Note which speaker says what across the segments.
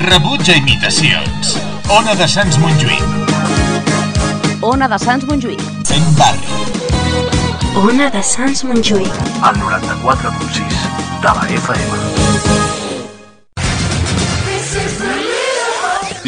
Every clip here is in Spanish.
Speaker 1: Rebutja imitacions. Ona de Sants Montjuïc.
Speaker 2: Ona de Sants Montjuïc.
Speaker 1: Fent barri.
Speaker 3: Ona de Sants Montjuïc.
Speaker 4: al 94.6 de la FM.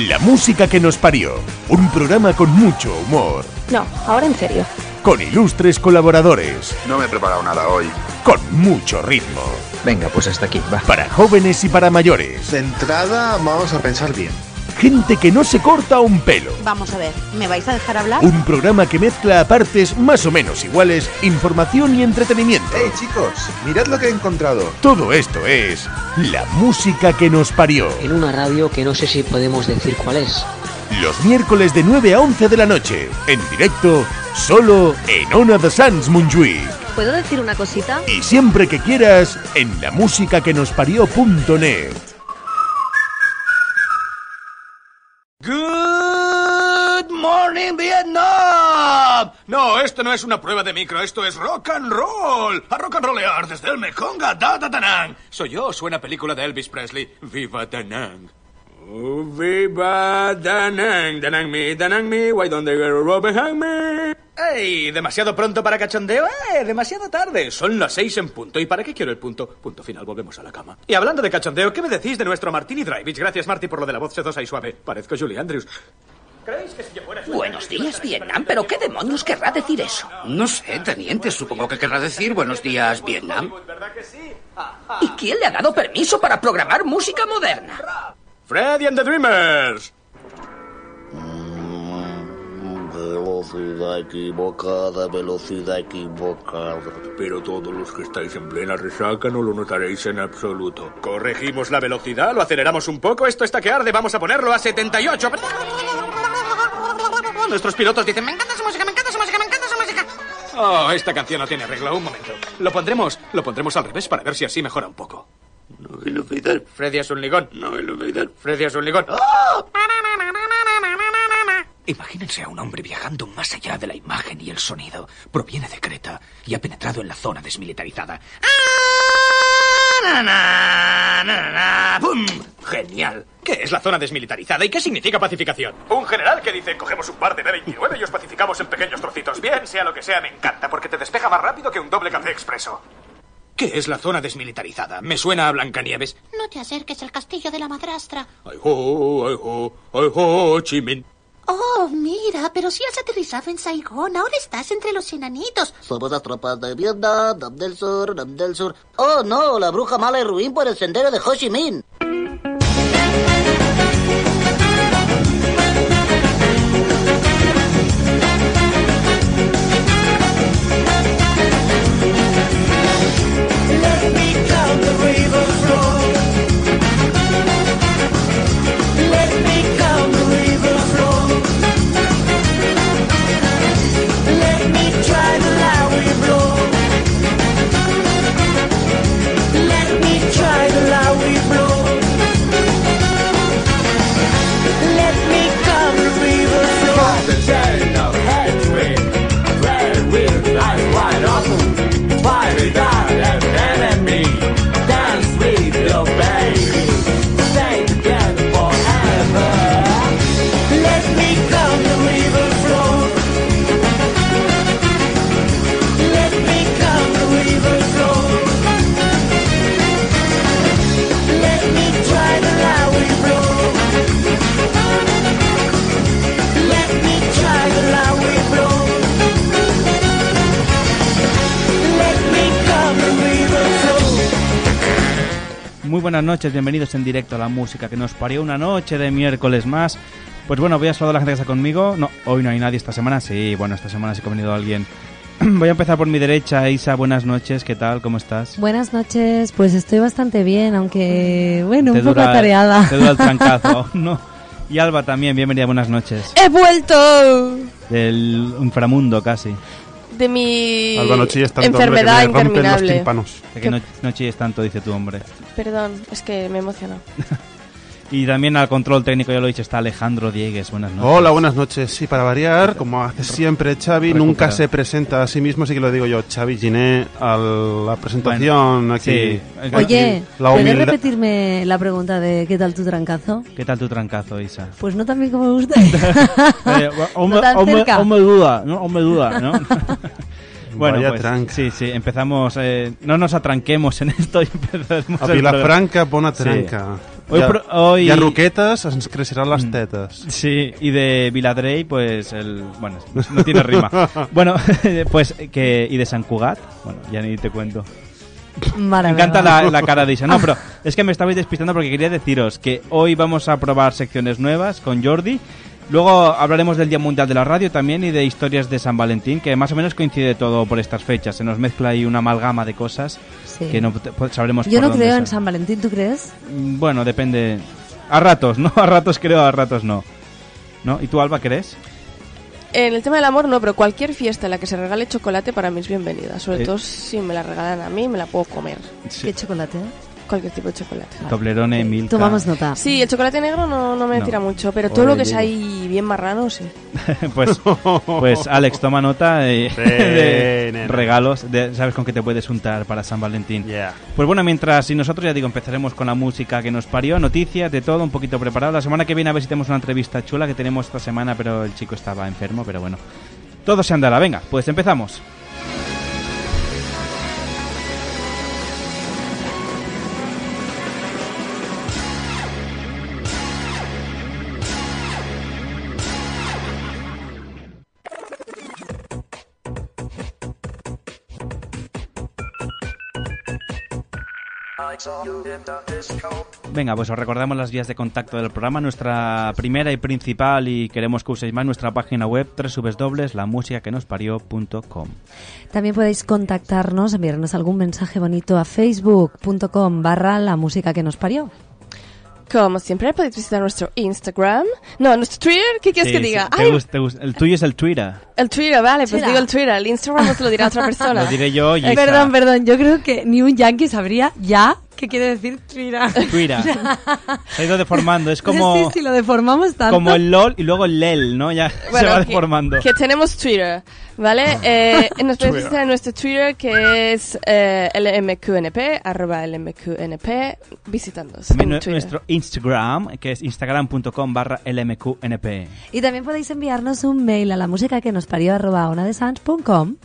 Speaker 5: La música que nos parió. Un programa con mucho humor.
Speaker 3: No, ahora en serio.
Speaker 5: Con ilustres colaboradores.
Speaker 6: No me he preparado nada hoy.
Speaker 5: Con mucho ritmo.
Speaker 7: Venga, pues hasta aquí, va.
Speaker 5: Para jóvenes y para mayores.
Speaker 8: De entrada, vamos a pensar bien.
Speaker 5: Gente que no se corta un pelo.
Speaker 2: Vamos a ver, ¿me vais a dejar hablar?
Speaker 5: Un programa que mezcla a partes más o menos iguales información y entretenimiento.
Speaker 8: ¡Hey, chicos! Mirad lo que he encontrado.
Speaker 5: Todo esto es la música que nos parió.
Speaker 9: en una radio que no sé si podemos decir cuál es.
Speaker 5: Los miércoles de 9 a 11 de la noche. En directo, solo en Ona de Sans Montjuïc.
Speaker 2: ¿Puedo decir una cosita?
Speaker 5: Y siempre que quieras, en la música que nos parió.net.
Speaker 4: Good morning Vietnam. No, esto no es una prueba de micro, esto es rock and roll. A rock and rollear desde el Mekonga da da Danang. Soy yo, suena película de Elvis Presley. Viva Danang. Oh, viva Danang, Danang me, Danang me, why don't they girl roll behind me? ¡Ey! ¿Demasiado pronto para cachondeo? ¡Eh! ¡Demasiado tarde! Son las seis en punto. ¿Y para qué quiero el punto? Punto final, volvemos a la cama. Y hablando de cachondeo, ¿qué me decís de nuestro Martini Drivich? Gracias, Marty, por lo de la voz sedosa y suave. Parezco Julie Andrews. ¿Creéis que si yo fuera
Speaker 10: Buenos días, Vietnam, pero ¿qué demonios querrá decir eso?
Speaker 7: No sé, teniente, supongo que querrá decir buenos días, Vietnam.
Speaker 4: ¿Verdad que sí?
Speaker 10: ¿Y quién le ha dado permiso para programar música moderna?
Speaker 4: Freddy and the Dreamers.
Speaker 11: Velocidad equivocada, velocidad equivocada.
Speaker 4: Pero todos los que estáis en plena resaca no lo notaréis en absoluto. Corregimos la velocidad, lo aceleramos un poco, esto está que arde, vamos a ponerlo a 78. Nuestros pilotos dicen, me encanta su música, me encanta su música, me encanta su música. Oh, esta canción no tiene arreglo, un momento. Lo pondremos, lo pondremos al revés para ver si así mejora un poco.
Speaker 11: No velocidad,
Speaker 4: Freddy es un ligón.
Speaker 11: no velocidad.
Speaker 4: Freddy es un ligón.
Speaker 10: Imagínense a un hombre viajando más allá de la imagen y el sonido. Proviene de Creta y ha penetrado en la zona desmilitarizada.
Speaker 4: ¡Bum! Genial. ¿Qué es la zona desmilitarizada y qué significa pacificación? Un general que dice, cogemos un par de B-29 y os pacificamos en pequeños trocitos. Bien, sea lo que sea, me encanta, porque te despeja más rápido que un doble café expreso. ¿Qué es la zona desmilitarizada? Me suena a Blancanieves.
Speaker 12: No te acerques al castillo de la madrastra.
Speaker 4: Ay, ho, ay, ho, ay, ho, Chi Minh.
Speaker 12: Oh, mira, pero si has aterrizado en Saigón, ahora estás entre los enanitos.
Speaker 11: Somos las tropas de Vietnam, Nam del Sur, Nam del Sur. Oh no, la bruja mala y ruin por el sendero de Ho Chi Minh.
Speaker 13: Muy buenas noches, bienvenidos en directo a la música que nos parió una noche de miércoles más. Pues bueno, voy a saludar a la gente que está conmigo. No, hoy no hay nadie esta semana. Sí, bueno, esta semana sí que ha venido alguien. Voy a empezar por mi derecha, Isa. Buenas noches, ¿qué tal? ¿Cómo estás?
Speaker 14: Buenas noches, pues estoy bastante bien, aunque bueno,
Speaker 13: Te
Speaker 14: un poco
Speaker 13: dura-
Speaker 14: atareada.
Speaker 13: Te dura el trancazo, ¿no? Y Alba también, bienvenida, buenas noches.
Speaker 3: ¡He vuelto!
Speaker 13: Del inframundo casi.
Speaker 3: De mi
Speaker 15: Alba no chilles tanto, hombre, que
Speaker 3: enfermedad
Speaker 15: me rompen los
Speaker 3: interminable.
Speaker 15: tímpanos.
Speaker 13: De que no, no chilles tanto, dice tu hombre.
Speaker 3: Perdón, es que me emociona.
Speaker 15: Y también al control técnico, ya lo he dicho, está Alejandro Diegues. Buenas noches.
Speaker 16: Hola, buenas noches. Sí, para variar, como hace siempre Xavi,
Speaker 15: Recupera.
Speaker 16: nunca se presenta a sí mismo, así que lo digo yo, Xavi Giné, a la presentación
Speaker 15: Bueno,
Speaker 16: aquí.
Speaker 15: sí.
Speaker 16: aquí,
Speaker 14: Oye,
Speaker 16: la
Speaker 14: ¿puedes
Speaker 16: humildad.
Speaker 14: repetirme la pregunta de qué tal tu trancazo?
Speaker 15: ¿Qué tal tu trancazo, Isa?
Speaker 14: Pues no tan bien como me gusta.
Speaker 15: Eh, bueno, o me-
Speaker 14: No tan
Speaker 15: o me-
Speaker 14: cerca.
Speaker 15: o me duda, ¿no? O me duda, ¿no? Bueno,
Speaker 16: Vaya
Speaker 15: pues, sí, sí, empezamos. eh, no nos atranquemos en esto y empezamos.
Speaker 16: A
Speaker 15: el
Speaker 16: pila
Speaker 15: programa.
Speaker 16: franca, pon a
Speaker 15: Sí.
Speaker 16: tranca.
Speaker 15: Hoy,
Speaker 16: Ya-
Speaker 15: pro- hoy- Mm.
Speaker 16: Y a Ruquetas ens crecerán las tetas.
Speaker 15: Sí, y de Viladrey, pues el. Bueno, no tiene rima. bueno, pues que. Y de San Cugat, bueno, ya ni te cuento. Me encanta la, la cara de Isa. No, pero es que me estabais despistando porque quería deciros que hoy vamos a probar secciones nuevas con Jordi. Luego hablaremos del Día Mundial de la Radio también y de historias de San Valentín, que más o menos coincide todo por estas fechas. Se nos mezcla ahí una amalgama de cosas
Speaker 14: Sí.
Speaker 15: que no te- pues, sabremos
Speaker 14: Yo
Speaker 15: por
Speaker 14: no
Speaker 15: dónde
Speaker 14: creo
Speaker 15: se-
Speaker 14: en San Valentín, ¿tú crees?
Speaker 15: Mm, Bueno, depende. A ratos, ¿no? A ratos creo, a ratos no. ¿No? ¿Y tú, Alba, crees?
Speaker 3: En el tema del amor no, pero cualquier fiesta en la que se regale chocolate para mí es bienvenida. Sobre
Speaker 15: Eh.
Speaker 3: todo si me la regalan a mí, me la puedo comer.
Speaker 15: Sí.
Speaker 14: ¿Qué chocolate?
Speaker 3: Cualquier tipo de chocolate.
Speaker 14: Ah.
Speaker 15: Toblerone,
Speaker 14: Eh,
Speaker 15: Milka.
Speaker 14: Tomamos nota.
Speaker 3: Sí, el chocolate negro no, no me
Speaker 15: No.
Speaker 3: tira mucho, pero todo
Speaker 15: Oye,
Speaker 3: lo que es
Speaker 15: Diego.
Speaker 3: ahí bien marrano, sí.
Speaker 15: pues, pues Alex, toma nota de, de
Speaker 16: nena.
Speaker 15: regalos. de- ¿Sabes con qué te puedes untar para San Valentín? Pues bueno, mientras y nosotros ya digo, empezaremos con la música que nos parió, noticias, de todo, un poquito preparado. La semana que viene a ver si tenemos una entrevista chula que tenemos esta semana, pero el chico estaba enfermo, pero bueno. Todo se andará. Venga, pues empezamos. Venga, pues os recordamos las vías de contacto del programa. Nuestra primera y principal, y queremos que uséis más, nuestra página web www.lamusicaquenosparió.com.
Speaker 14: También podéis contactarnos, enviarnos algún mensaje bonito a facebook.com barra la música que nos parió.
Speaker 3: Como siempre, podéis visitar nuestro Instagram. No, nuestro Twitter, ¿qué quieres
Speaker 15: Sí,
Speaker 3: que diga?
Speaker 15: sí, te
Speaker 3: Ay,
Speaker 15: gusta- te gusta. El tuyo es el Twitter.
Speaker 3: el Twitter, vale, pues
Speaker 14: Twitter.
Speaker 3: digo el Twitter. El Instagram os lo dirá otra persona.
Speaker 15: Lo diré yo y Isa.
Speaker 14: Eh, perdón, perdón, yo creo que ni un yankee sabría ya qué quiere decir Twitter.
Speaker 15: Twitter. Se ha ido deformando. Es como,
Speaker 14: Sí, sí, lo deformamos tanto.
Speaker 15: como el LOL y luego el LEL, ¿no? Ya se
Speaker 3: Bueno,
Speaker 15: va
Speaker 3: que-
Speaker 15: deformando. Ah.
Speaker 3: Que tenemos Twitter, ¿vale? Eh, nos podéis
Speaker 15: Twitter.
Speaker 3: visitar en nuestro Twitter que es eh, lmqnp, arroba lmqnp, visitándonos.
Speaker 15: También
Speaker 3: en
Speaker 15: nue-
Speaker 3: Twitter.
Speaker 15: nuestro Instagram, que es instagram.com barra lmqnp.
Speaker 14: Y también podéis enviarnos un mail a la música que nos parió arroba onadesans.com.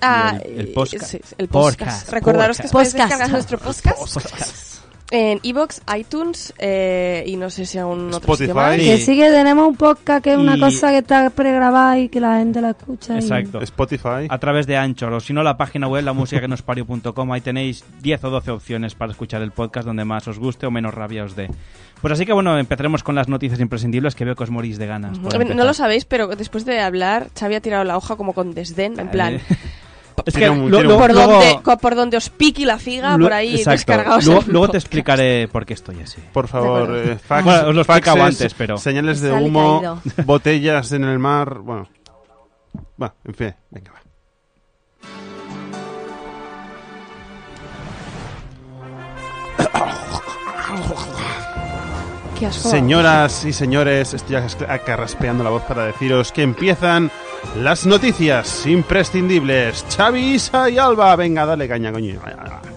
Speaker 3: Ah,
Speaker 15: el- el podcast.
Speaker 3: sí, el
Speaker 15: Podcast,
Speaker 3: podcast. Recordaros que os podéis
Speaker 14: podcast.
Speaker 3: descargar nuestro podcast, en iBox, iTunes eh, y no sé si aún otro sitio más.
Speaker 14: Que sí que tenemos un podcast que es una
Speaker 15: Y-
Speaker 14: cosa que está pregrabada y que la gente la escucha. y-
Speaker 15: Exacto.
Speaker 16: Spotify.
Speaker 15: A través de Anchor. O si no, la página web, la música que nos parió.com. Ahí tenéis 10 o 12 opciones para escuchar el podcast donde más os guste o menos rabia os dé. Pues así que bueno, empezaremos con las noticias imprescindibles que veo que os morís de ganas. por
Speaker 3: A ver, No
Speaker 15: empezar.
Speaker 3: lo sabéis, pero después de hablar, Xavi ha tirado la hoja como con desdén, en plan...
Speaker 15: Es
Speaker 16: Tiene un-
Speaker 15: lo-
Speaker 16: tiene
Speaker 15: lo-
Speaker 16: un-
Speaker 3: Por
Speaker 15: luego-
Speaker 3: donde, co- por donde os piqui la figa, Ah, por
Speaker 15: Oh. Lu-
Speaker 3: ahí
Speaker 15: Exacto.
Speaker 3: descargaos
Speaker 15: Luego,
Speaker 3: el
Speaker 15: luego te explicaré por qué estoy así.
Speaker 16: Por favor,
Speaker 15: De acuerdo.
Speaker 16: eh, fax-
Speaker 15: Bueno, os lo he explicado
Speaker 16: faxes,
Speaker 15: antes, pero-
Speaker 16: Señales de
Speaker 15: Sale
Speaker 16: humo,
Speaker 15: caído.
Speaker 16: botellas en el mar, bueno. Va, en fin, venga, va.
Speaker 3: Qué
Speaker 14: Ah.
Speaker 3: asco.
Speaker 16: Señoras y señores, estoy ac- acarraspeando la voz para deciros que empiezan las noticias imprescindibles. Xavi, Isa y Alba, venga, dale caña, coño.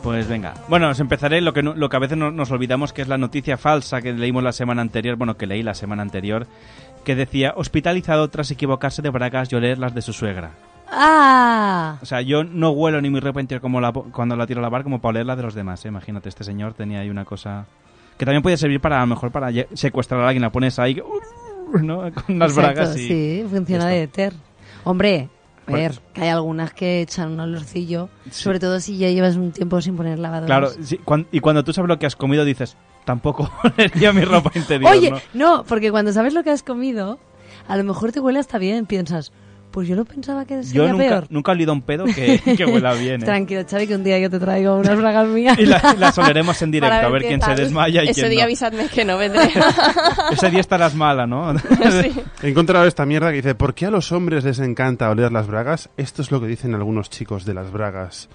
Speaker 15: Pues venga. Bueno, os empezaré lo que, no- lo que a veces no- nos olvidamos, que es la noticia falsa que leímos la semana anterior, bueno, que leí la semana anterior, que decía, hospitalizado tras equivocarse de bragas y oler las de su suegra.
Speaker 14: Ah,
Speaker 15: O sea, yo no huelo ni mi ropa interior como la, po- cuando la tiro a lavar como para oler la de los demás, ¿eh? imagínate, este señor tenía ahí una cosa... Que también puede servir para, a lo mejor, para ye- secuestrar a alguien, la pones ahí, ¿no? Con las
Speaker 14: exacto,
Speaker 15: bragas y... Pues-
Speaker 14: Sí, funciona de éter. Hombre, a
Speaker 15: Bueno.
Speaker 14: ver, que hay algunas que echan un olorcillo, sobre todo si ya llevas un tiempo sin poner lavadoras.
Speaker 15: Claro, sí, cuan- y cuando tú sabes lo que has comido dices, tampoco olería mi ropa interior,
Speaker 14: Oye,
Speaker 15: ¿no?
Speaker 14: no, porque cuando sabes lo que has comido, a lo mejor te huele hasta bien, piensas, pues yo lo pensaba que sería
Speaker 15: Yo nunca,
Speaker 14: peor.
Speaker 15: nunca he olido un pedo que, que huela bien, ¿eh?
Speaker 14: Tranquilo, Xavi, que un día yo te traigo unas bragas mías.
Speaker 15: Y la- y las oleremos en directo,
Speaker 3: Para
Speaker 15: a ver
Speaker 3: qué
Speaker 15: quién se
Speaker 3: tal.
Speaker 15: desmaya y
Speaker 3: Ese
Speaker 15: quién
Speaker 3: día
Speaker 15: no.
Speaker 3: avisadme que no vendré.
Speaker 15: Ese día estarás mala, ¿no?
Speaker 16: He encontrado esta mierda que dice, ¿por qué a los hombres les encanta oler las bragas? Esto es lo que dicen algunos chicos de las bragas.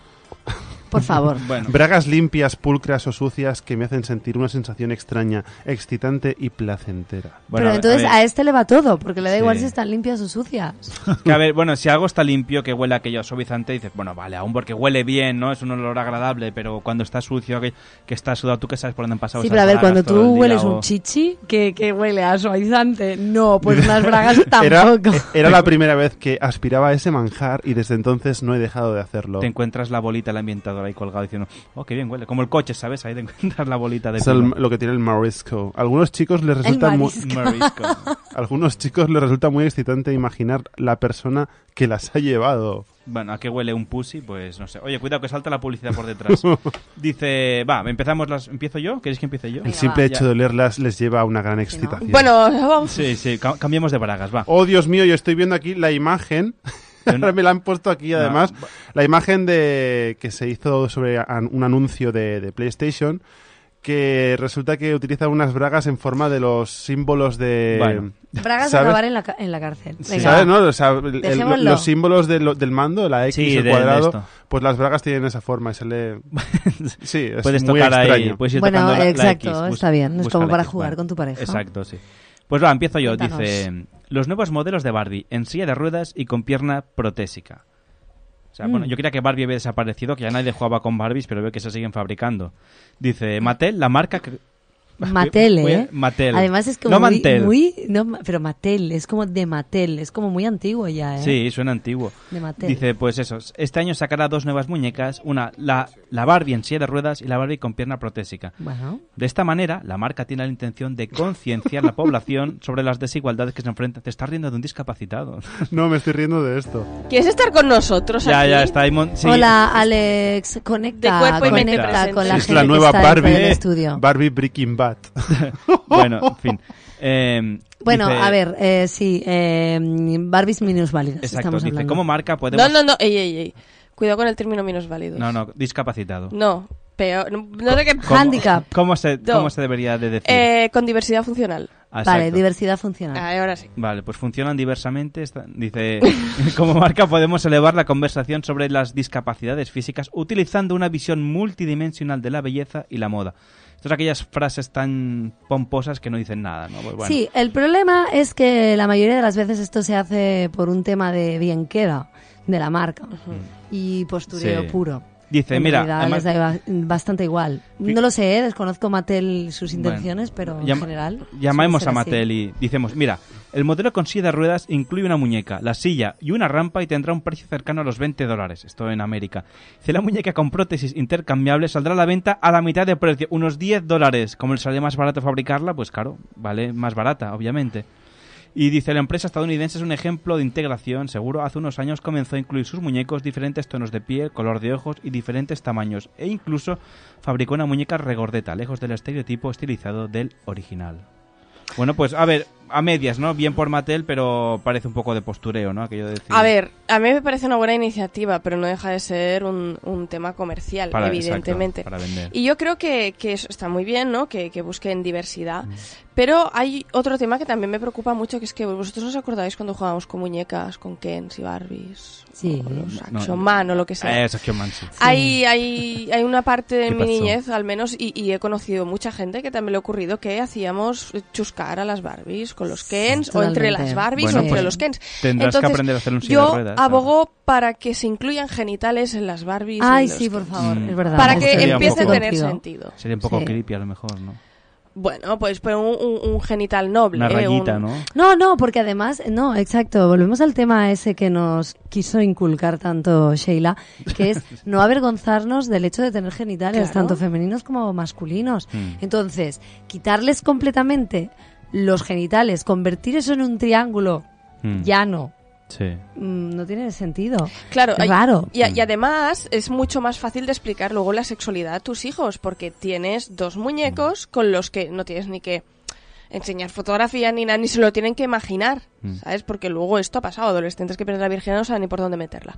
Speaker 14: Por favor.
Speaker 15: Bueno.
Speaker 16: Bragas limpias, pulcras o sucias que me hacen sentir una sensación extraña, excitante y placentera.
Speaker 14: Pero entonces a, este le va todo, porque le da
Speaker 15: Sí.
Speaker 14: igual si están limpias o sucias.
Speaker 15: Que, a ver, bueno, si algo está limpio, que huele aquello a suavizante, dices, bueno, vale, aún porque huele bien, ¿no? Es un olor agradable, pero cuando está sucio, que, que está sudado, tú que sabes por dónde han pasado.
Speaker 14: Sí,
Speaker 15: esas
Speaker 14: pero a ver,
Speaker 15: bragas
Speaker 14: cuando
Speaker 15: todo el
Speaker 14: tú
Speaker 15: día
Speaker 14: hueles
Speaker 15: o-
Speaker 14: un chichi, que, que huele a suavizante. No, pues unas bragas
Speaker 16: Era, eh,
Speaker 14: tampoco.
Speaker 16: era la primera vez que aspiraba a ese manjar y desde entonces no he dejado de hacerlo.
Speaker 15: Te encuentras la bolita, el ambientador ahí colgado diciendo, oh, qué bien huele. Como el coche, ¿sabes? Ahí te encuentras la bolita de
Speaker 16: Es el-
Speaker 15: pelo.
Speaker 16: lo que tiene el marisco. Algunos chicos les resulta muy
Speaker 15: marisco. Marisco.
Speaker 16: Algunos chicos les resulta muy excitante imaginar la persona que las ha llevado.
Speaker 15: Bueno, ¿a qué huele un pussy? Pues no sé. Oye, cuidado que salta la publicidad por detrás. Dice, va, empezamos las... ¿Empiezo yo? ¿Queréis que empiece yo?
Speaker 16: El simple hecho de olerlas les lleva a una gran excitación.
Speaker 3: Bueno,
Speaker 15: Sí, sí, ca- cambiemos de bragas, va.
Speaker 16: Oh, Dios mío, yo estoy viendo aquí la imagen. Ahora me la han puesto aquí,
Speaker 15: No.
Speaker 16: además. La imagen de que se hizo sobre an- un anuncio de, de PlayStation que resulta que utiliza unas bragas en forma de los símbolos de...
Speaker 15: Bueno.
Speaker 14: Bragas de
Speaker 16: ¿sabes?
Speaker 14: acabar en la, ca- en la cárcel.
Speaker 16: Sí.
Speaker 14: Venga.
Speaker 16: ¿Sabes, no? O sea, el- el-
Speaker 14: Dejémoslo.
Speaker 16: los símbolos de lo- del mando, la X,
Speaker 15: Sí,
Speaker 16: el
Speaker 15: de- de
Speaker 16: cuadrado,
Speaker 15: esto.
Speaker 16: pues las bragas tienen esa forma. y sale- Sí, es
Speaker 15: puedes
Speaker 16: muy
Speaker 15: tocar
Speaker 16: extraño.
Speaker 15: ahí, puedes ir
Speaker 14: Bueno,
Speaker 15: tocando la- la
Speaker 14: exacto,
Speaker 15: X, pues. bus-
Speaker 14: está bien, es
Speaker 15: busca
Speaker 14: como
Speaker 15: la
Speaker 14: para
Speaker 15: X,
Speaker 14: jugar con tu pareja.
Speaker 15: Exacto, sí. Pues va, empiezo yo.
Speaker 14: Cuéntanos.
Speaker 15: Dice, los nuevos modelos de Barbie en silla de ruedas y con pierna protésica. O sea,
Speaker 14: Mm.
Speaker 15: bueno, yo creía que Barbie había desaparecido, que ya nadie jugaba con Barbies, pero veo que se siguen fabricando. Dice, Mattel, la marca que...
Speaker 14: Mattel,
Speaker 15: Voy a-
Speaker 14: ¿eh?
Speaker 15: Mattel.
Speaker 14: Además es como
Speaker 15: No
Speaker 14: muy,
Speaker 15: Mantel.
Speaker 14: muy- no, ma- pero Mattel, es como de Mattel, es como muy antiguo ya, ¿eh?
Speaker 15: Sí, suena antiguo.
Speaker 14: De Mattel.
Speaker 15: Dice, pues eso, este año sacará dos nuevas muñecas, una, la, la Barbie en silla de ruedas y la Barbie con pierna protésica.
Speaker 14: Bueno.
Speaker 15: De esta manera, la marca tiene la intención de concienciar a la población sobre las desigualdades que se enfrentan. Te estás riendo de un discapacitado.
Speaker 16: No, me estoy riendo de esto.
Speaker 3: ¿Quieres estar con nosotros
Speaker 15: Ya,
Speaker 3: aquí?
Speaker 15: ya, está ahí mon- sí.
Speaker 14: Hola, Alex, conecta,
Speaker 3: De cuerpo y mente
Speaker 14: conecta
Speaker 3: presente.
Speaker 14: con la
Speaker 16: es
Speaker 14: gente
Speaker 16: la
Speaker 14: que
Speaker 16: nueva
Speaker 14: está dentro
Speaker 16: Barbie,
Speaker 14: del estudio.
Speaker 16: Barbie Breaking Bad.
Speaker 15: Bueno, en fin. Eh,
Speaker 14: Bueno,
Speaker 15: dice-
Speaker 14: a ver, eh, sí, eh, Barbies minusválidas
Speaker 15: Exacto,
Speaker 14: estamos
Speaker 15: dice,
Speaker 14: hablando.
Speaker 15: ¿cómo marca
Speaker 3: No,
Speaker 15: podemos...?
Speaker 3: no, no, ey, ey, ey. Cuidado con el término menos válido.
Speaker 15: No, no, discapacitado.
Speaker 3: No, peor. No, no sé qué.
Speaker 15: ¿Cómo- ¿Cómo se,
Speaker 3: No.
Speaker 15: cómo se debería de decir? Ah,
Speaker 3: Eh, con diversidad funcional. Ah,
Speaker 15: Exacto. Vale,
Speaker 14: diversidad funcional.
Speaker 3: ahora sí.
Speaker 15: Vale, pues funcionan diversamente. Esta- dice, como marca podemos elevar la conversación sobre las discapacidades físicas utilizando una visión multidimensional de la belleza y la moda. Estas son aquellas frases tan pomposas que no dicen nada, ¿no? Pues bueno.
Speaker 14: Sí, el problema es que la mayoría de las veces esto se hace por un tema de bien queda de la marca y postureo
Speaker 15: Sí.
Speaker 14: puro.
Speaker 15: Dice,
Speaker 14: En
Speaker 15: mira,
Speaker 14: realidad
Speaker 15: además-
Speaker 14: les da ba- bastante igual. No lo sé, ¿eh? desconozco Mattel sus intenciones, pero en
Speaker 15: Llama-
Speaker 14: general.
Speaker 15: Llamemos
Speaker 14: suele ser
Speaker 15: a
Speaker 14: así.
Speaker 15: Mattel y decimos, mira, el modelo con silla de ruedas incluye una muñeca, la silla y una rampa y tendrá un precio cercano a los 20 dólares. Esto en América. Dice, la muñeca con prótesis intercambiable saldrá a la venta a la mitad de precio, unos 10 dólares. Como le sale más barato fabricarla, pues claro, vale más barata, obviamente. Y dice, la empresa estadounidense es un ejemplo de integración, seguro. Hace unos años comenzó a incluir sus muñecos diferentes tonos de piel, color de ojos y diferentes tamaños. E incluso fabricó una muñeca regordeta, lejos del estereotipo estilizado del original. Bueno, pues a ver, a medias, ¿no? Bien por Mattel, pero parece un poco de postureo, ¿no? Aquello de decir...
Speaker 3: A ver, a mí me parece una buena iniciativa, pero no deja de ser un, un tema comercial,
Speaker 15: Para-
Speaker 3: evidentemente.
Speaker 15: exacto, para vender.
Speaker 3: Y yo creo que, que eso está muy bien, ¿no? Que, que busquen diversidad.
Speaker 15: Mm.
Speaker 3: Pero hay otro tema que también me preocupa mucho, que es que vosotros os acordáis cuando jugábamos con muñecas, con Kens y Barbies,
Speaker 14: Sí.
Speaker 3: Action Man o lo que sea.
Speaker 15: Eh, es Action Man, sí.
Speaker 3: Hay, hay, hay una parte de
Speaker 15: ¿Qué
Speaker 3: mi
Speaker 15: pasó?
Speaker 3: niñez, al menos, y, y he conocido mucha gente que también le ha ocurrido que hacíamos chuscar a las Barbies con los Kens, o entre
Speaker 15: totalmente.
Speaker 3: las Barbies
Speaker 15: Bueno,
Speaker 3: o entre
Speaker 15: pues
Speaker 3: los Kens.
Speaker 15: tendrás que
Speaker 3: Entonces,
Speaker 15: aprender a hacer un silla
Speaker 3: Yo
Speaker 15: de ruedas,
Speaker 3: abogo para que se incluyan genitales en las Barbies. y
Speaker 14: Ay,
Speaker 3: en los
Speaker 14: sí, por
Speaker 3: Kens.
Speaker 14: favor,
Speaker 15: Mm.
Speaker 14: es verdad.
Speaker 3: Para
Speaker 14: es
Speaker 3: que
Speaker 14: verdad.
Speaker 15: Sería un
Speaker 3: empiece a
Speaker 15: poco-
Speaker 3: tener sentido.
Speaker 15: Sería un poco
Speaker 14: Sí.
Speaker 15: creepy a lo mejor, ¿no?
Speaker 3: Bueno, pues pero un, un- un genital noble.
Speaker 15: Una
Speaker 3: eh,
Speaker 15: rayita,
Speaker 3: un-
Speaker 15: ¿no?
Speaker 14: No, no, porque además, no, exacto, volvemos al tema ese que nos quiso inculcar tanto Sheila, que es no avergonzarnos del hecho de tener genitales,
Speaker 17: Claro.
Speaker 14: tanto femeninos como masculinos.
Speaker 17: Mm.
Speaker 14: Entonces, quitarles completamente los genitales, convertir eso en un triángulo
Speaker 15: Mm.
Speaker 14: llano,
Speaker 15: Sí.
Speaker 14: mm, no tiene sentido.
Speaker 3: Claro,
Speaker 14: Es
Speaker 3: hay-
Speaker 14: raro.
Speaker 3: Y, a-
Speaker 15: Mm.
Speaker 3: y además es mucho más fácil de explicar luego la sexualidad a tus hijos, porque tienes dos
Speaker 15: Mm.
Speaker 3: muñecos con los que no tienes ni que enseñar fotografía ni nada, ni se lo tienen que imaginar,
Speaker 15: Mm.
Speaker 3: ¿sabes? Porque luego esto ha pasado, adolescentes que pierden la virginidad no saben ni por dónde meterla.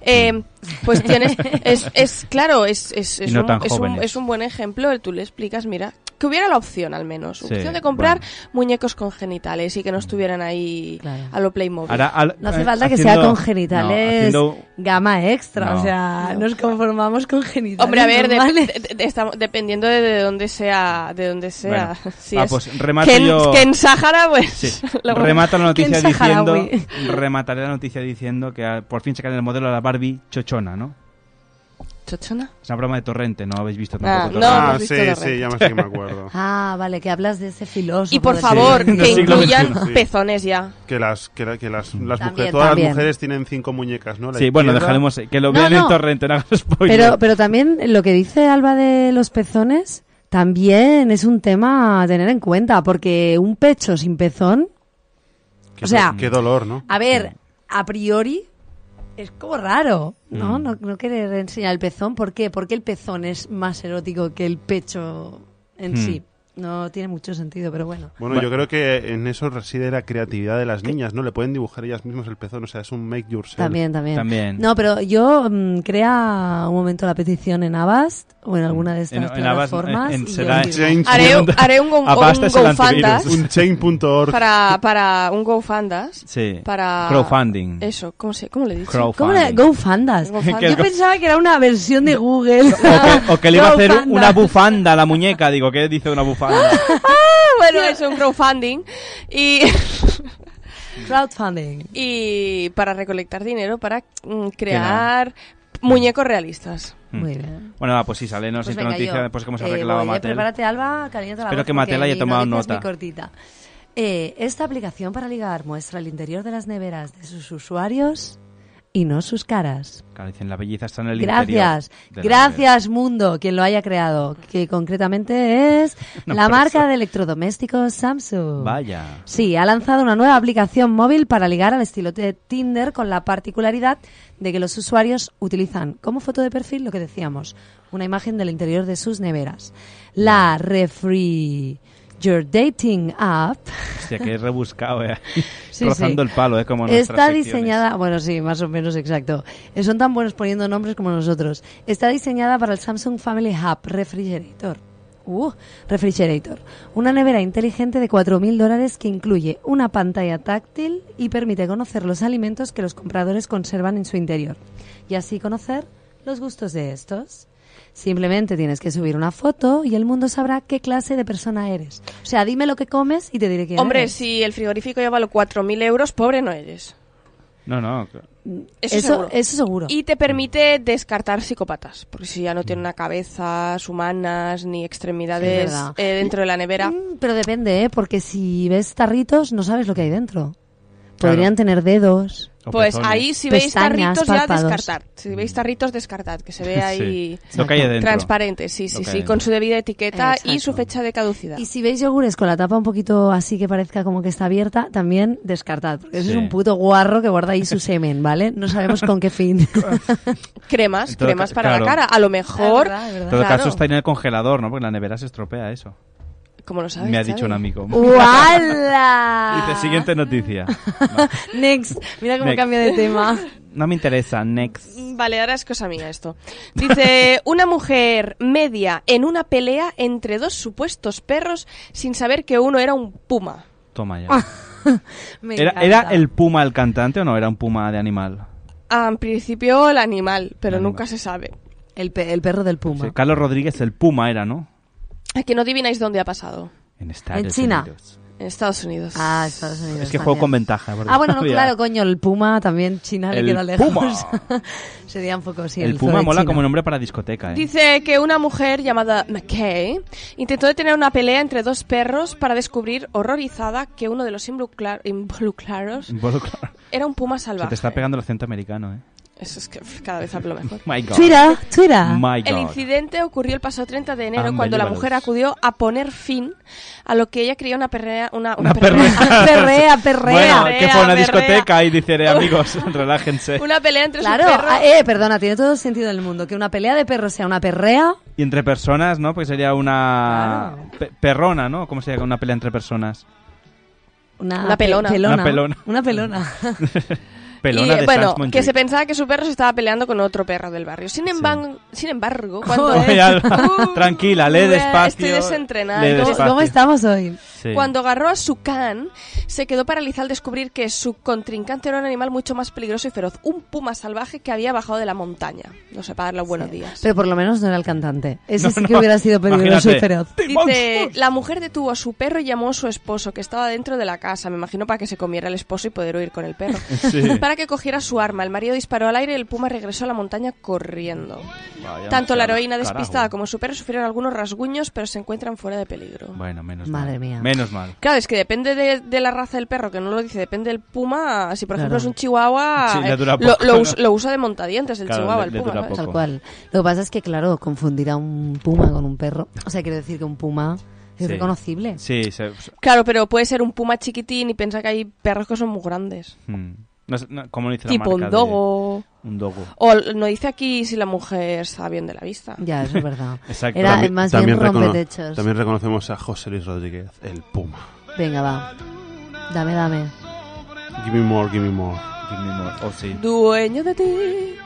Speaker 3: Eh, pues tienes, es, es- claro, es, es,
Speaker 15: Y
Speaker 3: es
Speaker 15: no
Speaker 3: un,
Speaker 15: tan
Speaker 3: es, un,
Speaker 15: jóvenes.
Speaker 3: es un buen ejemplo, tú le explicas, mira, que hubiera la opción al menos.
Speaker 15: Sí, Mm.
Speaker 3: opción de comprar muñecos con genitales y que no estuvieran ahí a lo Playmobil.
Speaker 15: Ahora, al- eh,
Speaker 14: No hace falta que sea con genitales gama extra,
Speaker 15: No.
Speaker 14: o sea, nos conformamos con genitales.
Speaker 3: Hombre, a ver, de-
Speaker 14: normales.
Speaker 3: de- de- estamos- dependiendo de, de dónde sea, de dónde sea.
Speaker 15: Bueno.
Speaker 3: Si
Speaker 15: Ah,
Speaker 3: es
Speaker 15: pues remato
Speaker 3: que en,
Speaker 15: yo-
Speaker 3: que en Sahara, pues...
Speaker 15: Sí.
Speaker 3: lo-
Speaker 15: Remata la noticia
Speaker 3: que en
Speaker 15: diciendo.
Speaker 3: Saharaui.
Speaker 15: Remataré la noticia diciendo que ah, por fin sacan el modelo a la Barbie chochona, ¿no?
Speaker 3: ¿Chochona?
Speaker 15: Es una broma de Torrente, no habéis visto
Speaker 3: Ah,
Speaker 15: tampoco.
Speaker 3: no
Speaker 15: Torrente.
Speaker 3: hemos Ah, visto sí, Torrente. sí, ya me sé que me
Speaker 16: acuerdo.
Speaker 14: Ah, vale, que hablas de ese filósofo.
Speaker 3: Y por
Speaker 14: del
Speaker 3: favor,
Speaker 14: siglo
Speaker 3: que
Speaker 14: XXI.
Speaker 3: incluyan
Speaker 16: XXI, sí.
Speaker 3: pezones ya.
Speaker 16: Que las, que, la- que las, las
Speaker 14: También,
Speaker 16: mujeres, todas
Speaker 14: también.
Speaker 16: las mujeres tienen cinco muñecas, ¿no? La
Speaker 15: Sí, bueno,
Speaker 16: izquierda-
Speaker 15: dejaremos eh, que lo
Speaker 14: No,
Speaker 15: vean en
Speaker 14: no.
Speaker 15: Torrente, no hagas spoiler.
Speaker 14: Pero, pero también lo que dice Alba de los pezones también es un tema a tener en cuenta, porque un pecho sin pezón,
Speaker 16: Qué
Speaker 14: o sea-
Speaker 16: do- qué dolor, ¿no?
Speaker 14: a ver, a priori es como raro,
Speaker 3: Mm.
Speaker 14: ¿no? No, no querer enseñar el pezón. ¿Por qué? Porque el pezón es más erótico que el pecho en
Speaker 3: Mm.
Speaker 16: Hmm.
Speaker 14: sí. No tiene mucho sentido, pero bueno.
Speaker 16: Bueno, yo creo que en eso reside la creatividad de las niñas, ¿no? Le pueden dibujar ellas mismas el pezón, o sea, es un make yourself.
Speaker 14: También, también. No, pero yo mm, crea un momento la petición en Avast o en alguna de estas
Speaker 15: Mm. En- en Avast,
Speaker 14: plataformas.
Speaker 15: en- en
Speaker 14: y
Speaker 15: será-
Speaker 14: yo digo,
Speaker 16: Change-
Speaker 3: Haré un- haré un go-
Speaker 15: Avast
Speaker 3: un
Speaker 15: es el antivirus.
Speaker 3: GoFandas.
Speaker 16: Un chain.org.
Speaker 3: Para, para un GoFandas.
Speaker 15: Sí.
Speaker 3: Para...
Speaker 15: Crowdfunding.
Speaker 3: Eso, ¿cómo, se, ¿cómo le he dicho?
Speaker 14: ¿Cómo
Speaker 15: Crowdfunding.
Speaker 14: era? GoFandas.
Speaker 3: GoFandas.
Speaker 14: Yo pensaba que era una versión de Google.
Speaker 15: O que, o que le iba a hacer
Speaker 14: Crowdfunding.
Speaker 15: una bufanda a la muñeca, digo, ¿qué dice una bufanda?
Speaker 3: Ah, bueno, es un crowdfunding. Y...
Speaker 14: Crowdfunding.
Speaker 3: Y para recolectar dinero para mm, crear muñecos realistas.
Speaker 15: eh, mm.
Speaker 14: Muy bien.
Speaker 15: Bueno, va, pues sí, sale, no
Speaker 14: Pues
Speaker 15: sé
Speaker 14: venga,
Speaker 15: noticia
Speaker 14: yo,
Speaker 15: después que hemos
Speaker 14: eh,
Speaker 15: arreglado a
Speaker 14: voy, eh,
Speaker 15: Mattel.
Speaker 14: Prepárate, Alba, calienta la
Speaker 15: Espero
Speaker 14: voz
Speaker 15: que Mattel
Speaker 14: porque
Speaker 15: haya
Speaker 14: mi
Speaker 15: tomado
Speaker 14: noticia es muy
Speaker 15: nota.
Speaker 14: cortita. Eh, esta aplicación para ligar muestra el interior de las neveras de sus usuarios y no sus caras.
Speaker 15: Claro, dicen, la belleza está en el
Speaker 14: Gracias,
Speaker 15: interior. de la
Speaker 14: gracias mundo, quien lo haya creado, que concretamente es
Speaker 15: Una
Speaker 14: la
Speaker 15: empresa.
Speaker 14: marca de electrodomésticos Samsung.
Speaker 15: Vaya.
Speaker 14: Sí, ha lanzado una nueva aplicación móvil para ligar al estilo de Tinder con la particularidad de que los usuarios utilizan como foto de perfil lo que decíamos, una imagen del interior de sus neveras. La Refree Your Dating App
Speaker 15: Hostia, que he rebuscado, eh.
Speaker 14: Sí,
Speaker 15: Rozando
Speaker 14: sí.
Speaker 15: el palo, eh, como nuestras
Speaker 14: Está
Speaker 15: secciones.
Speaker 14: diseñada, bueno, sí, más o menos exacto. Eh, Son tan buenos poniendo nombres como nosotros. Está diseñada para el Samsung Family Hub Refrigerator. Uh, refrigerator. Una nevera inteligente de 4.000 dólares que incluye una pantalla táctil y permite conocer los alimentos que los compradores conservan en su interior. Y así conocer los gustos de estos. Simplemente tienes que subir una foto y el mundo sabrá qué clase de persona eres. O sea, dime lo que comes y te diré quién
Speaker 3: Hombre,
Speaker 14: eres.
Speaker 3: si el frigorífico lleva los 4.000 euros, pobre no eres.
Speaker 15: No, no.
Speaker 3: Eso,
Speaker 14: Eso-
Speaker 3: seguro.
Speaker 14: eso seguro. Mm.
Speaker 3: Y te permite descartar psicópatas, porque si ya no tienen una cabezas humanas ni extremidades
Speaker 14: Sí, es verdad.
Speaker 3: eh, dentro de la nevera.
Speaker 14: Pero depende, ¿eh? Porque si ves tarritos, no sabes lo que hay dentro.
Speaker 3: Claro.
Speaker 14: Podrían tener dedos.
Speaker 3: Pues ahí si veis
Speaker 14: pestañas,
Speaker 3: tarritos ya
Speaker 14: párpados.
Speaker 3: descartad. Si veis tarritos descartad, que se ve ahí
Speaker 15: Mm. Sí, lo que hay dentro.
Speaker 3: transparente, sí,
Speaker 15: Lo
Speaker 3: sí,
Speaker 15: que
Speaker 3: sí,
Speaker 15: hay
Speaker 3: con su debida etiqueta y
Speaker 14: Exacto.
Speaker 3: su fecha de caducidad.
Speaker 14: Y si veis yogures con la tapa un poquito así que parezca como que está abierta, también descartad. Porque eso
Speaker 15: Sí.
Speaker 14: es un puto guarro que guarda ahí su semen, ¿vale? No sabemos con qué fin.
Speaker 3: Cremas,
Speaker 15: En todo
Speaker 3: cremas
Speaker 15: ca-
Speaker 3: para
Speaker 15: claro.
Speaker 3: la cara. A lo mejor,
Speaker 14: Ah,
Speaker 15: En todo
Speaker 3: claro,
Speaker 15: caso está en el congelador, ¿no? Porque en la nevera se estropea eso.
Speaker 3: como lo sabes.
Speaker 15: Me ha
Speaker 3: Xavi?
Speaker 15: dicho un amigo.
Speaker 14: ¡Uala!
Speaker 15: Dice, siguiente noticia.
Speaker 14: Next. Mira cómo
Speaker 15: Next.
Speaker 14: cambia de tema.
Speaker 15: No me interesa, next.
Speaker 3: Vale, ahora es cosa mía esto. Dice, una mujer media en una pelea entre dos supuestos perros sin saber que uno era un puma.
Speaker 15: Toma ya.
Speaker 14: Ah, Me
Speaker 15: ¿Era,
Speaker 14: encanta.
Speaker 15: ¿Era el puma el cantante o no? Era un puma de animal.
Speaker 3: Ah, En principio el animal, pero nunca se sabe.
Speaker 14: El, pe- el perro del puma.
Speaker 15: Sí, Carlos Rodríguez, el puma era, ¿no?
Speaker 3: Aquí no adivináis dónde ha pasado.
Speaker 15: En Estados
Speaker 14: En China.
Speaker 15: Unidos.
Speaker 3: En Estados Unidos.
Speaker 14: Ah, Estados Unidos.
Speaker 15: Es que
Speaker 14: también.
Speaker 15: juego con ventaja. porque
Speaker 14: Ah, bueno, no,
Speaker 15: había-
Speaker 14: claro, coño, el puma también China
Speaker 15: El
Speaker 14: le queda lejos.
Speaker 15: puma.
Speaker 14: Sería un poco, sí.
Speaker 15: El,
Speaker 14: zoo
Speaker 15: puma
Speaker 14: de
Speaker 15: mola
Speaker 14: China.
Speaker 15: como nombre para discoteca, ¿eh?
Speaker 3: Dice que una mujer llamada McKay intentó detener una pelea entre dos perros para descubrir, horrorizada, que uno de los involucra- involucrados
Speaker 15: Bueno, claro.
Speaker 3: era un puma
Speaker 15: Se te
Speaker 3: salvaje.
Speaker 15: está pegando el acento americano, ¿eh?
Speaker 3: Eso es que pf, cada vez hablo mejor.
Speaker 15: My God.
Speaker 14: Twitter, Twitter.
Speaker 15: My God.
Speaker 3: El incidente ocurrió el pasado 30 de enero cuando la
Speaker 15: Unbelievable.
Speaker 3: mujer acudió a poner fin a lo que ella creía una perrea, una, una
Speaker 15: perrea.
Speaker 14: Perrea, perrea.
Speaker 15: Bueno, que fue a una
Speaker 3: perrea.
Speaker 15: discoteca y dice, eh, amigos, relájense.
Speaker 3: Una pelea entre
Speaker 14: Claro,
Speaker 3: sus perros.
Speaker 14: ah, eh, perdona, tiene todo el sentido del mundo. Que una pelea de perros sea una perrea.
Speaker 15: Y entre personas, ¿no? Porque sería una pe- perrona, ¿no? ¿Cómo sería una pelea entre personas?
Speaker 14: Una,
Speaker 3: Una
Speaker 14: pe-
Speaker 3: pelona.
Speaker 15: Una pelona.
Speaker 14: Una pelona.
Speaker 15: Pelona
Speaker 3: y,
Speaker 15: de
Speaker 3: bueno,
Speaker 15: Sans Montjuic.
Speaker 3: que se pensaba que su perro se estaba peleando con otro perro del barrio. Sin embargo, sin embargo cuando
Speaker 15: Oye, Alba, Tranquila, lee despacio.
Speaker 3: ¿eh? Estoy desentrenada.
Speaker 15: lee
Speaker 3: Luego-
Speaker 15: despacio.
Speaker 3: luego
Speaker 14: estamos hoy?
Speaker 15: Sí.
Speaker 3: Cuando agarró a su can, se quedó paralizado al descubrir que su contrincante era un animal mucho más peligroso y feroz, un puma salvaje que había bajado de la montaña. No sé, para darle buenos días.
Speaker 14: Pero por lo menos no era el cantante. Ese
Speaker 15: No,
Speaker 14: sí que
Speaker 15: no.
Speaker 14: hubiera sido peligroso y
Speaker 15: Imagínate.
Speaker 14: feroz.
Speaker 3: Dice, la mujer detuvo a su perro y llamó a su esposo, que estaba dentro de la casa, me imagino para que se comiera el esposo y poder huir con el perro.
Speaker 17: Sí.
Speaker 3: Para que cogiera su arma, el marido disparó al aire y el puma regresó a la montaña corriendo.
Speaker 15: Vaya,
Speaker 3: Tanto la
Speaker 15: carajo.
Speaker 3: heroína despistada como su perro sufrieron algunos rasguños, pero se encuentran fuera de peligro.
Speaker 15: Bueno, menos
Speaker 14: Madre
Speaker 15: mal.
Speaker 14: mía.
Speaker 15: Menos mal.
Speaker 3: Claro, es que depende de, de la raza del perro, que no lo dice, depende del puma. Si, por ejemplo,
Speaker 15: Claro.
Speaker 3: es un chihuahua,
Speaker 15: Sí, le
Speaker 3: eh,
Speaker 15: dura
Speaker 3: lo,
Speaker 15: poco,
Speaker 3: lo
Speaker 15: ¿no?
Speaker 3: us- lo usa de montadientes el
Speaker 15: Claro,
Speaker 3: chihuahua,
Speaker 15: le-
Speaker 3: el
Speaker 15: le
Speaker 3: puma.
Speaker 15: dura
Speaker 3: ¿sabes?
Speaker 15: poco.
Speaker 14: Tal cual. Lo que pasa es que, claro, confundir a un puma con un perro. O sea, quiero decir que un puma
Speaker 15: Sí.
Speaker 14: es reconocible.
Speaker 15: Sí, se-
Speaker 3: Claro, pero puede ser un puma chiquitín y pensar que hay perros que son muy grandes.
Speaker 15: hmm. No sé, no, ¿Cómo lo dice
Speaker 3: Tipo
Speaker 15: la
Speaker 3: un
Speaker 15: marca? de-
Speaker 3: dogo.
Speaker 15: Un dogo.
Speaker 3: O l- no dice aquí si la mujer está bien de la vista.
Speaker 14: Ya, eso es verdad.
Speaker 15: Exacto.
Speaker 14: Era
Speaker 15: También-
Speaker 14: más
Speaker 16: También,
Speaker 14: bien
Speaker 16: recono-
Speaker 14: rompetechos.
Speaker 16: también reconocemos a José Luis Rodríguez, el Puma.
Speaker 14: Venga, va. Dame, dame.
Speaker 16: Give me more, give me more.
Speaker 15: Give me more. Oh, sí.
Speaker 3: Dueño de ti.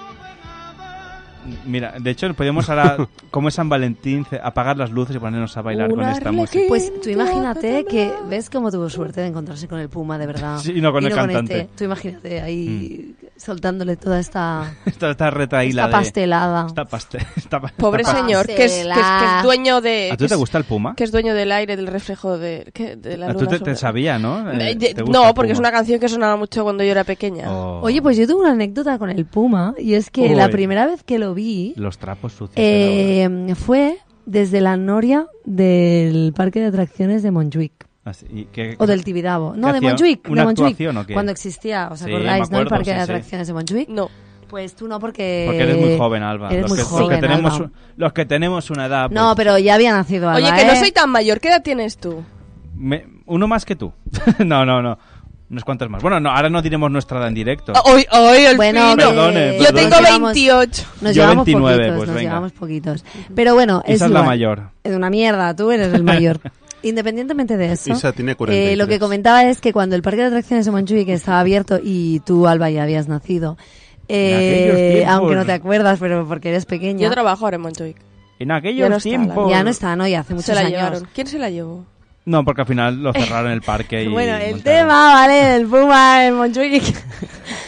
Speaker 15: Mira, de hecho, podemos ahora, como es San Valentín, ce- apagar las luces y ponernos a bailar con esta música.
Speaker 14: Pues tú imagínate que ves cómo tuvo suerte de encontrarse con el puma, de verdad.
Speaker 15: Sí, y no con el cantante. Mm.
Speaker 14: este. Tú imagínate ahí soltándole toda esta...
Speaker 15: Esta, esta retaíla
Speaker 14: Esta
Speaker 15: de-
Speaker 14: pastelada.
Speaker 15: Esta paste- esta pa-
Speaker 3: Pobre
Speaker 15: esta pa-
Speaker 3: señor, que es, que, es, que es dueño de...
Speaker 15: ¿A ti
Speaker 3: que
Speaker 15: te
Speaker 3: es-
Speaker 15: gusta el puma?
Speaker 3: Que es dueño del aire, del reflejo de, ¿qué? de la
Speaker 15: Ah,
Speaker 3: luna.
Speaker 15: Tú te,
Speaker 3: sobre-
Speaker 15: te sabía, ¿no? Eh,
Speaker 3: Eh, de-
Speaker 15: te gusta
Speaker 3: no,
Speaker 15: el
Speaker 3: porque es
Speaker 15: puma.
Speaker 3: una canción que sonaba mucho cuando yo era pequeña.
Speaker 15: Oh,
Speaker 14: Oye, pues yo tengo una anécdota con el puma y es que
Speaker 15: Uy.
Speaker 14: la primera vez que lo vi
Speaker 15: Los trapos sucios.
Speaker 14: eh, fue desde la noria del parque de atracciones de Montjuic.
Speaker 15: Así, Ah, y que-
Speaker 14: O del Tibidabo.
Speaker 15: que
Speaker 14: No, de
Speaker 15: hacía
Speaker 14: Montjuic.
Speaker 15: ¿Una
Speaker 14: de Montjuic.
Speaker 15: actuación o qué?
Speaker 14: Cuando existía, ¿os
Speaker 15: Sí,
Speaker 14: acordáis,
Speaker 15: me
Speaker 14: no? El
Speaker 15: acuerdo,
Speaker 14: parque
Speaker 15: sí,
Speaker 14: de
Speaker 15: sí.
Speaker 14: atracciones de Montjuic.
Speaker 3: No.
Speaker 14: Pues tú no, porque...
Speaker 15: Porque eres muy joven, Alba.
Speaker 14: Eres
Speaker 15: los,
Speaker 14: muy
Speaker 15: que, los que
Speaker 14: joven,
Speaker 15: tenemos,
Speaker 14: Alba.
Speaker 15: los que tenemos una edad.
Speaker 14: No,
Speaker 15: pues,
Speaker 14: pero ya había nacido Alba,
Speaker 3: Oye, que no
Speaker 14: ¿eh?
Speaker 3: soy tan mayor. ¿Qué edad tienes tú?
Speaker 15: me- uno más que tú. no, no, no. Unos cuantos más. Bueno, no, ahora no diremos nuestra edad en directo.
Speaker 3: Hoy, hoy, el
Speaker 14: Bueno,
Speaker 3: fin.
Speaker 14: que-
Speaker 15: Perdone, perdone.
Speaker 14: Yo tengo
Speaker 3: Tengo
Speaker 14: Nos llevamos-
Speaker 3: 28.
Speaker 14: Nos
Speaker 15: Yo
Speaker 14: llevamos
Speaker 15: 29,
Speaker 14: poquitos,
Speaker 15: pues
Speaker 14: nos
Speaker 15: venga.
Speaker 14: llevamos poquitos. Pero bueno, es
Speaker 15: Isa es la
Speaker 14: igual.
Speaker 15: mayor.
Speaker 14: Es una mierda, tú eres el mayor. Independientemente de eso,
Speaker 16: Isa tiene
Speaker 14: eh, lo
Speaker 16: 43.
Speaker 14: que comentaba es que cuando el parque de atracciones de Montjuic estaba abierto y tú, Alba, ya habías nacido,
Speaker 15: En aquellos
Speaker 14: eh,
Speaker 15: tiempos.
Speaker 14: aunque no te acuerdas, pero porque eres pequeña,
Speaker 3: Yo trabajo ahora en Montjuic.
Speaker 15: En
Speaker 3: Ya no
Speaker 15: aquellos
Speaker 3: está,
Speaker 15: tiempos.
Speaker 14: ya no está, ¿no? Ya hace
Speaker 3: Se
Speaker 14: muchos
Speaker 3: la
Speaker 14: años.
Speaker 3: llevaron. ¿Quién se la llevó?
Speaker 15: No, porque al final lo cerraron el parque. y
Speaker 14: Bueno, el
Speaker 15: montaron.
Speaker 14: tema, ¿vale? El Puma, el Montjuic.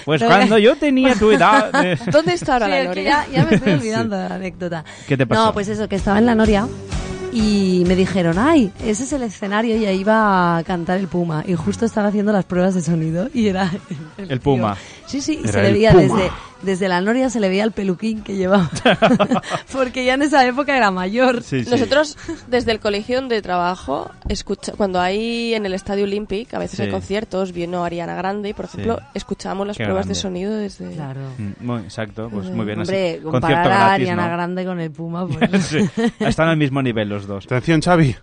Speaker 15: Pues
Speaker 14: No,
Speaker 15: cuando
Speaker 14: ya-
Speaker 15: yo tenía tu edad. eh,
Speaker 3: ¿Dónde está ahora
Speaker 14: Sí,
Speaker 3: la
Speaker 14: es que
Speaker 3: Gloria?
Speaker 14: ya, ya me estoy
Speaker 15: Sí.
Speaker 14: olvidando de la anécdota.
Speaker 15: ¿Qué te pasó?
Speaker 14: No, pues eso, que estaba en la Noria y me dijeron, ay, ese es el escenario y ahí va a cantar el Puma. Y justo estaba haciendo las pruebas de sonido y era...
Speaker 15: El Puma.
Speaker 14: Sí, sí, y
Speaker 15: Era
Speaker 14: se le
Speaker 15: el
Speaker 14: veía
Speaker 15: Puma.
Speaker 14: desde, desde la Noria, se le veía el peluquín que llevaba. Porque ya en esa época era mayor.
Speaker 15: Sí, sí.
Speaker 3: Nosotros, desde el colegio donde trabajo, escucha, cuando hay en el Estadio Olympic, a veces
Speaker 15: Sí.
Speaker 3: hay conciertos, vino Ariana Grande, y por ejemplo,
Speaker 15: Sí.
Speaker 3: escuchábamos las
Speaker 15: Qué
Speaker 3: pruebas
Speaker 15: grande.
Speaker 3: de sonido desde...
Speaker 14: Claro.
Speaker 15: Mm, muy- exacto, pues
Speaker 14: Eh,
Speaker 15: muy bien. así.
Speaker 14: Hombre,
Speaker 15: Concierto
Speaker 14: comparar a
Speaker 15: gratis,
Speaker 14: Ariana
Speaker 15: ¿no?
Speaker 14: Grande con el Puma, pues...
Speaker 15: Sí, Están al mismo nivel los dos.
Speaker 16: Atención, Xavi.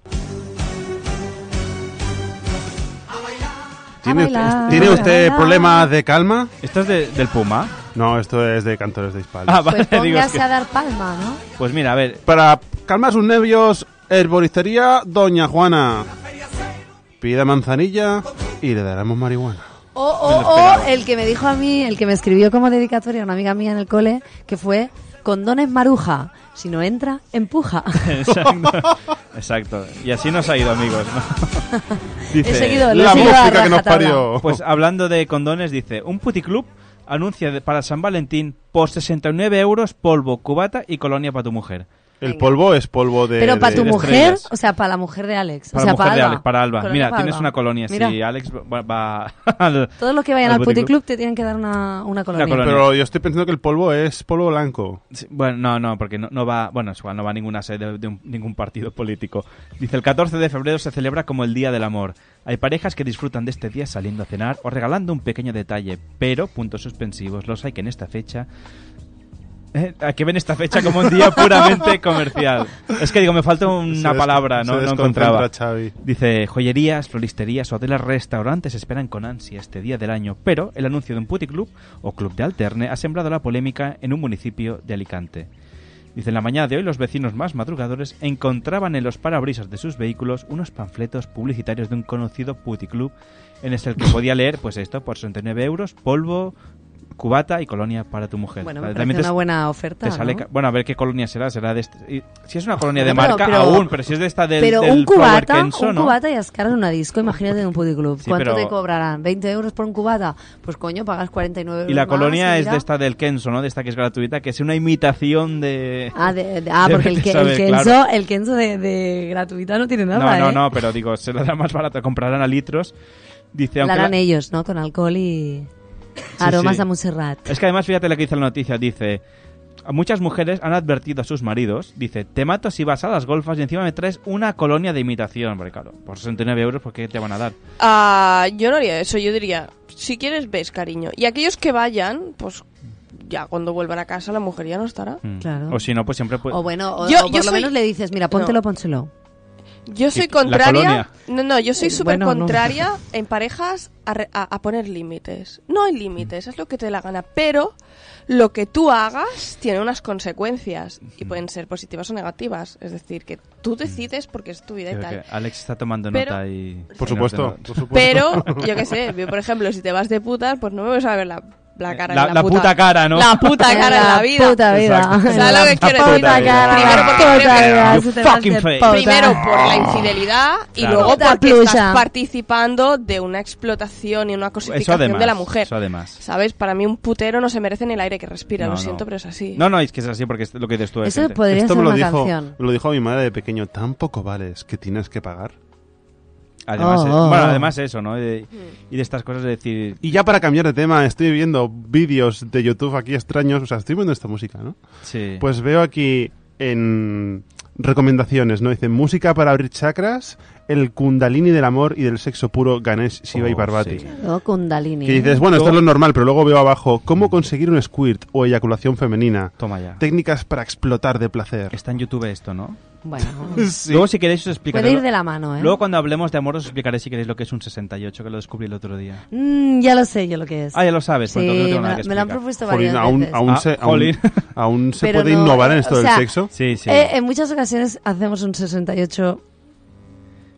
Speaker 16: ¿Tiene,
Speaker 14: bailar,
Speaker 16: ¿tiene
Speaker 14: a
Speaker 16: usted
Speaker 14: bailar.
Speaker 16: problemas de calma?
Speaker 15: ¿Esto es del Puma?
Speaker 16: No, esto es de Cantores de Hispal.
Speaker 15: Ah, vale,
Speaker 14: Pues
Speaker 15: digo, es
Speaker 14: póngase
Speaker 15: que-
Speaker 14: a dar palma, ¿no?
Speaker 15: Pues mira, a ver.
Speaker 16: Para calmar sus nervios, herboristería Doña Juana. Pida manzanilla y le daremos marihuana.
Speaker 14: O, o- o el que me dijo a mí, el que me escribió como dedicatoria una amiga mía en el cole, que fue condones maruja. Si no entra, empuja.
Speaker 15: Exacto. Exacto. Y así nos ha ido, amigos. ¿no?
Speaker 14: He seguido, lo he seguido a rajatabla.
Speaker 15: Pues hablando de condones, dice: Un puticlub anuncia de- para San Valentín por 69 euros polvo, cubata y colonia para tu mujer.
Speaker 16: El polvo es polvo de.
Speaker 14: Pero para
Speaker 16: de-
Speaker 14: tu
Speaker 16: de
Speaker 14: mujer,
Speaker 16: estrellas.
Speaker 14: o sea, para la mujer de Alex.
Speaker 15: Para
Speaker 14: o sea,
Speaker 15: mujer
Speaker 14: para
Speaker 15: de
Speaker 14: Alba.
Speaker 15: Alex, para Alba.
Speaker 14: Colonia
Speaker 15: Mira,
Speaker 14: para
Speaker 15: tienes
Speaker 14: Alba.
Speaker 15: una colonia.
Speaker 14: Mira,
Speaker 15: Si Alex va, va al-
Speaker 14: Todos los que vayan al
Speaker 15: puticlub.
Speaker 14: puticlub te tienen que dar una, una colonia.
Speaker 16: Pero yo estoy pensando que el polvo es polvo blanco.
Speaker 15: Sí, Bueno, no, no, porque no, no va, bueno, es igual, no va a ninguna sede de, un- ningún partido político. Dice, el 14 de febrero se celebra como el Día del Amor. Hay parejas que disfrutan de este día saliendo a cenar o regalando un pequeño detalle, pero, puntos suspensivos, los hay que en esta fecha... eh, hay que ven esta fecha como un día puramente comercial. Es que digo, me falta una
Speaker 16: des-
Speaker 15: palabra, no,
Speaker 16: se
Speaker 15: no
Speaker 16: desconcentra
Speaker 15: encontraba.
Speaker 16: Xavi.
Speaker 15: Dice, joyerías, floristerías, hoteles, restaurantes esperan con ansia este día del año, pero el anuncio de un puticlub o club de alterne ha sembrado la polémica en un municipio de Alicante. Dice, en la mañana de hoy los vecinos más madrugadores encontraban en los parabrisas de sus vehículos unos panfletos publicitarios de un conocido puticlub en el que podía leer, pues esto, por 69 euros, polvo, Cubata y colonia para tu mujer.
Speaker 14: Bueno, me
Speaker 15: También te-
Speaker 14: parece una buena oferta,
Speaker 15: te sale
Speaker 14: ¿no?
Speaker 15: ca- Bueno, a ver qué colonia será. será de este- y- Si es una colonia de
Speaker 14: No, pero-
Speaker 15: marca,
Speaker 14: pero-
Speaker 15: aún, pero si es de esta del,
Speaker 14: pero
Speaker 15: del
Speaker 14: un
Speaker 15: Flower
Speaker 14: cubata,
Speaker 15: Kenzo,
Speaker 14: un
Speaker 15: ¿no?
Speaker 14: cubata y ascar en una disco, imagínate en un puticlub.
Speaker 15: Sí,
Speaker 14: ¿Cuánto
Speaker 15: pero-
Speaker 14: te cobrarán? ¿20 euros por un cubata? Pues coño, pagas 49 euros.
Speaker 15: Y la
Speaker 14: más
Speaker 15: colonia es
Speaker 14: mira.
Speaker 15: de esta del Kenzo, ¿no? De esta que es gratuita, que es una imitación de...
Speaker 14: Ah, de- de- ah,
Speaker 15: de
Speaker 14: porque el,
Speaker 15: vete
Speaker 14: que,
Speaker 15: a
Speaker 14: el,
Speaker 15: saber,
Speaker 14: Kenzo,
Speaker 15: claro.
Speaker 14: el Kenzo de, de gratuita no tiene nada,
Speaker 15: No, no,
Speaker 14: ¿eh?
Speaker 15: no, pero digo, se la da más barata, comprarán a litros. Dice,
Speaker 14: La
Speaker 15: aunque
Speaker 14: harán
Speaker 15: la-
Speaker 14: ellos, ¿no? Con alcohol y
Speaker 15: Sí,
Speaker 14: aromas
Speaker 15: sí.
Speaker 14: a Montserrat.
Speaker 15: Es que además, fíjate la que dice la noticia, dice... "A Muchas mujeres han advertido a sus maridos, dice, te mato si vas a las golfas y encima me traes una colonia de imitación. Porque claro, por 69 euros, ¿por qué te van a dar?
Speaker 3: Ah, yo no haría eso, yo diría, si quieres ves, cariño. Y aquellos que vayan, pues ya cuando vuelvan a casa la mujer ya no estará.
Speaker 14: Claro.
Speaker 15: O si no, pues siempre... Pues,
Speaker 14: O bueno, o,
Speaker 3: Yo-
Speaker 14: o
Speaker 3: yo
Speaker 14: por lo
Speaker 3: soy-
Speaker 14: menos le dices, mira, póntelo,
Speaker 3: No.
Speaker 14: pónselo.
Speaker 3: Yo soy
Speaker 15: ¿Y la
Speaker 3: contraria.
Speaker 15: colonia?
Speaker 3: No, no, yo soy
Speaker 14: Eh,
Speaker 3: súper
Speaker 14: bueno, no.
Speaker 3: contraria en parejas a, re- a- a poner límites. No hay límites, es lo que te dé la gana. Pero lo que tú hagas tiene unas consecuencias y
Speaker 15: Mm.
Speaker 3: pueden ser positivas o negativas. Es decir, que tú decides porque es tu vida y
Speaker 15: Creo
Speaker 3: tal.
Speaker 15: que Alex está tomando
Speaker 3: Pero-
Speaker 15: nota y...
Speaker 16: Por supuesto, por supuesto.
Speaker 3: Pero, yo qué sé, yo, por ejemplo, si te vas de putas, pues no me vas a ver la, la cara en
Speaker 15: La-
Speaker 3: la,
Speaker 15: la puta cara, ¿no?
Speaker 3: La puta cara en la
Speaker 14: La
Speaker 3: vida.
Speaker 14: puta vida. Exacto.
Speaker 3: ¿Sabes lo que
Speaker 14: La
Speaker 3: quiero
Speaker 14: puta
Speaker 3: decir?
Speaker 14: cara,
Speaker 3: Primero
Speaker 14: la
Speaker 3: porque creo
Speaker 14: puta
Speaker 3: que-
Speaker 14: vida, You si te vas fucking de face. puta.
Speaker 3: Primero por la infidelidad y
Speaker 15: Claro.
Speaker 3: luego
Speaker 14: Puta
Speaker 3: porque
Speaker 14: plusa.
Speaker 3: estás participando de una explotación y una cosificación
Speaker 15: además,
Speaker 3: de la mujer.
Speaker 15: eso además.
Speaker 3: ¿Sabes? Para mí un putero no se merece ni el aire que respira,
Speaker 15: No,
Speaker 3: lo
Speaker 15: no.
Speaker 3: siento, pero es así.
Speaker 15: No, no, es que es así porque es lo que dices tú. eh,
Speaker 3: Eso
Speaker 15: Vicente.
Speaker 3: podría
Speaker 16: Esto
Speaker 3: ser
Speaker 16: me lo
Speaker 3: una
Speaker 16: dijo,
Speaker 3: canción.
Speaker 16: me lo dijo mi madre de pequeño. Tampoco vales que tienes que pagar.
Speaker 15: Además,
Speaker 16: Oh,
Speaker 15: eh,
Speaker 16: oh,
Speaker 15: bueno,
Speaker 16: oh.
Speaker 15: además eso, ¿no? De-
Speaker 14: Hmm.
Speaker 15: y de estas cosas de decir...
Speaker 16: Y ya para cambiar de tema, estoy viendo vídeos de YouTube aquí extraños. O sea, estoy viendo esta música, ¿no?
Speaker 15: Sí.
Speaker 16: Pues veo aquí en recomendaciones, ¿no? Dicen música para abrir chakras, el kundalini del amor y del sexo puro Ganesh, Shiva y Parvati.
Speaker 14: Oh, Kundalini.
Speaker 16: Que dices, bueno, esto es lo normal, pero luego veo abajo cómo conseguir un squirt o eyaculación femenina.
Speaker 15: Toma ya.
Speaker 16: Técnicas para explotar de placer.
Speaker 15: Está en YouTube esto, ¿no?
Speaker 14: Bueno.
Speaker 15: Luego, si queréis, os explicaré.
Speaker 14: Puede ir
Speaker 15: lo-
Speaker 14: de la mano, ¿eh?
Speaker 15: Luego, cuando hablemos de amor, os explicaré si queréis lo que es un 68, que lo descubrí el otro día.
Speaker 14: Mm, ya lo sé yo lo que es.
Speaker 15: Ah, ya lo sabes, pues
Speaker 14: Sí,
Speaker 15: entonces no tengo
Speaker 14: me,
Speaker 15: nada
Speaker 14: la-
Speaker 15: que
Speaker 14: me lo han
Speaker 15: explicar.
Speaker 14: propuesto
Speaker 16: Jolín,
Speaker 14: varias
Speaker 16: aún,
Speaker 14: veces.
Speaker 16: aún
Speaker 15: Ah,
Speaker 16: se, aún,
Speaker 15: jolín.
Speaker 16: aún se
Speaker 14: Pero
Speaker 16: puede
Speaker 14: no, eh,
Speaker 16: innovar en
Speaker 14: o
Speaker 16: esto del
Speaker 14: sea,
Speaker 16: sexo.
Speaker 15: Sí, sí.
Speaker 14: Eh, en muchas ocasiones hacemos un 68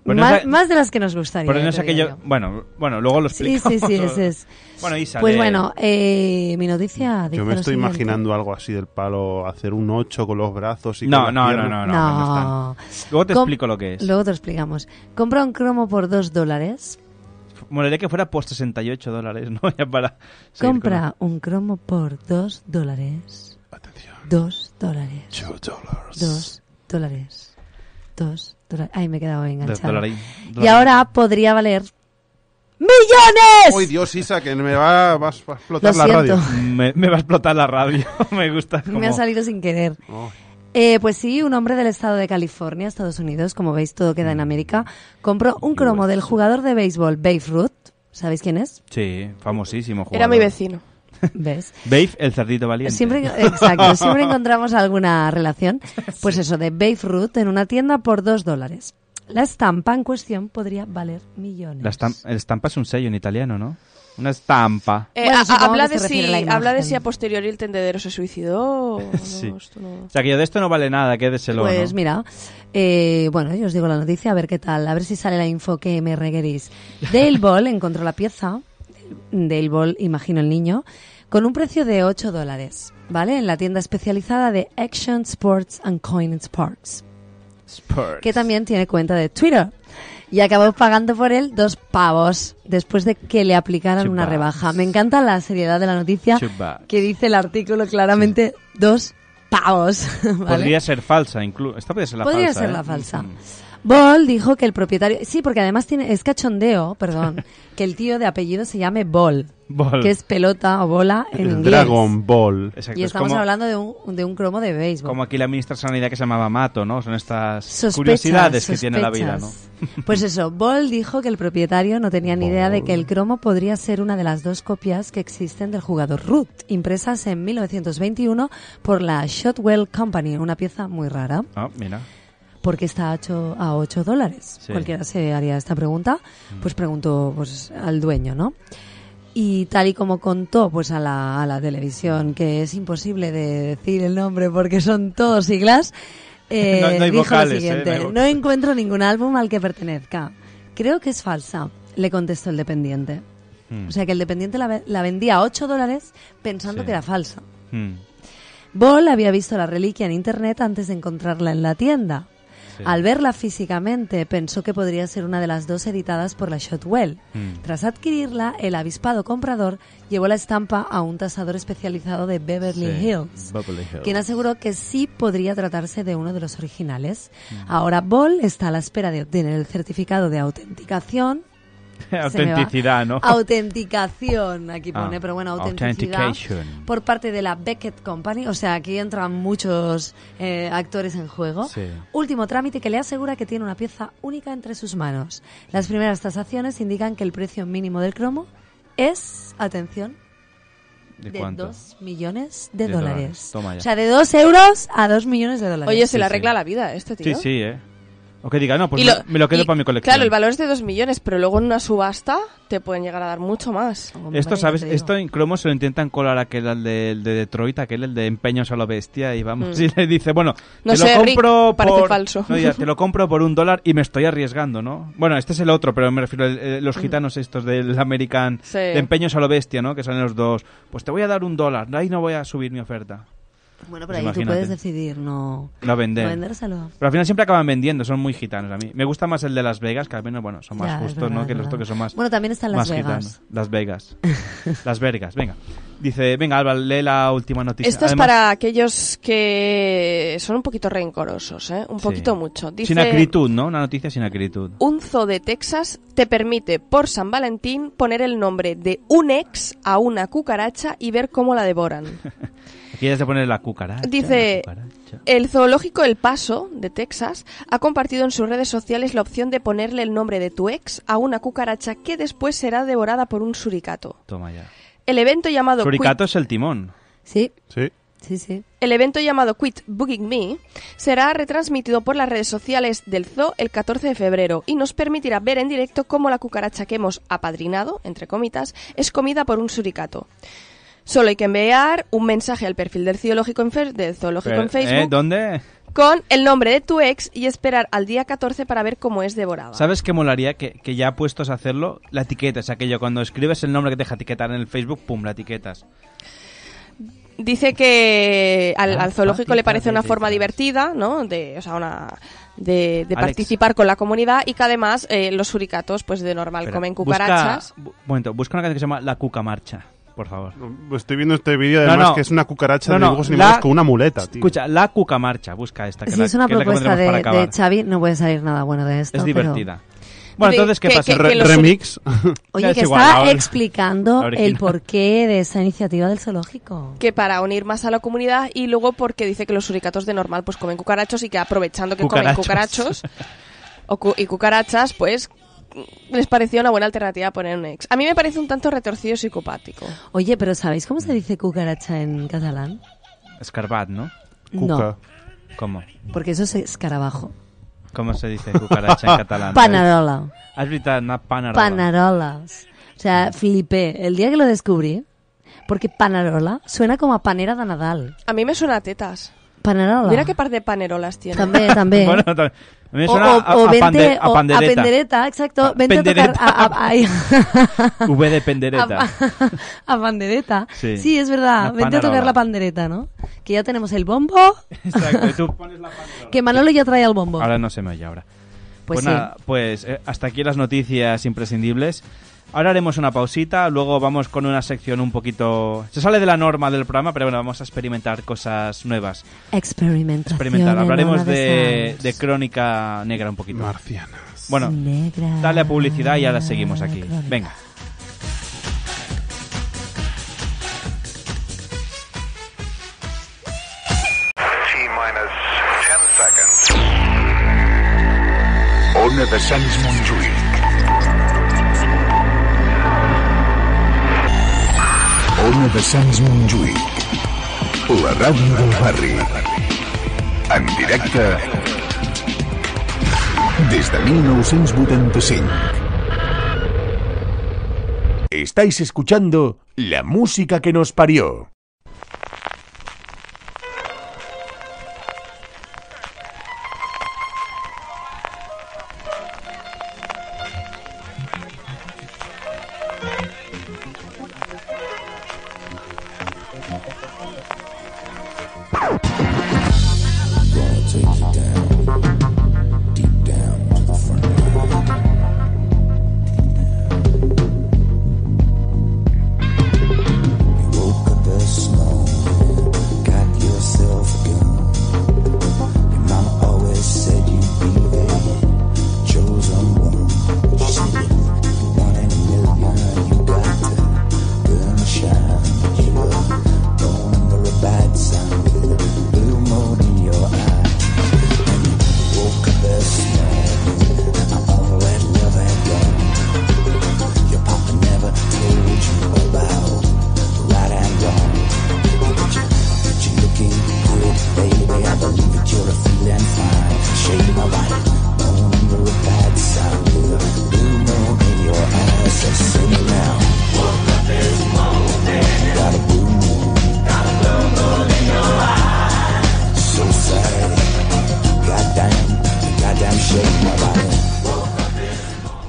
Speaker 15: Bueno,
Speaker 14: más,
Speaker 15: esa-
Speaker 14: más de las que nos gustaría.
Speaker 15: Pero no
Speaker 14: ya
Speaker 15: es
Speaker 14: te digo
Speaker 15: aquello. Bueno, bueno, luego lo
Speaker 14: yo. Sí,
Speaker 15: explico.
Speaker 14: sí, sí, ese es.
Speaker 15: Bueno, Isa,
Speaker 14: Pues
Speaker 15: de-
Speaker 14: bueno, eh, mi noticia dice
Speaker 16: Yo me
Speaker 14: lo
Speaker 16: estoy
Speaker 14: siguiente.
Speaker 16: imaginando algo así del palo, hacer un 8 con los brazos y
Speaker 15: No,
Speaker 16: con las
Speaker 15: no, no,
Speaker 16: piernas.
Speaker 15: no, no, pues no, no están. Luego te
Speaker 14: Com-
Speaker 15: explico lo que es.
Speaker 14: Luego te explicamos. Compra un cromo por 2 dólares.
Speaker 15: Molaría que fuera por 68 dólares, ¿no? Ya para. seguir
Speaker 14: Compra un cromo por 2 dólares. Atención. 2 dólares. 2 dólares. 2 dólares. Ay, me he quedado enganchado.
Speaker 16: dolarín,
Speaker 14: Y
Speaker 16: dolarín.
Speaker 14: ahora podría valer millones.
Speaker 16: ¡Ay, Dios, Isa, que me va, va- va a explotar la
Speaker 14: Lo siento.
Speaker 16: radio!
Speaker 15: Me, me va a explotar la radio. me gusta. Como...
Speaker 14: Me ha salido sin querer.
Speaker 15: Oh.
Speaker 14: Eh, pues sí, un hombre del estado de California, Estados Unidos, como veis todo queda en América, compró un cromo del jugador de béisbol Babe Ruth. ¿Sabéis quién es?
Speaker 15: Sí, famosísimo. Jugador.
Speaker 3: Era mi vecino.
Speaker 14: ¿Ves?
Speaker 15: Babe, el cerdito valiente.
Speaker 14: Siempre, exacto, siempre encontramos alguna relación. Pues eso, de Babe Ruth en una tienda por dos dólares. La estampa en cuestión podría valer millones.
Speaker 15: La estam- el estampa es un sello en italiano, ¿no? Una estampa.
Speaker 3: Eh,
Speaker 14: Bueno,
Speaker 3: ha-
Speaker 14: supongo
Speaker 3: habla,
Speaker 14: que
Speaker 3: de
Speaker 14: se refiere a la
Speaker 3: si, habla de
Speaker 14: imagen.
Speaker 3: si a posteriori el tendedero se suicidó. o no,
Speaker 15: Sí.
Speaker 3: esto no.
Speaker 15: O sea, que yo de esto no vale nada, quédeselo. ¿no?
Speaker 14: Pues mira, eh, bueno, yo os digo la noticia, a ver qué tal, a ver si sale la info que me requerís. Dale Ball encontró la pieza, Dale Ball, imagino el niño, con un precio de 8 dólares, ¿vale? En la tienda especializada de Action Sports and Coin Sports, que también tiene cuenta de Twitter. Y acabó pagando por él dos pavos después de que le aplicaran una
Speaker 15: Chupas.
Speaker 14: rebaja. Me encanta la seriedad de la noticia
Speaker 15: Chupa.
Speaker 14: que dice el artículo claramente dos pavos. ¿vale?
Speaker 15: Podría ser falsa, incluso. Esta podría ser la
Speaker 14: Podría
Speaker 15: falsa.
Speaker 14: ser
Speaker 15: ¿eh?
Speaker 14: la falsa. Ball dijo que el propietario, sí, porque además tiene es cachondeo, perdón, que el tío de apellido se llame Ball,
Speaker 15: Ball.
Speaker 14: que es pelota o bola en
Speaker 16: El
Speaker 14: inglés.
Speaker 16: Dragon Ball.
Speaker 15: Exacto,
Speaker 14: Y
Speaker 15: es
Speaker 14: estamos
Speaker 15: como,
Speaker 14: hablando de un, de un cromo de béisbol.
Speaker 15: como aquí la ministra de Sanidad que se llamaba Mato, ¿no? Son estas
Speaker 14: Sospechas,
Speaker 15: curiosidades que tiene la vida, ¿no?
Speaker 14: sospechas. Pues eso, Ball dijo que el propietario no tenía ni idea de que el cromo podría ser una de las dos copias que existen del jugador Ruth, impresas en 1921 por la Shotwell Company, una pieza muy rara.
Speaker 15: Ah, mira.
Speaker 14: porque está a 8, a ocho dólares.
Speaker 15: Sí. Mm.
Speaker 14: Cualquiera se haría esta pregunta, pues preguntó pues, al dueño, ¿no? Y tal y como contó pues a la, a la televisión, que es imposible de decir el nombre porque son todos siglas, eh,
Speaker 15: No- no hay
Speaker 14: dijo
Speaker 15: vocales,
Speaker 14: lo
Speaker 15: ¿eh?
Speaker 14: siguiente,
Speaker 15: No hay
Speaker 14: no,
Speaker 15: vocales.
Speaker 14: encuentro ningún álbum al que pertenezca. Creo que es falsa, le contestó el dependiente.
Speaker 15: Hmm.
Speaker 14: O sea que el dependiente la, ve- la vendía a 8 dólares pensando
Speaker 15: Sí.
Speaker 14: que era falsa.
Speaker 15: Hmm.
Speaker 14: Ball había visto la reliquia en internet antes de encontrarla en la tienda.
Speaker 15: Sí.
Speaker 14: Al verla físicamente, pensó que podría ser una de las dos editadas por la Shotwell.
Speaker 15: Hmm.
Speaker 14: Tras adquirirla, el avispado comprador llevó la estampa a un tasador especializado de Beverly
Speaker 15: Sí.
Speaker 14: Hills
Speaker 15: Beverly Hills.
Speaker 14: quien aseguró que sí podría tratarse de uno de los originales.
Speaker 15: Mm.
Speaker 14: Ahora Ball está a la espera de obtener el certificado de autenticación. Se me va.
Speaker 15: Autenticidad, ¿no?
Speaker 14: Autenticación, aquí
Speaker 15: Ah,
Speaker 14: pone, pero bueno, autenticidad.
Speaker 15: authentication.
Speaker 14: Por parte de la Beckett Company, o sea, aquí entran muchos eh, actores en juego.
Speaker 15: Sí.
Speaker 14: Último trámite que le asegura que tiene una pieza única entre sus manos. Las primeras tasaciones indican que el precio mínimo del cromo es, atención,
Speaker 15: ¿De
Speaker 14: de
Speaker 15: cuánto?
Speaker 14: 2 millones de,
Speaker 15: De
Speaker 14: dólares.
Speaker 15: dólares. Toma ya.
Speaker 14: O sea, de 2 euros a 2 millones de dólares.
Speaker 3: Oye, se le arregla la vida a este
Speaker 15: Sí,
Speaker 3: tío.
Speaker 15: sí, ¿eh? O que diga, no, pues
Speaker 3: Y
Speaker 15: me- me lo quedo
Speaker 3: y,
Speaker 15: para mi colección.
Speaker 3: Claro, el valor es de 2 millones, pero luego en una subasta te pueden llegar a dar mucho más.
Speaker 15: Esto, ¿sabes? Esto en cromo se lo intentan colar a aquel al de, el de Detroit, aquel el de empeños a lo bestia, y vamos,
Speaker 3: Mm.
Speaker 15: y le dice, bueno,
Speaker 3: No
Speaker 15: te
Speaker 3: sé,
Speaker 15: lo
Speaker 3: Rick,
Speaker 15: compro
Speaker 3: parece
Speaker 15: por...
Speaker 3: falso.
Speaker 15: No, ya, te lo compro por un dólar y me estoy arriesgando, ¿no? Bueno, este es el otro, pero me refiero el- eh, los
Speaker 3: Mm.
Speaker 15: gitanos estos del American,
Speaker 3: Sí.
Speaker 15: de empeños a lo bestia, ¿no? Que salen los dos, pues te voy a dar un dólar, ahí no voy a subir mi oferta.
Speaker 14: Bueno,
Speaker 15: Pues
Speaker 14: pero ahí
Speaker 15: imagínate.
Speaker 14: tú puedes decidir no,
Speaker 15: No vender.
Speaker 14: no vendérselo.
Speaker 15: Pero al final siempre acaban vendiendo, son muy gitanos a mí. Me gusta más el de Las Vegas, que al menos, bueno, son más
Speaker 14: Ya, es
Speaker 15: justos,
Speaker 14: verdad,
Speaker 15: ¿no?
Speaker 14: es
Speaker 15: Que los
Speaker 14: verdad.
Speaker 15: toques son más.
Speaker 14: Bueno, también están
Speaker 15: más
Speaker 14: Las Vegas.
Speaker 15: gitanos. Las Vegas. Las Vegas, venga. Dice, venga, Alba, lee la última noticia.
Speaker 3: Esto es
Speaker 15: Además,
Speaker 3: para aquellos que son un poquito rencorosos, ¿eh? Un
Speaker 15: Sí.
Speaker 3: poquito mucho. Dice,
Speaker 15: Sin acritud, ¿no? Una noticia sin acritud.
Speaker 3: un zoo de Texas te permite por San Valentín poner el nombre de un ex a una cucaracha y ver cómo la devoran.
Speaker 15: Aquí ya es de poner la cucaracha.
Speaker 3: Dice,
Speaker 15: la
Speaker 3: el zoológico El Paso, de Texas, ha compartido en sus redes sociales la opción de ponerle el nombre de tu ex a una cucaracha que después será devorada por un suricato.
Speaker 15: cuca- Toma ya.
Speaker 3: El evento llamado... Quit-
Speaker 15: Suricato es el timón.
Speaker 14: Sí.
Speaker 15: Sí.
Speaker 14: Sí, sí.
Speaker 3: El evento llamado Quit Bugging Me será retransmitido por las redes sociales del zoo el 14 de febrero y nos permitirá ver en directo cómo la cucaracha que hemos apadrinado, entre comitas, es comida por un suricato. Solo hay que enviar un mensaje al perfil del zoológico en, fe- del zoológico
Speaker 15: Pero,
Speaker 3: en
Speaker 15: ¿eh?
Speaker 3: Facebook
Speaker 15: ¿Dónde?
Speaker 3: con el nombre de tu ex y esperar al día 14 para ver cómo es
Speaker 14: Ah.
Speaker 3: devorada.
Speaker 15: ¿Sabes qué molaría? Que, que ya puestos a hacerlo, la etiquetas aquello. Cuando escribes el nombre que te deja etiquetar en el Facebook, pum, la etiquetas.
Speaker 3: Dice que
Speaker 15: Ah,
Speaker 3: al, al zoológico le
Speaker 15: Patita
Speaker 3: parece una
Speaker 15: de
Speaker 3: forma divertida, ¿no? De, o sea, una de, de
Speaker 15: Alex.
Speaker 3: participar con la comunidad y que además eh, los suricatos, pues de normal
Speaker 15: Espera,
Speaker 3: comen
Speaker 15: busca-
Speaker 3: cucarachas.
Speaker 15: bu- un momento, busca una canción que se llama La Cuca Marcha, por favor.
Speaker 16: Estoy viendo este vídeo, además, que es una cucaracha de dibujos animados con una muleta, tío.
Speaker 15: Escucha, La Cuca Marcha, busca esta. Que
Speaker 14: Si
Speaker 15: la-
Speaker 14: es una
Speaker 15: que la que
Speaker 14: propuesta
Speaker 15: pondremos
Speaker 14: de,
Speaker 15: para acabar.
Speaker 14: de Xavi, no puede salir nada bueno de esto.
Speaker 15: Es
Speaker 14: pero-
Speaker 15: divertida. Bueno, entonces, ¿qué
Speaker 3: que-
Speaker 15: pasa?
Speaker 3: que- que los-
Speaker 16: Remix.
Speaker 14: Oye,
Speaker 15: Es
Speaker 14: que
Speaker 15: igual,
Speaker 14: estaba
Speaker 15: la-
Speaker 14: explicando
Speaker 15: la
Speaker 14: el
Speaker 15: original.
Speaker 14: porqué de esa iniciativa del zoológico.
Speaker 3: Que para unir más a la comunidad y luego porque dice que los suricatos de normal pues comen cucarachos y que aprovechando que comen
Speaker 15: Cucarachos.
Speaker 3: cucarachos o cu- y cucarachas, pues les parecía una buena alternativa poner un ex. A mí me parece un tanto retorcido y psicopático.
Speaker 14: Oye, pero ¿sabéis cómo se dice cucaracha en catalán?
Speaker 15: Escarbat, ¿no?
Speaker 14: No.
Speaker 15: ¿Cómo?
Speaker 14: Porque eso es escarabajo.
Speaker 15: ¿Cómo se dice cucaracha en catalán?
Speaker 14: Panarola.
Speaker 15: Has gritado una panarola.
Speaker 14: Panarolas. O sea, flipé. El día que lo descubrí, porque panarola suena como a panera de Nadal.
Speaker 3: A mí me suena a tetas.
Speaker 14: Panarola.
Speaker 3: Mira qué par de panerolas tiene.
Speaker 14: También, también.
Speaker 15: bueno, también. A mí me suena a, a
Speaker 14: vente-
Speaker 15: pande- a
Speaker 14: o
Speaker 15: pandereta.
Speaker 14: pendereta, exacto. Vente a
Speaker 15: pendereta.
Speaker 14: tocar a, a- ahí.
Speaker 15: V de pendereta.
Speaker 14: A pandereta. Sí,
Speaker 15: Sí.
Speaker 14: es verdad.
Speaker 15: Una
Speaker 14: Vente a tocar
Speaker 15: panarola.
Speaker 14: la pandereta, ¿no? Que ya tenemos el bombo.
Speaker 15: Exacto, y tú pones la
Speaker 14: que Manolo ya trae el bombo.
Speaker 15: Ahora no se me oye ahora.
Speaker 14: Pues
Speaker 15: Pues,
Speaker 14: sí.
Speaker 15: nada, pues eh, hasta aquí las noticias imprescindibles. Ahora haremos una pausita, luego vamos con una sección un poquito... Se sale de la norma del programa, pero bueno, vamos a experimentar cosas nuevas.
Speaker 14: Experimentación.
Speaker 15: Experimentar.
Speaker 14: en
Speaker 15: Hablaremos
Speaker 14: una
Speaker 15: de,
Speaker 14: esas
Speaker 15: de crónica negra un poquito. Marciana. Bueno,
Speaker 14: Negra.
Speaker 15: dale a publicidad y ahora seguimos aquí. Venga.
Speaker 5: Ona de Sants Montjuïc.
Speaker 18: Ona de Sants Montjuïc. La ràdio del barri. En directe
Speaker 5: Des de 1985.
Speaker 18: Estáis escuchando la música que nos parió.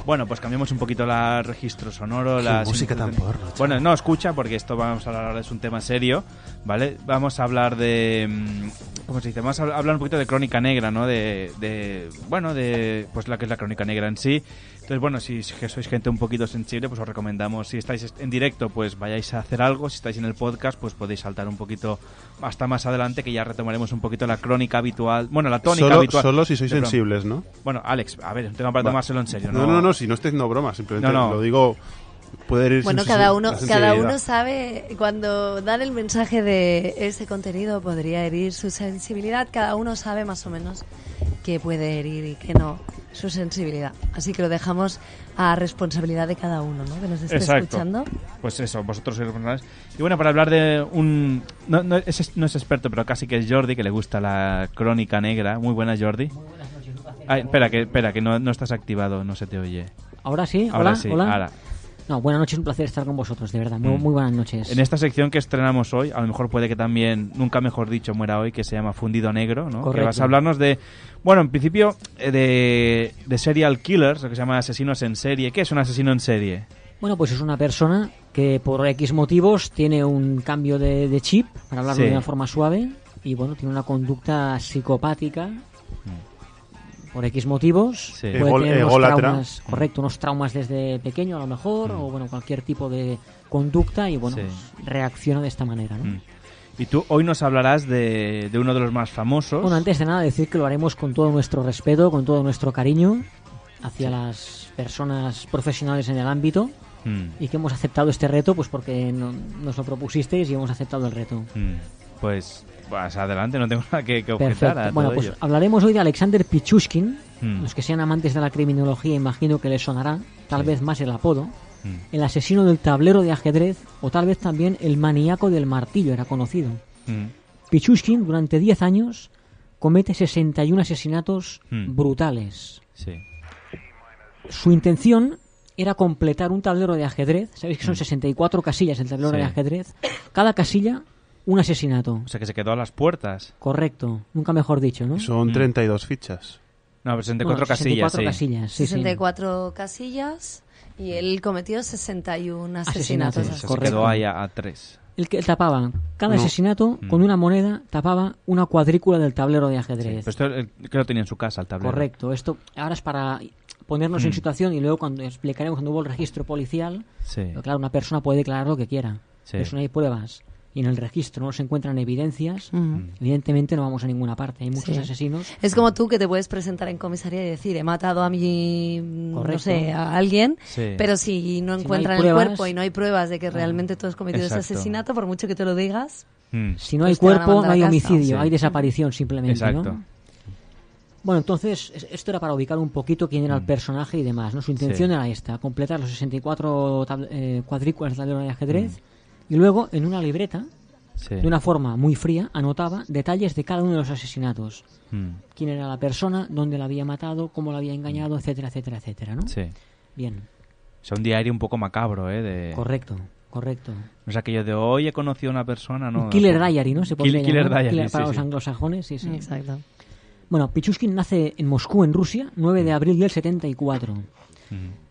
Speaker 15: Bueno, pues cambiamos un poquito la registro sonoro.
Speaker 16: Qué
Speaker 15: la
Speaker 16: música tan porno,
Speaker 15: Bueno, no, escucha, porque esto vamos a hablar ahora, es un tema serio, ¿vale? Vamos a hablar de... mm, ¿Cómo se dice? Vamos a hablar un poquito de crónica negra, ¿no? De, de- bueno, de pues la que es la crónica negra en sí. Entonces, bueno, si es que sois gente un poquito sensible, pues os recomendamos, si estáis en directo, pues vayáis a hacer algo, si estáis en el podcast, pues podéis saltar un poquito hasta más adelante, que ya retomaremos un poquito la crónica habitual, bueno, la tónica
Speaker 16: Solo-
Speaker 15: habitual.
Speaker 16: solo si sois
Speaker 15: del programa.
Speaker 16: sensibles, ¿no?
Speaker 15: Bueno, Alex, a ver, es un tema para
Speaker 16: Va.
Speaker 15: tomárselo en serio,
Speaker 16: No, no, no, si no estoy haciendo broma, simplemente
Speaker 15: No, no.
Speaker 16: lo digo. Puede ir
Speaker 14: Bueno,
Speaker 16: sin
Speaker 14: cada
Speaker 16: sensi-
Speaker 14: uno,
Speaker 16: la
Speaker 14: cada
Speaker 16: sensibilidad.
Speaker 14: uno sabe, cuando dan el mensaje de ese contenido podría herir su sensibilidad, cada uno sabe más o menos que puede herir y que no su sensibilidad. Así que lo dejamos a responsabilidad de cada uno, ¿no? Que nos esté escuchando.
Speaker 15: Pues eso, vosotros sois responsables. Y bueno, para hablar de un... No, no es, no es experto, pero casi que es Jordi, que le gusta la crónica negra. Muy buenas, Jordi. Ay, espera, que, espera, que no, no estás activado, no se te oye.
Speaker 19: Ahora sí, hola,
Speaker 15: Ahora sí,
Speaker 19: hola.
Speaker 15: ahora.
Speaker 19: No, buenas noches, un placer estar con vosotros, de verdad. Muy,
Speaker 15: Mm.
Speaker 19: muy buenas noches.
Speaker 15: En esta sección que estrenamos hoy, a lo mejor puede que también, nunca mejor dicho, muera hoy, que se llama Fundido Negro, ¿no? Que
Speaker 19: Correcto.
Speaker 15: vas a hablarnos de, bueno, en principio, eh, de, de serial killers, lo que se llama asesinos en serie. ¿Qué es un asesino en serie?
Speaker 19: Bueno, pues es una persona que por X motivos tiene un cambio de, de chip, para hablarlo
Speaker 15: Sí.
Speaker 19: de una forma suave, y bueno, tiene una conducta psicopática
Speaker 15: Mm.
Speaker 19: por X motivos.
Speaker 16: Sí.
Speaker 19: Puede
Speaker 16: Egol-
Speaker 19: tener unos
Speaker 16: ególatra.
Speaker 19: traumas, correcto, unos traumas desde pequeño a lo mejor, o bueno, cualquier tipo de conducta, y bueno,
Speaker 15: Mm. Sí. Mm.
Speaker 19: pues, reacciona de esta manera, ¿no?
Speaker 15: Y tú hoy nos hablarás de, de uno de los más famosos.
Speaker 19: Bueno, antes de nada decir que lo haremos con todo nuestro respeto, con todo nuestro cariño hacia las personas profesionales en el ámbito
Speaker 15: Mm.
Speaker 19: y que hemos aceptado este reto pues porque no- nos lo propusisteis y hemos aceptado el reto.
Speaker 15: Mm, Pues vas adelante, no tengo nada que, que objetar a
Speaker 19: Perfecto. Bueno,
Speaker 15: todo
Speaker 19: pues
Speaker 15: ello.
Speaker 19: hablaremos hoy de Alexander Pichushkin.
Speaker 15: Mm.
Speaker 19: Los que sean amantes de la criminología imagino que les sonará tal vez más el apodo.
Speaker 15: Mm.
Speaker 19: El asesino del tablero de ajedrez o tal vez también el maníaco del martillo era conocido.
Speaker 15: Mm.
Speaker 19: Pichushkin durante 10 años comete 61 asesinatos
Speaker 15: Mm.
Speaker 19: brutales.
Speaker 15: Sí.
Speaker 19: Su intención era completar un tablero de ajedrez. Sabéis que son
Speaker 15: Mm.
Speaker 19: 64 casillas el tablero
Speaker 15: Sí.
Speaker 19: de ajedrez. Cada casilla un asesinato.
Speaker 15: O sea, que se quedó a las puertas.
Speaker 19: Correcto, nunca mejor dicho, ¿no?
Speaker 16: Son 32 fichas.
Speaker 15: Mm. No, pero 64
Speaker 19: Bueno, 64
Speaker 15: casillas, sí.
Speaker 19: casillas, sí, sí.
Speaker 14: 64 casillas y él cometió 61 asesinatos.
Speaker 15: O sea,
Speaker 19: Asesinatos.
Speaker 15: se
Speaker 19: Correcto.
Speaker 15: quedó ahí a, a tres.
Speaker 19: El que tapaba cada
Speaker 15: No. Mm.
Speaker 19: asesinato con una moneda tapaba una cuadrícula del tablero de ajedrez.
Speaker 15: Pero esto eh, creo que lo tenía en su casa, el tablero.
Speaker 19: Correcto, esto ahora es para ponernos en
Speaker 15: Mm.
Speaker 19: situación y luego cuando explicaremos cuando hubo el registro policial,
Speaker 15: Sí.
Speaker 19: pero claro, una persona puede declarar lo que quiera,
Speaker 15: Sí.
Speaker 19: pero si no hay pruebas y en el registro no se encuentran evidencias,
Speaker 14: Mm.
Speaker 19: evidentemente no vamos a ninguna parte, hay muchos
Speaker 14: Sí.
Speaker 19: asesinos.
Speaker 14: Es como tú que te puedes presentar en comisaría y decir, he matado a mi, mm, no
Speaker 19: Correcto.
Speaker 14: sé, a alguien,
Speaker 19: Sí.
Speaker 14: pero si no
Speaker 19: Si no
Speaker 14: encuentran
Speaker 19: hay pruebas- Mm.
Speaker 14: el cuerpo y no hay pruebas de que realmente tú has cometido ese
Speaker 19: Exacto.
Speaker 14: asesinato, por mucho que te lo digas,
Speaker 15: Hmm.
Speaker 19: Si no
Speaker 14: Pues
Speaker 19: hay
Speaker 14: te van a
Speaker 19: cuerpo,
Speaker 14: mandar
Speaker 19: no
Speaker 14: a
Speaker 19: hay
Speaker 14: casa.
Speaker 19: homicidio,
Speaker 14: Sí.
Speaker 19: hay desaparición simplemente,
Speaker 15: Exacto.
Speaker 19: ¿no? Bueno, entonces, es- esto era para ubicar un poquito quién era el personaje y demás, ¿no? Su intención
Speaker 15: Hmm. Sí.
Speaker 19: era esta, completar los 64 tab- eh, cuadrículas de tablero de ajedrez y luego, en una libreta,
Speaker 15: Hmm. Sí.
Speaker 19: de una forma muy fría, anotaba detalles de cada uno de los asesinatos.
Speaker 15: Mm.
Speaker 19: Quién era la persona, dónde la había matado, cómo la había engañado, etcétera, etcétera, etcétera, ¿no?
Speaker 15: Sí.
Speaker 19: Bien,
Speaker 15: O sea, un diario un poco macabro, ¿eh? De...
Speaker 19: correcto, correcto.
Speaker 15: No es aquello de hoy he conocido a una persona, ¿no?
Speaker 19: Killer Diary, ¿no? Se
Speaker 15: Kill-
Speaker 19: podría
Speaker 15: Killer
Speaker 19: llamar,
Speaker 15: Diary,
Speaker 19: killer-
Speaker 15: sí,
Speaker 19: para
Speaker 15: sí.
Speaker 19: los anglosajones, sí, sí.
Speaker 14: Exacto.
Speaker 19: Bueno, Pichushkin nace en Moscú, en Rusia, 9 de abril del 74.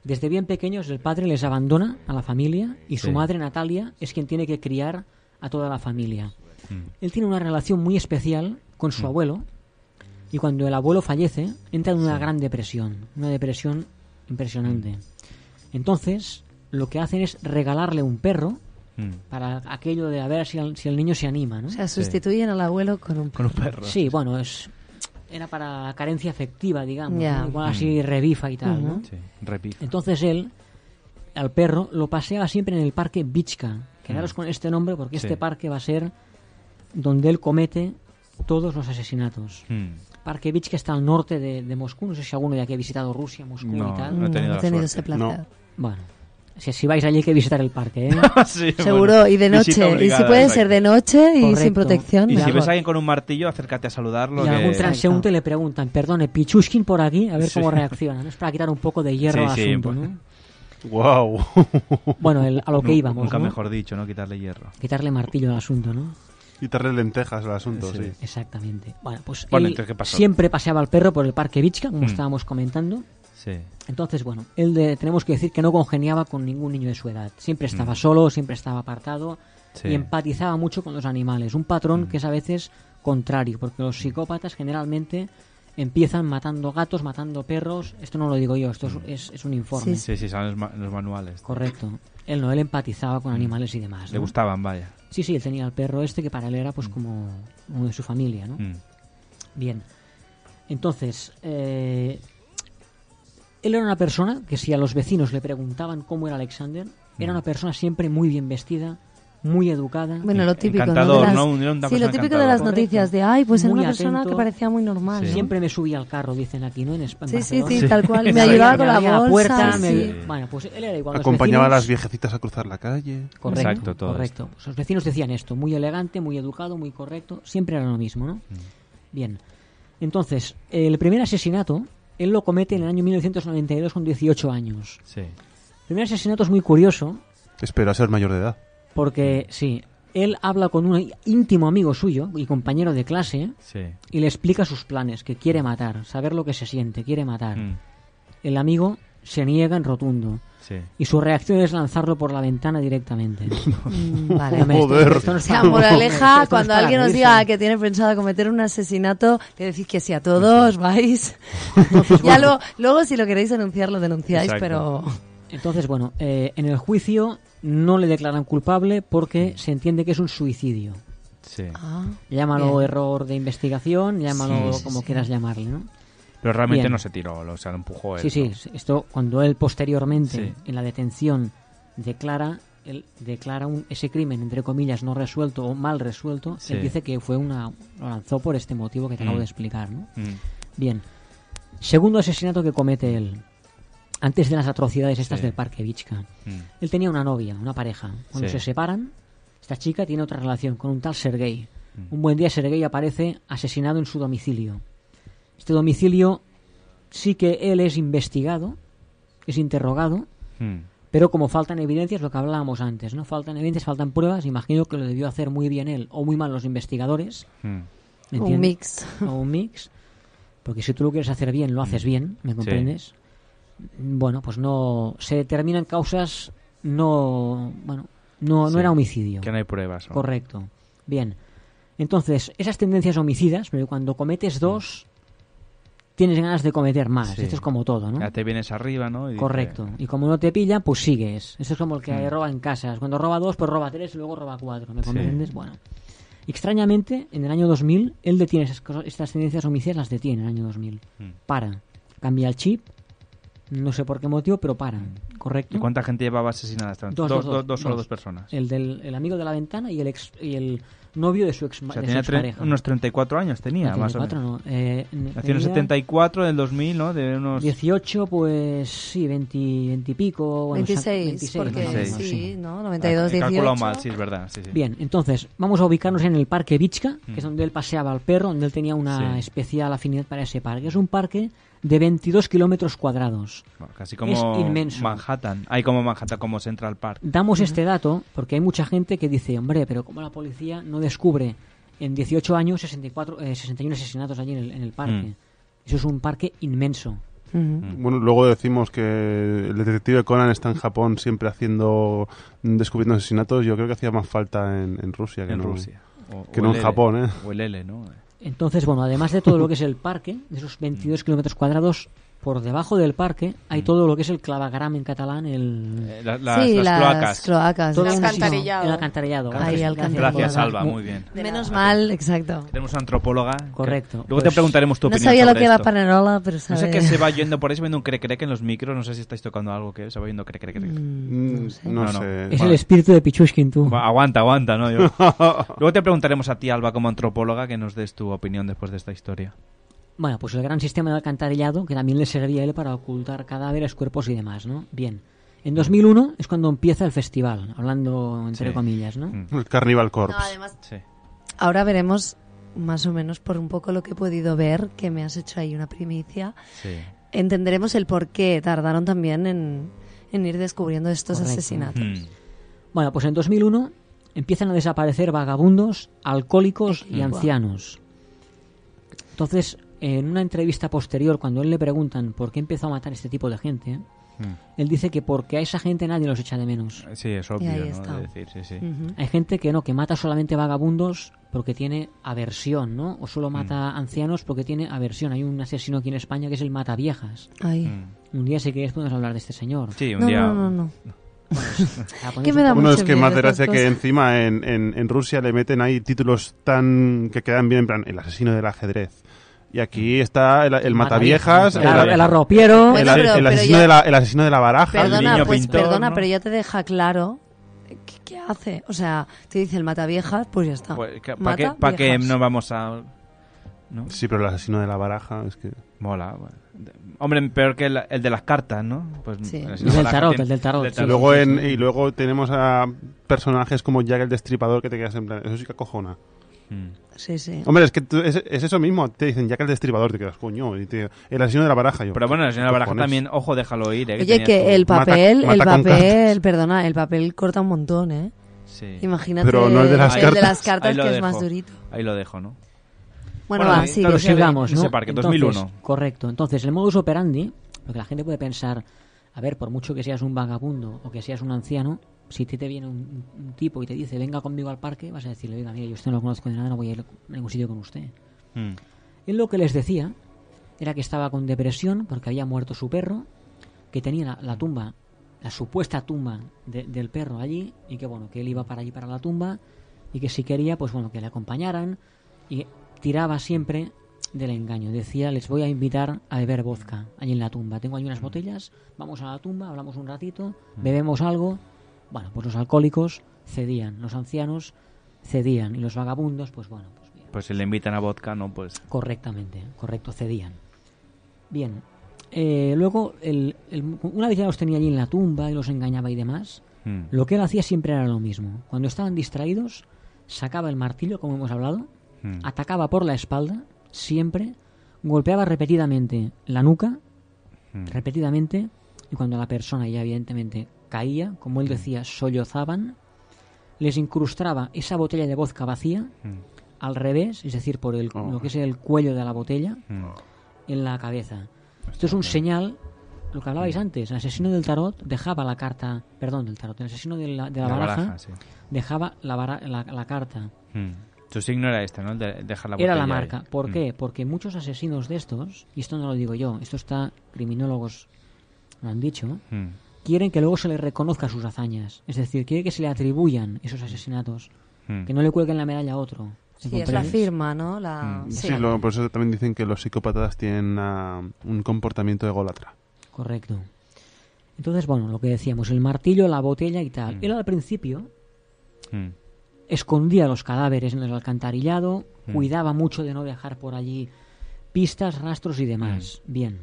Speaker 19: Desde bien pequeños el padre les abandona a la familia y su
Speaker 15: Sí.
Speaker 19: madre Natalia es quien tiene que criar a toda la familia.
Speaker 15: Mm.
Speaker 19: Él tiene una relación muy especial con su abuelo y cuando el abuelo fallece entra en una gran depresión, una depresión impresionante. Entonces lo que hacen es regalarle un perro
Speaker 15: Mm.
Speaker 19: para aquello de a ver si el, si el niño se anima. ¿no?
Speaker 14: o sea, sustituyen al abuelo con un
Speaker 15: Con un perro.
Speaker 19: Sí, bueno, es era para la carencia afectiva, digamos,
Speaker 14: Ya.
Speaker 19: ¿no? igual
Speaker 15: Mm.
Speaker 19: así revifa y tal,
Speaker 14: Ujú.
Speaker 19: ¿no?
Speaker 15: Sí, repito.
Speaker 19: Entonces él, al perro, lo paseaba siempre en el parque Bichka. Quedaros con este nombre porque
Speaker 15: Mm. Sí.
Speaker 19: este parque va a ser donde él comete todos los asesinatos.
Speaker 15: Mm.
Speaker 19: Parque Bichka está al norte de, de Moscú. No sé si alguno de aquí ha visitado Rusia, Moscú
Speaker 15: No,
Speaker 19: y tal.
Speaker 15: no he tenido No, no he la tenido suerte. ese placer. No.
Speaker 19: Bueno, si, si vais allí hay que visitar el parque, ¿eh?
Speaker 15: Ah, Sí,
Speaker 14: Seguro,
Speaker 15: bueno,
Speaker 14: y de
Speaker 15: visita
Speaker 14: noche.
Speaker 15: obligada,
Speaker 14: y si puede
Speaker 15: exacto.
Speaker 14: ser de noche y sin
Speaker 19: Correcto.
Speaker 14: protección,
Speaker 15: Y si
Speaker 14: mejor.
Speaker 15: ves a alguien con un martillo, acércate a saludarlo.
Speaker 19: Y
Speaker 15: que-
Speaker 19: algún transeúnte le preguntan, perdone, Pichushkin por aquí, a ver
Speaker 15: Sí.
Speaker 19: cómo reacciona. ¿no? Es para quitar un poco de hierro al
Speaker 15: Sí, pues. sí,
Speaker 19: asunto,
Speaker 15: bueno.
Speaker 19: ¿no?
Speaker 16: ¡Wow!
Speaker 19: Bueno, el- a lo que
Speaker 15: Nu-
Speaker 19: íbamos,
Speaker 15: Nunca
Speaker 19: ¿no?
Speaker 15: mejor dicho, ¿no? Quitarle hierro.
Speaker 19: Quitarle martillo al asunto, ¿no?
Speaker 16: Y traerle lentejas al asunto, sí.
Speaker 19: Exactamente. Bueno, pues
Speaker 16: Bueno,
Speaker 19: él
Speaker 16: entonces, ¿qué pasó?
Speaker 19: siempre paseaba al perro por el parque Vichka, como
Speaker 15: Mm.
Speaker 19: estábamos comentando.
Speaker 15: Sí.
Speaker 19: Entonces, bueno, él de- tenemos que decir que no congeniaba con ningún niño de su edad. Siempre estaba solo, siempre estaba apartado
Speaker 15: Hmm. Sí. Hmm.
Speaker 19: y empatizaba mucho con los animales. Un patrón que es a veces contrario, porque los psicópatas generalmente empiezan matando gatos, matando perros. Esto no lo digo yo, esto es,
Speaker 15: Hmm.
Speaker 19: es- es un informe.
Speaker 15: Sí, sí, salen los, ma- los manuales. Mm.
Speaker 19: Correcto. Él no, él empatizaba con animales y demás.
Speaker 15: Hmm. Le
Speaker 19: ¿no?
Speaker 15: gustaban, vaya.
Speaker 19: Sí, sí, él tenía el perro este que para él era pues como uno de su familia, ¿no?
Speaker 15: Mm.
Speaker 19: Bien. Entonces, eh, él era una persona que si a los vecinos le preguntaban cómo era Alexander, era una persona siempre muy bien vestida, muy educada.
Speaker 14: Bueno, lo típico, ¿no? De las-
Speaker 19: pues
Speaker 14: sí, lo típico de las noticias, de, ay, pues era una persona que parecía muy normal, ¿no?
Speaker 19: Siempre me subía al carro, dicen aquí, ¿no? En Espa- en
Speaker 14: Sí, sí,
Speaker 19: Barcelona.
Speaker 14: sí, tal cual. Me ayudaba con la
Speaker 19: abría
Speaker 14: bolsa,
Speaker 19: puerta,
Speaker 14: sí,
Speaker 19: me-
Speaker 14: sí.
Speaker 19: Bueno, pues él era igual. los
Speaker 16: Acompañaba a
Speaker 19: vecinos-
Speaker 16: las viejecitas a cruzar la calle.
Speaker 19: Correcto, correcto. Pues los vecinos decían esto, muy elegante, muy educado, muy correcto, siempre era lo mismo, ¿no? Bien. Entonces, el primer asesinato, él lo comete en el año 1992 con 18 años.
Speaker 15: Sí.
Speaker 19: El primer asesinato es muy curioso
Speaker 16: Espero a ser mayor de edad.
Speaker 19: porque, sí, él habla con un íntimo amigo suyo y compañero de clase
Speaker 15: Sí.
Speaker 19: y le explica sus planes, que quiere matar, saber lo que se siente, quiere matar. El amigo se niega en rotundo.
Speaker 15: Sí.
Speaker 19: Y su reacción es lanzarlo por la ventana directamente.
Speaker 14: Mm, vale.
Speaker 19: Hombre, esto-
Speaker 16: Joder.
Speaker 19: esto no
Speaker 14: O
Speaker 19: es
Speaker 14: sea,
Speaker 19: para- esto no
Speaker 14: moraleja,
Speaker 19: es
Speaker 14: cuando
Speaker 19: para
Speaker 14: alguien os
Speaker 19: reírse.
Speaker 14: diga que tiene pensado cometer un asesinato, le decís que sí a todos, vais. ya luego, luego si lo queréis denunciar, lo denunciáis,
Speaker 19: Exacto.
Speaker 14: pero...
Speaker 19: Entonces, bueno, eh, en el juicio no le declaran culpable porque se entiende que es un suicidio.
Speaker 15: Sí.
Speaker 19: Ah, Llámalo
Speaker 15: bien.
Speaker 19: error de investigación, llámalo
Speaker 15: Sí, sí,
Speaker 19: como
Speaker 15: sí.
Speaker 19: quieras llamarle, ¿no?
Speaker 15: Pero realmente
Speaker 19: Bien.
Speaker 15: no se tiró, o sea, lo empujó él.
Speaker 19: Sí, sí,
Speaker 15: ¿no?
Speaker 19: esto cuando él posteriormente
Speaker 15: Sí.
Speaker 19: en la detención declara él declara un- ese crimen entre comillas no resuelto o mal resuelto,
Speaker 15: Sí.
Speaker 19: él dice que fue una lo lanzó por este motivo que te
Speaker 15: Mm.
Speaker 19: acabo de explicar, ¿no?
Speaker 15: Mm.
Speaker 19: Bien. Segundo asesinato que comete él antes de las atrocidades estas
Speaker 15: Sí.
Speaker 19: del Parque Vichka.
Speaker 15: Mm.
Speaker 19: Él tenía una novia, una pareja. Cuando
Speaker 15: Sí.
Speaker 19: se separan, esta chica tiene otra relación con un tal Sergei.
Speaker 15: Mm.
Speaker 19: Un buen día Sergei aparece asesinado en su domicilio. Este domicilio sí que él es investigado, es interrogado,
Speaker 15: Mm.
Speaker 19: pero como faltan evidencias, lo que hablábamos antes, ¿no? Faltan evidencias, faltan pruebas, imagino que lo debió hacer muy bien él o muy mal los investigadores.
Speaker 15: Mm.
Speaker 19: ¿me
Speaker 14: Un
Speaker 19: entiendes?
Speaker 14: mix.
Speaker 19: O un mix. Porque si tú lo quieres hacer bien, lo
Speaker 15: Hmm.
Speaker 19: haces bien, ¿me comprendes? Bueno, pues no. Se determinan causas no. Bueno, no,
Speaker 15: Sí.
Speaker 19: no era homicidio.
Speaker 15: Que no hay pruebas. ¿no?
Speaker 19: Correcto. Bien. Entonces, esas tendencias homicidas, pero cuando cometes dos, tienes ganas de cometer más.
Speaker 15: Sí.
Speaker 19: Esto es como todo, ¿no?
Speaker 15: Ya te vienes arriba, ¿no? Y dices,
Speaker 19: Correcto. Y como no te pilla, pues sigues. Eso es como el que
Speaker 15: Mm.
Speaker 19: roba en casas. Cuando roba dos, pues roba tres y luego roba cuatro. ¿Me
Speaker 15: Sí.
Speaker 19: comprendes? Bueno. Extrañamente, en el año 2000, él detiene esas cosas, estas tendencias homicidas, las detiene en el año 2000.
Speaker 15: Mm.
Speaker 19: Para. Cambia el chip. No sé por qué motivo, pero para. Correcto.
Speaker 15: ¿Y cuánta gente llevaba asesinada? hasta-
Speaker 19: Dos, dos, dos,
Speaker 15: solo
Speaker 19: dos.
Speaker 15: dos personas.
Speaker 19: El del el amigo de la ventana y el, ex- y el novio de su ex
Speaker 15: O sea,
Speaker 19: de su
Speaker 15: tenía tre-
Speaker 19: expareja.
Speaker 15: unos 34 años, tenía,
Speaker 19: No,
Speaker 15: más o
Speaker 19: 34
Speaker 15: menos.
Speaker 19: no, eh, n-
Speaker 15: Nació en el
Speaker 19: tenía
Speaker 15: 74 del 2000, ¿no? De unos...
Speaker 19: 18, pues sí, 20, 20 y pico. bueno, sa-
Speaker 14: 26,
Speaker 19: 26,
Speaker 14: porque
Speaker 19: más o menos,
Speaker 14: sí,
Speaker 19: sí.
Speaker 14: ¿no? 92,
Speaker 15: Ah, he calculado
Speaker 14: 18.
Speaker 15: mal, sí, es verdad. Sí, sí.
Speaker 19: Bien, entonces vamos a ubicarnos en el parque Vichka, que es
Speaker 15: Mm.
Speaker 19: donde él paseaba al perro, donde él tenía una
Speaker 15: Sí.
Speaker 19: especial afinidad para ese parque. Es un parque de 22 kilómetros cuadrados.
Speaker 15: Bueno, casi como
Speaker 19: Es inmenso.
Speaker 15: Manhattan. Hay como Manhattan, como Central Park.
Speaker 19: Damos este dato porque hay mucha gente que dice, hombre, pero ¿cómo la policía no descubre en 18 años 64, eh, 61 asesinatos allí en el, en el parque?
Speaker 16: Mm.
Speaker 19: Eso es un parque inmenso.
Speaker 14: Hmm.
Speaker 16: Bueno, luego decimos que el detective Conan está en Japón siempre haciendo, descubriendo asesinatos. Yo creo que hacía más falta en, en Rusia que
Speaker 15: En
Speaker 16: no,
Speaker 15: Rusia. O-
Speaker 16: que
Speaker 15: o
Speaker 16: no
Speaker 15: el
Speaker 16: en
Speaker 15: L,
Speaker 16: Japón, ¿eh?
Speaker 15: O el L, ¿no?
Speaker 19: Entonces, bueno, además de todo lo que es el parque, de esos
Speaker 15: Mm.
Speaker 19: 22 kilómetros cuadrados, por debajo del parque hay todo lo que es el clavagram en catalán, el...
Speaker 15: Eh, la- las- Sí, las las cloacas. cloacas,
Speaker 19: Todo
Speaker 15: sí.
Speaker 19: un sitio-
Speaker 3: Alcantarillado.
Speaker 19: El alcantarillado.
Speaker 15: Alcantarillado.
Speaker 19: gracias,
Speaker 15: Ahí, alcantarillado. Gracias, Alba, muy bien.
Speaker 14: Menos mal, exacto.
Speaker 15: Tenemos una antropóloga. que-
Speaker 19: Correcto,
Speaker 15: Luego
Speaker 19: pues-
Speaker 15: te preguntaremos tu
Speaker 14: No
Speaker 15: opinión
Speaker 14: sabía lo
Speaker 15: sobre
Speaker 14: que era
Speaker 15: esto.
Speaker 14: Panerola, pero
Speaker 15: No sé
Speaker 14: sabe-
Speaker 15: qué se va yendo por ahí, se va viendo un cre-crec en los micros. No sé si estáis tocando algo que se va yendo cre-crec.
Speaker 14: Mm,
Speaker 16: no sé. Mm, no sé.
Speaker 19: Es el espíritu de Pichushkin, tú.
Speaker 15: Va, Aguanta, aguanta, ¿no? Yo- Luego te preguntaremos a ti, Alba, como antropóloga, que nos des tu opinión después de esta historia.
Speaker 19: Bueno, pues el gran sistema de alcantarillado que también le servía a él para ocultar cadáveres, cuerpos y demás, ¿no? Bien. En 2001 es cuando empieza el festival, hablando entre
Speaker 16: Sí. Mm,
Speaker 19: comillas, ¿no?
Speaker 16: El Carnival Corps.
Speaker 14: Ahora veremos más o menos por un poco lo que he podido ver, que me has hecho ahí una primicia.
Speaker 15: Sí.
Speaker 14: Entenderemos el por qué tardaron también en, en ir descubriendo estos
Speaker 19: Correcto.
Speaker 15: Hmm.
Speaker 14: asesinatos.
Speaker 19: Bueno, pues en 2001 empiezan a desaparecer vagabundos, alcohólicos y
Speaker 17: Buah.
Speaker 19: ancianos. Entonces, en una entrevista posterior, cuando a él le preguntan por qué empezó a matar este tipo de gente, él dice que porque a esa gente nadie los echa de menos.
Speaker 15: Hmm. Eh, Sí, es obvio, ¿no? De decir, sí, sí.
Speaker 17: Ujú.
Speaker 19: Hay gente que no, que mata solamente vagabundos porque tiene aversión, ¿no? O
Speaker 15: Hmm.
Speaker 19: solo mata ancianos porque tiene aversión. Hay un asesino aquí en España que es el mata viejas.
Speaker 14: Ay.
Speaker 19: Un día, si quieres, podemos hablar de este señor.
Speaker 15: Hmm. Sí,
Speaker 14: No,
Speaker 19: à?
Speaker 14: no, no, no.
Speaker 19: Que
Speaker 14: me da
Speaker 16: Bueno,
Speaker 14: mucho
Speaker 16: es que
Speaker 14: miedo
Speaker 16: más de
Speaker 14: estas
Speaker 16: gracia que
Speaker 14: cosas.
Speaker 16: encima en, en- en Rusia le meten ahí títulos tan que quedan bien, en plan, el asesino del ajedrez. Y
Speaker 15: Mm.
Speaker 16: aquí está el, el mataviejas,
Speaker 19: El arro- el arropiero.
Speaker 16: el,
Speaker 19: Bueno,
Speaker 16: el
Speaker 19: pero- pero
Speaker 16: asesino
Speaker 19: ya-
Speaker 16: de la, el asesino de la baraja,
Speaker 14: Perdona, pues, perdona pero ya te deja claro qué, qué hace. O sea, te dice el mata viejas, pues ya está.
Speaker 15: ¿Para qué,
Speaker 14: Mata
Speaker 15: pa' qué
Speaker 14: viejas.
Speaker 15: no vamos a...? ¿no?
Speaker 16: Sí, pero el asesino de la baraja es que...
Speaker 15: Mola, Hombre, peor que el, el de las cartas, ¿no? Pues,
Speaker 14: Sí.
Speaker 15: el
Speaker 14: El del
Speaker 15: baraja
Speaker 14: tarot,
Speaker 15: tiene-
Speaker 14: el del tarot,
Speaker 16: Y luego, en- y luego tenemos a personajes como Jack el Destripador que te quedas en plan, eso sí que acojona.
Speaker 14: Sí, sí.
Speaker 16: Hombre, es que tú- es, es eso mismo, te dicen Jack el Destripador, te quedas, coño, y te- el asesino de la baraja. Yo,
Speaker 15: Pero bueno, el señor
Speaker 16: ¿qué
Speaker 15: Baraja
Speaker 16: cojones?
Speaker 15: también, ojo, déjalo ir. eh,
Speaker 14: Oye,
Speaker 15: tenías
Speaker 14: que
Speaker 15: tú.
Speaker 14: el papel,
Speaker 16: mata
Speaker 14: el
Speaker 16: con
Speaker 14: papel, perdona, el papel corta un montón, ¿eh? Imagínate
Speaker 15: Pero no el de las
Speaker 14: de
Speaker 15: cartas.
Speaker 14: las cartas
Speaker 15: Ahí lo
Speaker 14: que es
Speaker 15: dejo.
Speaker 14: más durito.
Speaker 15: Ahí lo dejo, ¿no?
Speaker 14: Bueno,
Speaker 19: Bueno,
Speaker 14: va,
Speaker 19: eh,
Speaker 14: sigue,
Speaker 19: pero
Speaker 14: sigue.
Speaker 19: sigamos, ¿no?
Speaker 15: Ese parque,
Speaker 19: Entonces,
Speaker 15: 2001.
Speaker 19: Correcto. Entonces, el modus operandi, porque la gente puede pensar, a ver, por mucho que seas un vagabundo o que seas un anciano, si a ti te viene un, un tipo y te dice, venga conmigo al parque, vas a decirle, venga, mira, yo a usted no lo conozco de nada, no voy a ir a ningún sitio con usted.
Speaker 15: Mm.
Speaker 19: Él lo que les decía era que estaba con depresión porque había muerto su perro, que tenía la, la tumba, la supuesta tumba de- del perro allí, y que bueno, que él iba para allí para la tumba, y que si quería, pues bueno, que le acompañaran, y tiraba siempre del engaño. Decía, les voy a invitar a beber vodka allí en la tumba. Tengo allí unas botellas, vamos a la tumba, hablamos un ratito, bebemos algo. Bueno, pues los alcohólicos cedían, los ancianos cedían, y los vagabundos, pues bueno,
Speaker 15: Pues si le invitan a vodka, ¿no? Pues...
Speaker 19: Correctamente, correcto, cedían. Bien. eh, luego, el- el- una vez ya los tenía allí en la tumba y los engañaba y demás,
Speaker 15: Mm.
Speaker 19: lo que él hacía siempre era lo mismo. Cuando estaban distraídos, sacaba el martillo, como hemos hablado,
Speaker 15: Mm.
Speaker 19: atacaba por la espalda, siempre, golpeaba repetidamente la nuca,
Speaker 15: Mm.
Speaker 19: Hmm. repetidamente, y cuando la persona ya evidentemente caía, como él decía, sollozaban, les incrustaba esa botella de vodka vacía al revés, es decir, por el, lo que es el cuello de la botella, en la cabeza. Esto es un señal, lo que hablabais antes, el asesino del tarot dejaba la carta, perdón, del tarot, el asesino de la, de la
Speaker 15: La
Speaker 19: baraja,
Speaker 15: baraja, sí.
Speaker 19: dejaba la, bara- la- la carta.
Speaker 15: Mm. Tu signo era este, ¿no? El de dejar la
Speaker 19: Era la
Speaker 15: botella ahí.
Speaker 19: marca. ¿Por
Speaker 15: Mm.
Speaker 19: qué? Porque muchos asesinos de estos, y esto no lo digo yo, esto está, criminólogos lo han dicho,
Speaker 15: Mm.
Speaker 19: quieren que luego se les reconozca sus hazañas. Es decir, quieren que se le atribuyan esos asesinatos,
Speaker 15: Mm.
Speaker 19: que no le cuelguen la medalla a otro. ¿Me
Speaker 14: Sí, es la
Speaker 19: comprendes?
Speaker 14: firma, ¿no?
Speaker 15: Mm.
Speaker 14: La...
Speaker 16: Sí, lo- por eso también dicen que los psicópatas tienen ah, un comportamiento ególatra.
Speaker 19: Correcto. Entonces, bueno, lo que decíamos, el martillo, la botella y tal. Él al principio
Speaker 15: Mm.
Speaker 19: escondía los cadáveres en el alcantarillado,
Speaker 15: Mm.
Speaker 19: cuidaba mucho de no dejar por allí pistas, rastros y demás.
Speaker 15: Mm.
Speaker 19: Bien.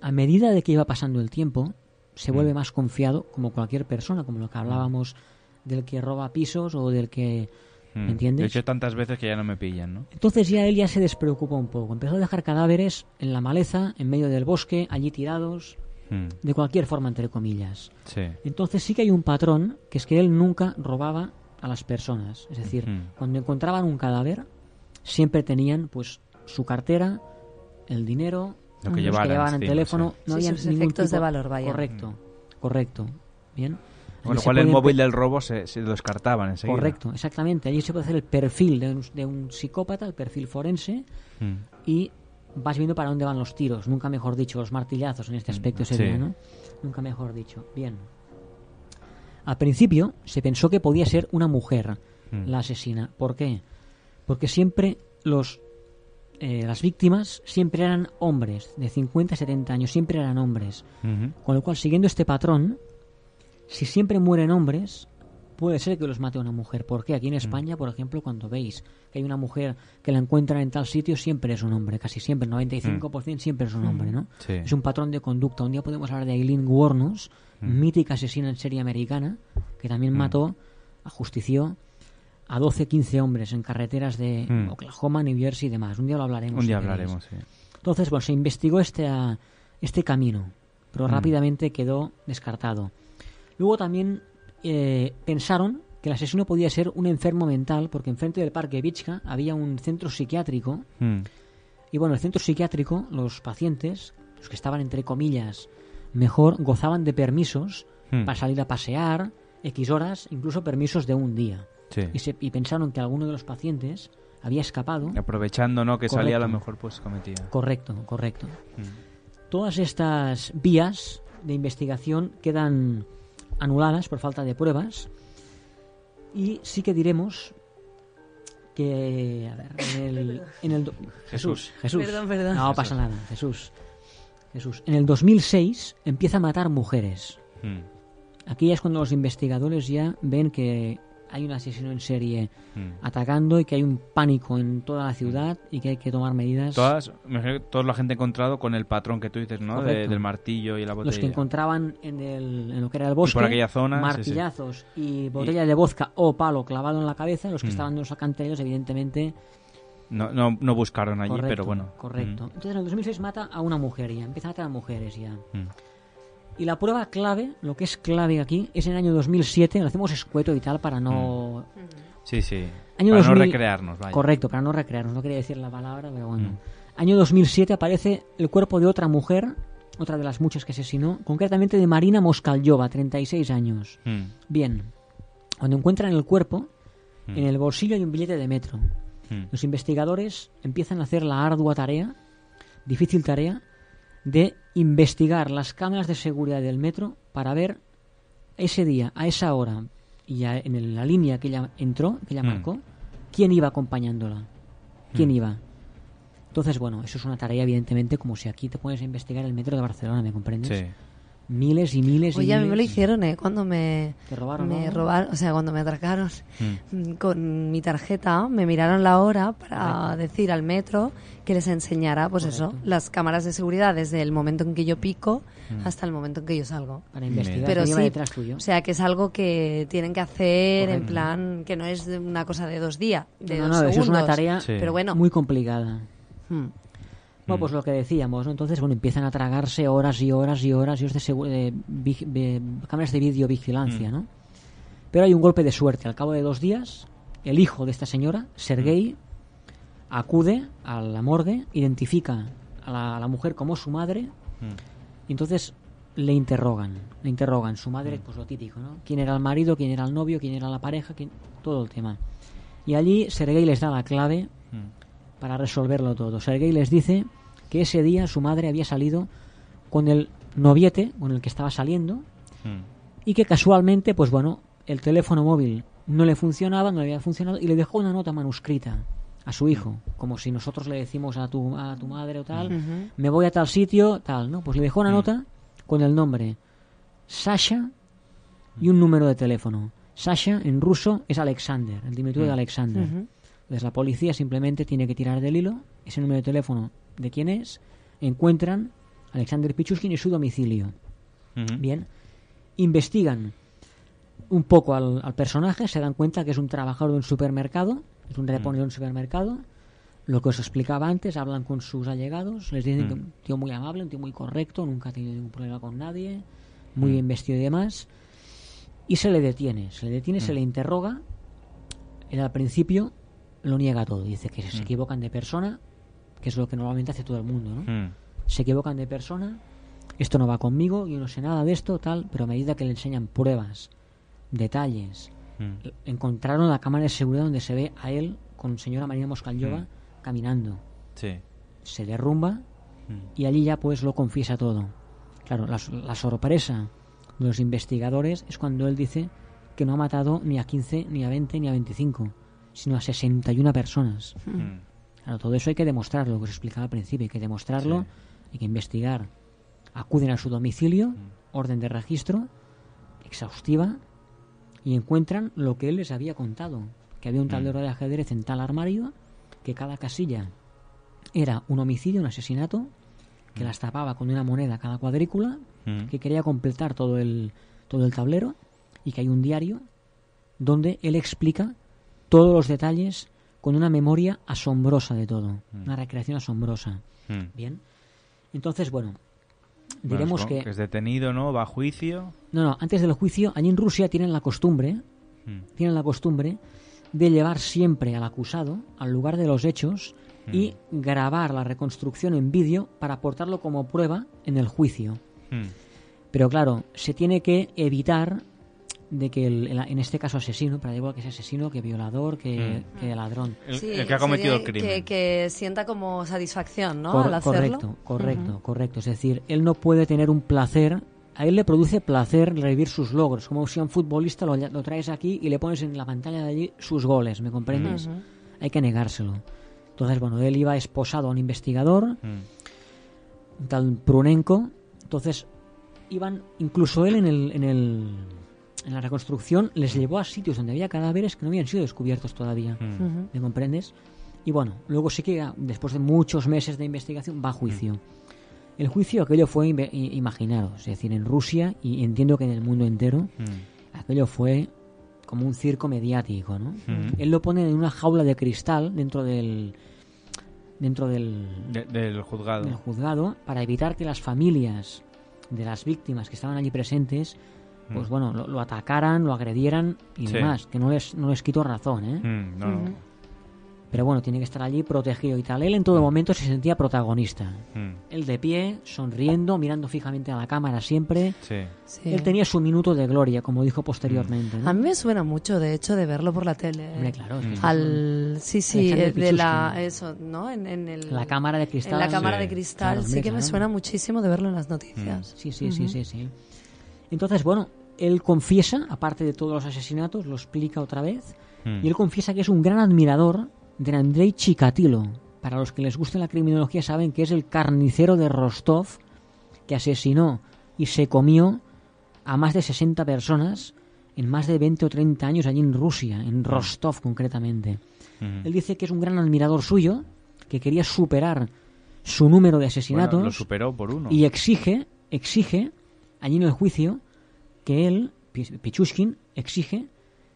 Speaker 19: A medida de que iba pasando el tiempo, se
Speaker 15: Mm.
Speaker 19: vuelve más confiado, como cualquier persona, como lo que hablábamos del que roba pisos o del que...
Speaker 15: Mm.
Speaker 19: ¿Me entiendes?
Speaker 15: Lo he hecho tantas veces que ya no me pillan, ¿no?
Speaker 19: Entonces ya él ya se despreocupó un poco. Empezó a dejar cadáveres en la maleza, en medio del bosque, allí tirados,
Speaker 15: Mm.
Speaker 19: de cualquier forma, entre comillas.
Speaker 15: Sí.
Speaker 19: Entonces sí que hay un patrón, que es que él nunca robaba a las personas. Es decir,
Speaker 15: Ujú.
Speaker 19: cuando encontraban un cadáver, siempre tenían pues su cartera, el dinero,
Speaker 15: Lo que llevaran
Speaker 19: en
Speaker 15: encima,
Speaker 19: teléfono,
Speaker 15: sí.
Speaker 19: no
Speaker 14: Sí,
Speaker 19: había
Speaker 14: sus
Speaker 19: ningún
Speaker 14: efectos
Speaker 19: tipo-
Speaker 14: de valor, vaya.
Speaker 19: Correcto,
Speaker 20: Mm.
Speaker 19: correcto. Bien.
Speaker 15: Con
Speaker 19: Allí
Speaker 15: lo
Speaker 19: se
Speaker 15: cual el
Speaker 19: pueden
Speaker 15: móvil del robo se, se lo descartaban enseguida.
Speaker 19: Correcto, exactamente. Allí se puede hacer el perfil de un, de un psicópata, el perfil forense,
Speaker 15: Mm.
Speaker 19: y vas viendo para dónde van los tiros, nunca mejor dicho, los martillazos en este aspecto sería,
Speaker 15: Mm, sí.
Speaker 19: ¿no? Nunca mejor dicho. Bien. Al principio se pensó que podía ser una mujer
Speaker 15: Mm.
Speaker 19: la asesina. ¿Por qué? Porque siempre los eh, las víctimas siempre eran hombres, de 50 a 70 años, siempre eran hombres.
Speaker 15: Ujú.
Speaker 19: Con lo cual, siguiendo este patrón, si siempre mueren hombres, puede ser que los mate una mujer. Porque aquí en
Speaker 15: Mm.
Speaker 19: España, por ejemplo, cuando veis que hay una mujer que la encuentran en tal sitio, siempre es un hombre, casi siempre, el 95% siempre es un hombre, ¿no?
Speaker 15: Mm. Sí.
Speaker 19: Es un patrón de conducta. Un día podemos hablar de Aileen Wuornos,
Speaker 15: Mm.
Speaker 19: mítica asesina en serie americana, que también mató, ajustició a 12, 15 hombres en carreteras de
Speaker 15: Mm.
Speaker 19: Oklahoma, New Jersey y demás. Un día lo hablaremos.
Speaker 15: Un día
Speaker 19: si queréis.
Speaker 15: hablaremos, sí.
Speaker 19: Entonces, bueno, se investigó este, ah, este camino, pero
Speaker 15: Mm.
Speaker 19: rápidamente quedó descartado. Luego también eh, pensaron que el asesino podía ser un enfermo mental, porque enfrente del parque Vichka había un centro psiquiátrico
Speaker 15: Hmm.
Speaker 19: y bueno, el centro psiquiátrico, los pacientes, los que estaban entre comillas mejor, gozaban de permisos
Speaker 15: Hmm.
Speaker 19: para salir a pasear, X horas, incluso permisos de un día.
Speaker 15: Sí.
Speaker 19: Y, se- y pensaron que alguno de los pacientes había escapado.
Speaker 15: Aprovechando, ¿no? Que salía a lo
Speaker 19: Correcto.
Speaker 15: mejor, pues cometía. Hmm.
Speaker 19: Correcto, correcto. Todas estas vías de investigación quedan anuladas por falta de pruebas. Y sí que diremos que. A ver, en el. en el do-
Speaker 15: Jesús.
Speaker 19: Jesús, Jesús.
Speaker 14: Perdón, perdón.
Speaker 19: No pasa
Speaker 14: Jesús.
Speaker 19: nada, Jesús. Jesús. En el 2006 empieza a matar mujeres.
Speaker 20: Mm,
Speaker 15: Hmm.
Speaker 19: Aquí ya es cuando los investigadores ya ven que hay un asesino en serie
Speaker 15: Hmm.
Speaker 19: atacando y que hay un pánico en toda la ciudad y que hay que tomar medidas.
Speaker 15: Todas, me imagino que toda la gente encontrado con el patrón que tú dices, ¿no? De-
Speaker 19: Correcto.
Speaker 15: del martillo y la botella.
Speaker 19: los que encontraban en, el- en lo que era el
Speaker 15: por
Speaker 19: bosque
Speaker 15: aquella zona, sí, sí.
Speaker 19: martillazos y botella de vodka o palo clavado en la cabeza los que
Speaker 15: Mm.
Speaker 19: estaban en los acantilados evidentemente
Speaker 15: No, no, no buscaron allí,
Speaker 19: Correcto,
Speaker 15: pero bueno.
Speaker 19: correcto entonces en el 2006 mata a una mujer ya empieza a matar a mujeres ya
Speaker 15: Mm.
Speaker 19: y la prueba clave lo que es clave aquí es en el año 2007 lo hacemos escueto y tal para no
Speaker 15: Mm. Sí, sí.
Speaker 19: Año
Speaker 15: Para
Speaker 19: 2000
Speaker 15: no recrearnos, vaya. Mm.
Speaker 19: Correcto, para no recrearnos, no quería decir la palabra, pero bueno. Año 2007 aparece el cuerpo de otra mujer, otra de las muchas que asesinó, concretamente de Marina Moskalyova, 36 años.
Speaker 15: Mm.
Speaker 19: Bien, cuando encuentran el cuerpo,
Speaker 15: Mm.
Speaker 19: en el bolsillo hay un billete de metro.
Speaker 15: Mm.
Speaker 19: Los investigadores empiezan a hacer la ardua tarea, difícil tarea, de investigar las cámaras de seguridad del metro para ver ese día, a esa hora y a- en el- la línea que ella entró, que ella
Speaker 15: Mm.
Speaker 19: marcó, quién iba acompañándola, quién
Speaker 15: Mm.
Speaker 19: iba. Entonces, bueno, eso es una tarea, evidentemente, como si aquí te pones a investigar el metro de Barcelona, ¿me comprendes?
Speaker 15: Sí.
Speaker 19: Miles y miles y
Speaker 14: Oye, a mí me lo
Speaker 19: miles.
Speaker 14: hicieron, ¿eh? Cuando me,
Speaker 19: Pues Te robaron,
Speaker 14: me
Speaker 19: ¿no?
Speaker 14: robaron, o sea, cuando me atracaron mm, con mi tarjeta, me miraron la hora para decir al metro que les enseñara, pues eso, las cámaras de seguridad desde el momento en que yo pico
Speaker 19: Mm.
Speaker 14: hasta el momento en que yo salgo.
Speaker 19: Para investigar
Speaker 14: Pero
Speaker 19: quién iba
Speaker 14: sí,
Speaker 19: detrás tuyo.
Speaker 14: o sea, que es algo que tienen que hacer en
Speaker 19: Correcto.
Speaker 14: plan que no es de una cosa de dos días, de
Speaker 19: no,
Speaker 14: dos
Speaker 19: no, eso es
Speaker 14: segundos.
Speaker 19: una tarea
Speaker 14: Pero bueno,
Speaker 19: muy complicada.
Speaker 14: Hmm.
Speaker 19: Bueno, pues lo que decíamos, ¿no? Entonces, bueno, empiezan a tragarse horas y horas y horas y horas de, segu- de vig- de cámaras de videovigilancia, ¿no? Pero hay un golpe de suerte. Al cabo de dos días, el hijo de esta señora, Sergei, acude a la morgue, identifica a la, a la mujer como su madre
Speaker 20: mm,
Speaker 19: y entonces le interrogan. Le interrogan. Su
Speaker 20: Hmm.
Speaker 19: madre, pues lo típico, ¿no? ¿Quién era el marido? ¿Quién era el novio? ¿Quién era la pareja? quién- Todo el tema. Y allí Sergei les da la clave para resolverlo todo. Sergei les dice que ese día su madre había salido con el noviete con el que estaba saliendo y que casualmente, pues bueno, el teléfono móvil no le funcionaba, no le había funcionado y le dejó una nota manuscrita a su hijo, como si nosotros le decimos a tu, a tu madre o tal,
Speaker 14: Ujú.
Speaker 19: me voy a tal sitio, tal, ¿no? Pues le dejó una nota con el nombre Sasha y un número de teléfono. Sasha en ruso es Alexander, el diminutivo de
Speaker 15: Mm.
Speaker 19: Alexander.
Speaker 15: Ujú.
Speaker 19: Entonces la policía simplemente tiene que tirar del hilo ese número de teléfono de quién es, encuentran a Alexander Pichuskin y su domicilio. Bien, investigan un poco al, al personaje, se dan cuenta que es un trabajador de un supermercado, es un reponedor de un supermercado. Lo que os explicaba antes, hablan con sus allegados, les dicen
Speaker 15: Mm.
Speaker 19: que un tío muy amable, un tío muy correcto, nunca ha tenido ningún problema con nadie, muy bien vestido y demás. Y se le detiene, se le detiene, se le interroga. Él al principio lo niega todo, dice que se equivocan de persona, que es lo que normalmente hace todo el mundo, ¿no?
Speaker 15: Mm.
Speaker 19: Se equivocan de persona, esto no va conmigo, yo no sé nada de esto, tal, pero a medida que le enseñan pruebas, detalles,
Speaker 15: Mm.
Speaker 19: encontraron la cámara de seguridad donde se ve a él con señora María Moscalyova
Speaker 15: Mm.
Speaker 19: caminando.
Speaker 15: Sí. Mm.
Speaker 19: Se derrumba y allí ya pues lo confiesa todo. Claro, la, la sorpresa de los investigadores es cuando él dice que no ha matado ni a 15, ni a 20, ni a 25, sino a 61 personas.
Speaker 15: Mm.
Speaker 19: Claro, todo eso hay que demostrarlo, lo que os explicaba al principio, hay que demostrarlo, hay que investigar. Acuden a su domicilio, orden de registro, exhaustiva, y encuentran lo que él les había contado, que había un tablero de ajedrez en tal armario, que cada casilla era un homicidio, un asesinato, que las tapaba con una moneda cada cuadrícula,
Speaker 15: Mm.
Speaker 19: que quería completar todo el, todo el tablero, y que hay un diario donde él explica todos los detalles con una memoria asombrosa de todo, una recreación asombrosa.
Speaker 15: Mm.
Speaker 19: Bien. Entonces, bueno,
Speaker 15: Bueno,
Speaker 19: diremos
Speaker 15: supongo
Speaker 19: que...
Speaker 15: es detenido, ¿no? Va a juicio.
Speaker 19: No, no, antes del juicio, allí en Rusia tienen la costumbre tienen la costumbre de llevar siempre al acusado al lugar de los hechos
Speaker 20: Mm.
Speaker 19: y grabar la reconstrucción en vídeo para aportarlo como prueba en el juicio.
Speaker 20: Mm,
Speaker 19: Pero claro, se tiene que evitar de que el- el- en este caso asesino, para da igual que sea asesino, que violador, que,
Speaker 15: Mm.
Speaker 19: que ladrón.
Speaker 14: Sí, sería que- Que, sienta como satisfacción, ¿no?
Speaker 19: Cor-
Speaker 14: Al hacerlo.
Speaker 19: correcto, correcto, correcto. Es decir, él no puede tener un placer. A él le produce placer revivir sus logros. Como si a un futbolista lo, lo traes aquí y le pones en la pantalla de allí sus goles, ¿me comprendes?
Speaker 17: Ujú.
Speaker 19: Hay que negárselo. Entonces, bueno, él iba esposado a un investigador, un tal Prunenko. Entonces, iban, incluso él en, el, en, el, en la reconstrucción les llevó a sitios donde había cadáveres que no habían sido descubiertos todavía.
Speaker 17: Mm. Ujú.
Speaker 19: ¿Me comprendes? Y bueno, luego sí que ah, después de muchos meses de investigación va a juicio. El juicio aquello fue inve- i- imaginaros, es decir, en Rusia y entiendo que en el mundo entero, aquello fue como un circo mediático, ¿no?
Speaker 15: Mm.
Speaker 19: Él lo pone en una jaula de cristal dentro del dentro del,
Speaker 15: De- del juzgado.
Speaker 19: del juzgado para evitar que las familias de las víctimas que estaban allí presentes pues
Speaker 15: Mm.
Speaker 19: bueno, lo, lo atacaran, lo agredieran y
Speaker 15: Sí.
Speaker 19: demás, que no les, no les quito razón, ¿eh?
Speaker 15: Mm, no, no. Ujú.
Speaker 19: Pero bueno, tiene que estar allí protegido y tal. Él en todo momento se sentía protagonista.
Speaker 15: Mm.
Speaker 19: Él de pie, sonriendo, mirando fijamente a la cámara siempre.
Speaker 15: Sí.
Speaker 14: Sí.
Speaker 19: Él tenía su minuto de gloria, como dijo posteriormente. ¿no?
Speaker 14: A mí me suena mucho, de hecho, de verlo por la tele.
Speaker 19: Hombre, claro, es que Mm.
Speaker 14: Al, sí, sí,
Speaker 19: Alexander
Speaker 14: eh, de la,
Speaker 19: Pichuskin.
Speaker 14: eso, ¿no? En, en el-
Speaker 19: La cámara de cristal.
Speaker 14: En la cámara
Speaker 19: Sí.
Speaker 14: de cristal,
Speaker 19: Claro,
Speaker 14: sí
Speaker 19: hombre,
Speaker 14: que me
Speaker 19: claro.
Speaker 14: suena muchísimo de verlo en las noticias.
Speaker 19: Sí, sí, sí,
Speaker 14: Ujú.
Speaker 19: sí, sí. Entonces, bueno, él confiesa, aparte de todos los asesinatos, lo explica otra vez,
Speaker 15: Mm.
Speaker 19: y él confiesa que es un gran admirador de Andrei Chikatilo. Para los que les guste la criminología saben que es el carnicero de Rostov que asesinó y se comió a más de 60 personas en más de 20 o 30 años allí en Rusia, en Rostov concretamente.
Speaker 20: mm,
Speaker 19: Él dice que es un gran admirador suyo, que quería superar su número de asesinatos
Speaker 15: Bueno, lo superó por uno.
Speaker 19: y exige, exige, allí en el juicio, que él, Pi- Pichushkin, exige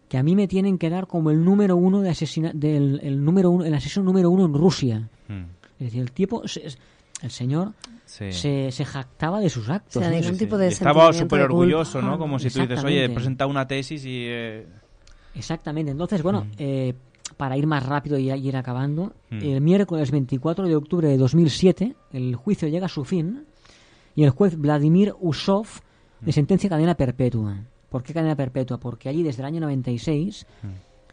Speaker 19: que a mí me tienen que dar como el número uno de asesina del el número uno, el asesino número uno en Rusia.
Speaker 15: Mm.
Speaker 19: Es decir, el tipo, se- es- el señor,
Speaker 15: Sí.
Speaker 19: se, se jactaba de sus actos.
Speaker 14: O sea,
Speaker 19: ¿no?
Speaker 14: ningún
Speaker 19: Sí,
Speaker 14: tipo
Speaker 19: sí.
Speaker 14: de
Speaker 15: Y estaba
Speaker 14: sentimiento
Speaker 15: súper
Speaker 14: de culpa.
Speaker 15: orgulloso, ¿no? Como si tú dices,
Speaker 19: Ah,
Speaker 15: oye, he
Speaker 19: Exactamente.
Speaker 15: presentado una tesis y... eh,
Speaker 19: Exactamente. Entonces, bueno, eh, para ir más rápido y a- y ir acabando,
Speaker 15: Mm.
Speaker 19: el miércoles 24 de octubre de 2007, el juicio llega a su fin y el juez Vladimir Usov
Speaker 15: Mm.
Speaker 19: le sentencia a cadena perpetua. ¿Por qué cadena perpetua? Porque allí desde el año 96
Speaker 15: Mm.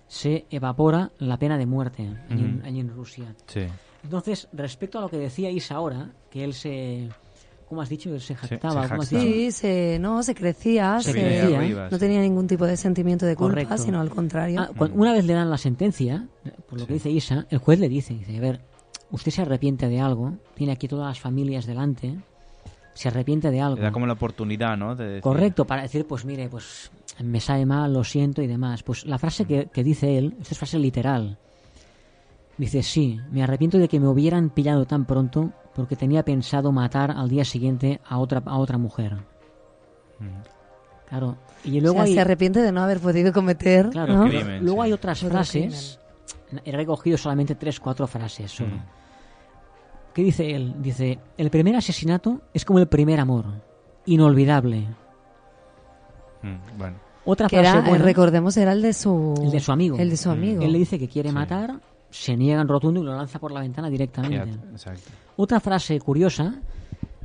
Speaker 19: se evapora la pena de muerte allí, en,
Speaker 15: Mm.
Speaker 19: allí en Rusia.
Speaker 15: Sí.
Speaker 19: Entonces, respecto a lo que decía Isa ahora, que él se... ¿Cómo has dicho? Él se jactaba.
Speaker 15: se
Speaker 19: ¿cómo has
Speaker 15: jactaba.
Speaker 19: dicho?
Speaker 14: Sí, se, no, se crecía,
Speaker 19: Se
Speaker 14: se-
Speaker 19: crecía. Arriba,
Speaker 14: no
Speaker 19: sí.
Speaker 14: tenía ningún tipo de sentimiento de culpa,
Speaker 19: Correcto.
Speaker 14: sino al contrario.
Speaker 19: Ah, cuan- Una vez le dan la sentencia, por lo que dice Isa, el juez le dice, dice, a ver, usted se arrepiente de algo, tiene aquí todas las familias delante, se arrepiente de
Speaker 15: Le da
Speaker 19: algo.
Speaker 15: como la oportunidad, ¿no? De decir-
Speaker 19: Correcto, para decir, pues mire, pues me sale mal, lo siento y demás. Pues la frase que, que dice él, esta es frase literal, dice, sí, me arrepiento de que me hubieran pillado tan pronto porque tenía pensado matar al día siguiente a otra, a otra mujer. Claro, y luego
Speaker 14: O sea,
Speaker 19: hay-
Speaker 14: se arrepiente de no haber podido cometer.
Speaker 19: Claro,
Speaker 14: ¿no?
Speaker 19: pero luego hay otras
Speaker 14: Otro
Speaker 19: frases. He recogido solamente tres, cuatro frases solo. ¿Qué dice él? Dice, el primer asesinato es como el primer amor, inolvidable.
Speaker 15: Mm, bueno.
Speaker 19: Otra
Speaker 14: que
Speaker 19: frase
Speaker 14: era, eh,
Speaker 19: buena,
Speaker 14: recordemos, era el de su,
Speaker 19: el de su amigo.
Speaker 14: Oh, El de su amigo.
Speaker 19: Él le dice que quiere matar, se niega en rotundo y lo lanza por la ventana directamente.
Speaker 15: Exacto.
Speaker 19: Otra frase curiosa,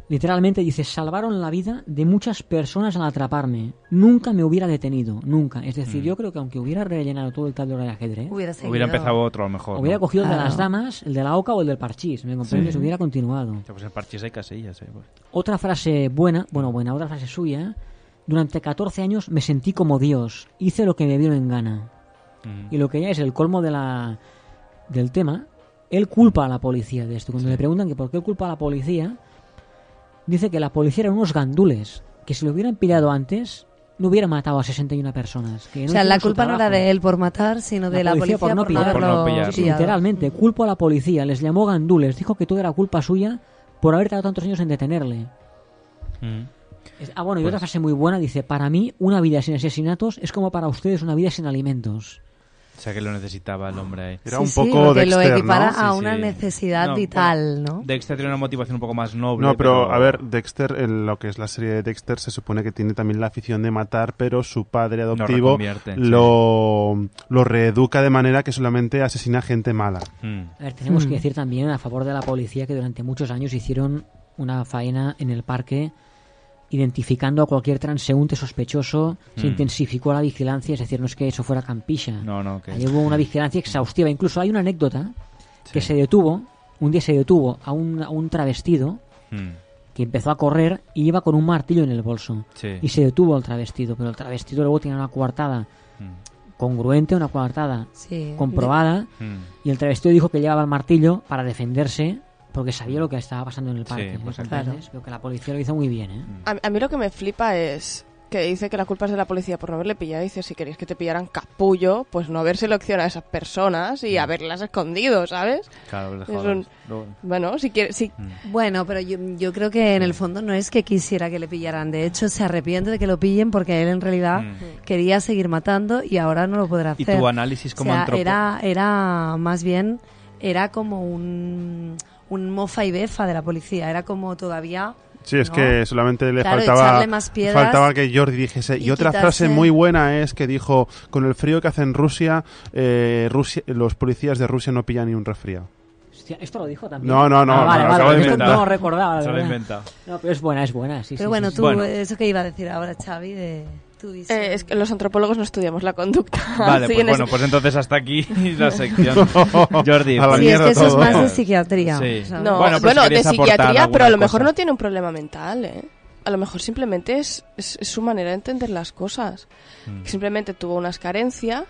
Speaker 19: literalmente dice, salvaron la vida de muchas personas al atraparme. Nunca me hubiera detenido, nunca. Es decir, yo creo que aunque hubiera rellenado todo el tablero de ajedrez,
Speaker 14: Hubiera
Speaker 15: Hubiera empezado otro, a lo mejor.
Speaker 19: ¿eh? hubiera
Speaker 15: ¿no?
Speaker 19: cogido el de
Speaker 15: Claro.
Speaker 19: las damas, el de la oca o el del parchís, ¿me comprendes?
Speaker 15: Sí.
Speaker 19: Hubiera continuado.
Speaker 15: Ya, Pues el parchís hay casillas, ¿eh? Pues.
Speaker 19: Otra frase buena, bueno, buena, otra frase suya. Durante 14 años me sentí como Dios, hice lo que me dieron en gana. Y lo que ya es el colmo de la, del tema, él culpa a la policía de esto. Cuando le preguntan que por qué culpa a la policía, dice que la policía eran unos gandules, que si lo hubieran pillado antes, no hubiera matado a 61 personas. que
Speaker 14: O
Speaker 19: no
Speaker 14: sea,
Speaker 19: hicieron
Speaker 14: la
Speaker 19: su
Speaker 14: culpa no era
Speaker 19: trabajo.
Speaker 14: de él por matar, sino de la policía, por no,
Speaker 19: pillar.
Speaker 14: haberlo
Speaker 19: Sí, sí,
Speaker 14: pillado.
Speaker 19: literalmente, culpo a la policía, les llamó gandules, dijo que todo era culpa suya por haber tardado tantos años en detenerle. Es- ah, bueno, y
Speaker 15: Pues-
Speaker 19: otra frase muy buena dice, para mí una vida sin asesinatos es como para ustedes una vida sin alimentos.
Speaker 15: O sea que lo necesitaba el hombre ahí.
Speaker 16: Era Sí, un sí, poco porque lo Dexter, ¿no? equipara
Speaker 14: a una necesidad vital, ¿no?
Speaker 15: Dexter tiene una motivación un poco más noble.
Speaker 16: No, pero a ver, Dexter, en lo que es la serie de Dexter, se supone que tiene también la afición de matar, pero su padre adoptivo
Speaker 15: reconvierte, sí.
Speaker 16: lo, lo reeduca de manera que solamente asesina gente mala.
Speaker 19: A ver, tenemos
Speaker 16: Mm.
Speaker 15: Hmm.
Speaker 19: que decir también a favor de la policía que durante muchos años hicieron una faena en el parque identificando a cualquier transeúnte sospechoso, se
Speaker 15: Mm.
Speaker 19: intensificó la vigilancia, es decir, no es que eso fuera campilla.
Speaker 15: No, no, que-
Speaker 19: Ahí hubo una vigilancia exhaustiva. Incluso hay una anécdota que se detuvo, un día se detuvo a un, a un travestido
Speaker 15: Mm.
Speaker 19: que empezó a correr y iba con un martillo en el bolso.
Speaker 15: Sí.
Speaker 19: Y se detuvo al travestido, pero el travestido luego tenía una coartada congruente, una coartada
Speaker 14: Sí.
Speaker 19: comprobada.
Speaker 14: De- Mm.
Speaker 19: Y el travestido dijo que llevaba el martillo para defenderse porque sabía lo que estaba pasando en el
Speaker 15: Sí,
Speaker 19: parque.
Speaker 15: pues
Speaker 19: ¿no?
Speaker 15: claro.
Speaker 19: Entonces, Creo que la policía lo hizo muy bien. ¿eh?
Speaker 3: A, a mí lo que me flipa es que dice que la culpa es de la policía por no haberle pillado. Dice, si queréis que te pillaran capullo, pues no haber seleccionado a esas personas
Speaker 15: Mm.
Speaker 3: y haberlas escondido, ¿sabes?
Speaker 15: Claro,
Speaker 3: Es un- Bueno, si quieres... Si...
Speaker 14: Bueno, pero yo, yo creo que en el fondo no es que quisiera que le pillaran. De hecho, se arrepiente de que lo pillen porque él en realidad quería seguir matando y ahora no lo podrá
Speaker 15: Y
Speaker 14: hacer.
Speaker 15: tu análisis como
Speaker 14: O sea,
Speaker 15: antropo-
Speaker 14: era, era más bien, era como un, un mofa y befa de la policía. Era como todavía...
Speaker 16: Sí, es
Speaker 14: ¿no?
Speaker 16: que solamente le
Speaker 14: Claro,
Speaker 16: faltaba,
Speaker 14: echarle más piedras
Speaker 16: faltaba que Jordi dijese. Y,
Speaker 14: y
Speaker 16: otra
Speaker 14: quitarse-
Speaker 16: frase muy buena es que dijo, con el frío que hace en Rusia, eh, Rusia los policías de Rusia no pillan ni un resfriado.
Speaker 19: Hostia, esto lo dijo también.
Speaker 16: No, no, no,
Speaker 19: Ah, vale,
Speaker 16: lo
Speaker 19: vale,
Speaker 16: acabo de
Speaker 19: esto
Speaker 16: inventar.
Speaker 19: no lo recordaba. la
Speaker 16: Se lo he
Speaker 19: verdad.
Speaker 16: inventado.
Speaker 19: No, pero es buena, es buena. Sí, sí,
Speaker 14: Pero bueno,
Speaker 19: sí, sí.
Speaker 14: tú, eh, eso que iba a decir ahora Xavi de tu visión.
Speaker 3: Eh, es que los antropólogos no estudiamos la conducta.
Speaker 16: Ah,
Speaker 15: Vale,
Speaker 3: Así
Speaker 15: pues
Speaker 3: en ese-
Speaker 15: bueno, pues entonces hasta aquí la sección. Jordi,
Speaker 16: A la
Speaker 15: pues-
Speaker 16: Sí, es que mierda eso es todo. más de
Speaker 14: psiquiatría,
Speaker 15: Sí.
Speaker 14: ¿sabes?
Speaker 3: No,
Speaker 15: pero si
Speaker 3: bueno, de
Speaker 15: querías aportar pues,
Speaker 3: psiquiatría,
Speaker 15: alguna
Speaker 3: pero a lo mejor
Speaker 15: cosa.
Speaker 3: no tiene un problema mental, ¿eh? A lo mejor simplemente es, es- es su manera de entender las cosas.
Speaker 15: Mm.
Speaker 3: Que Simplemente tuvo unas carencias,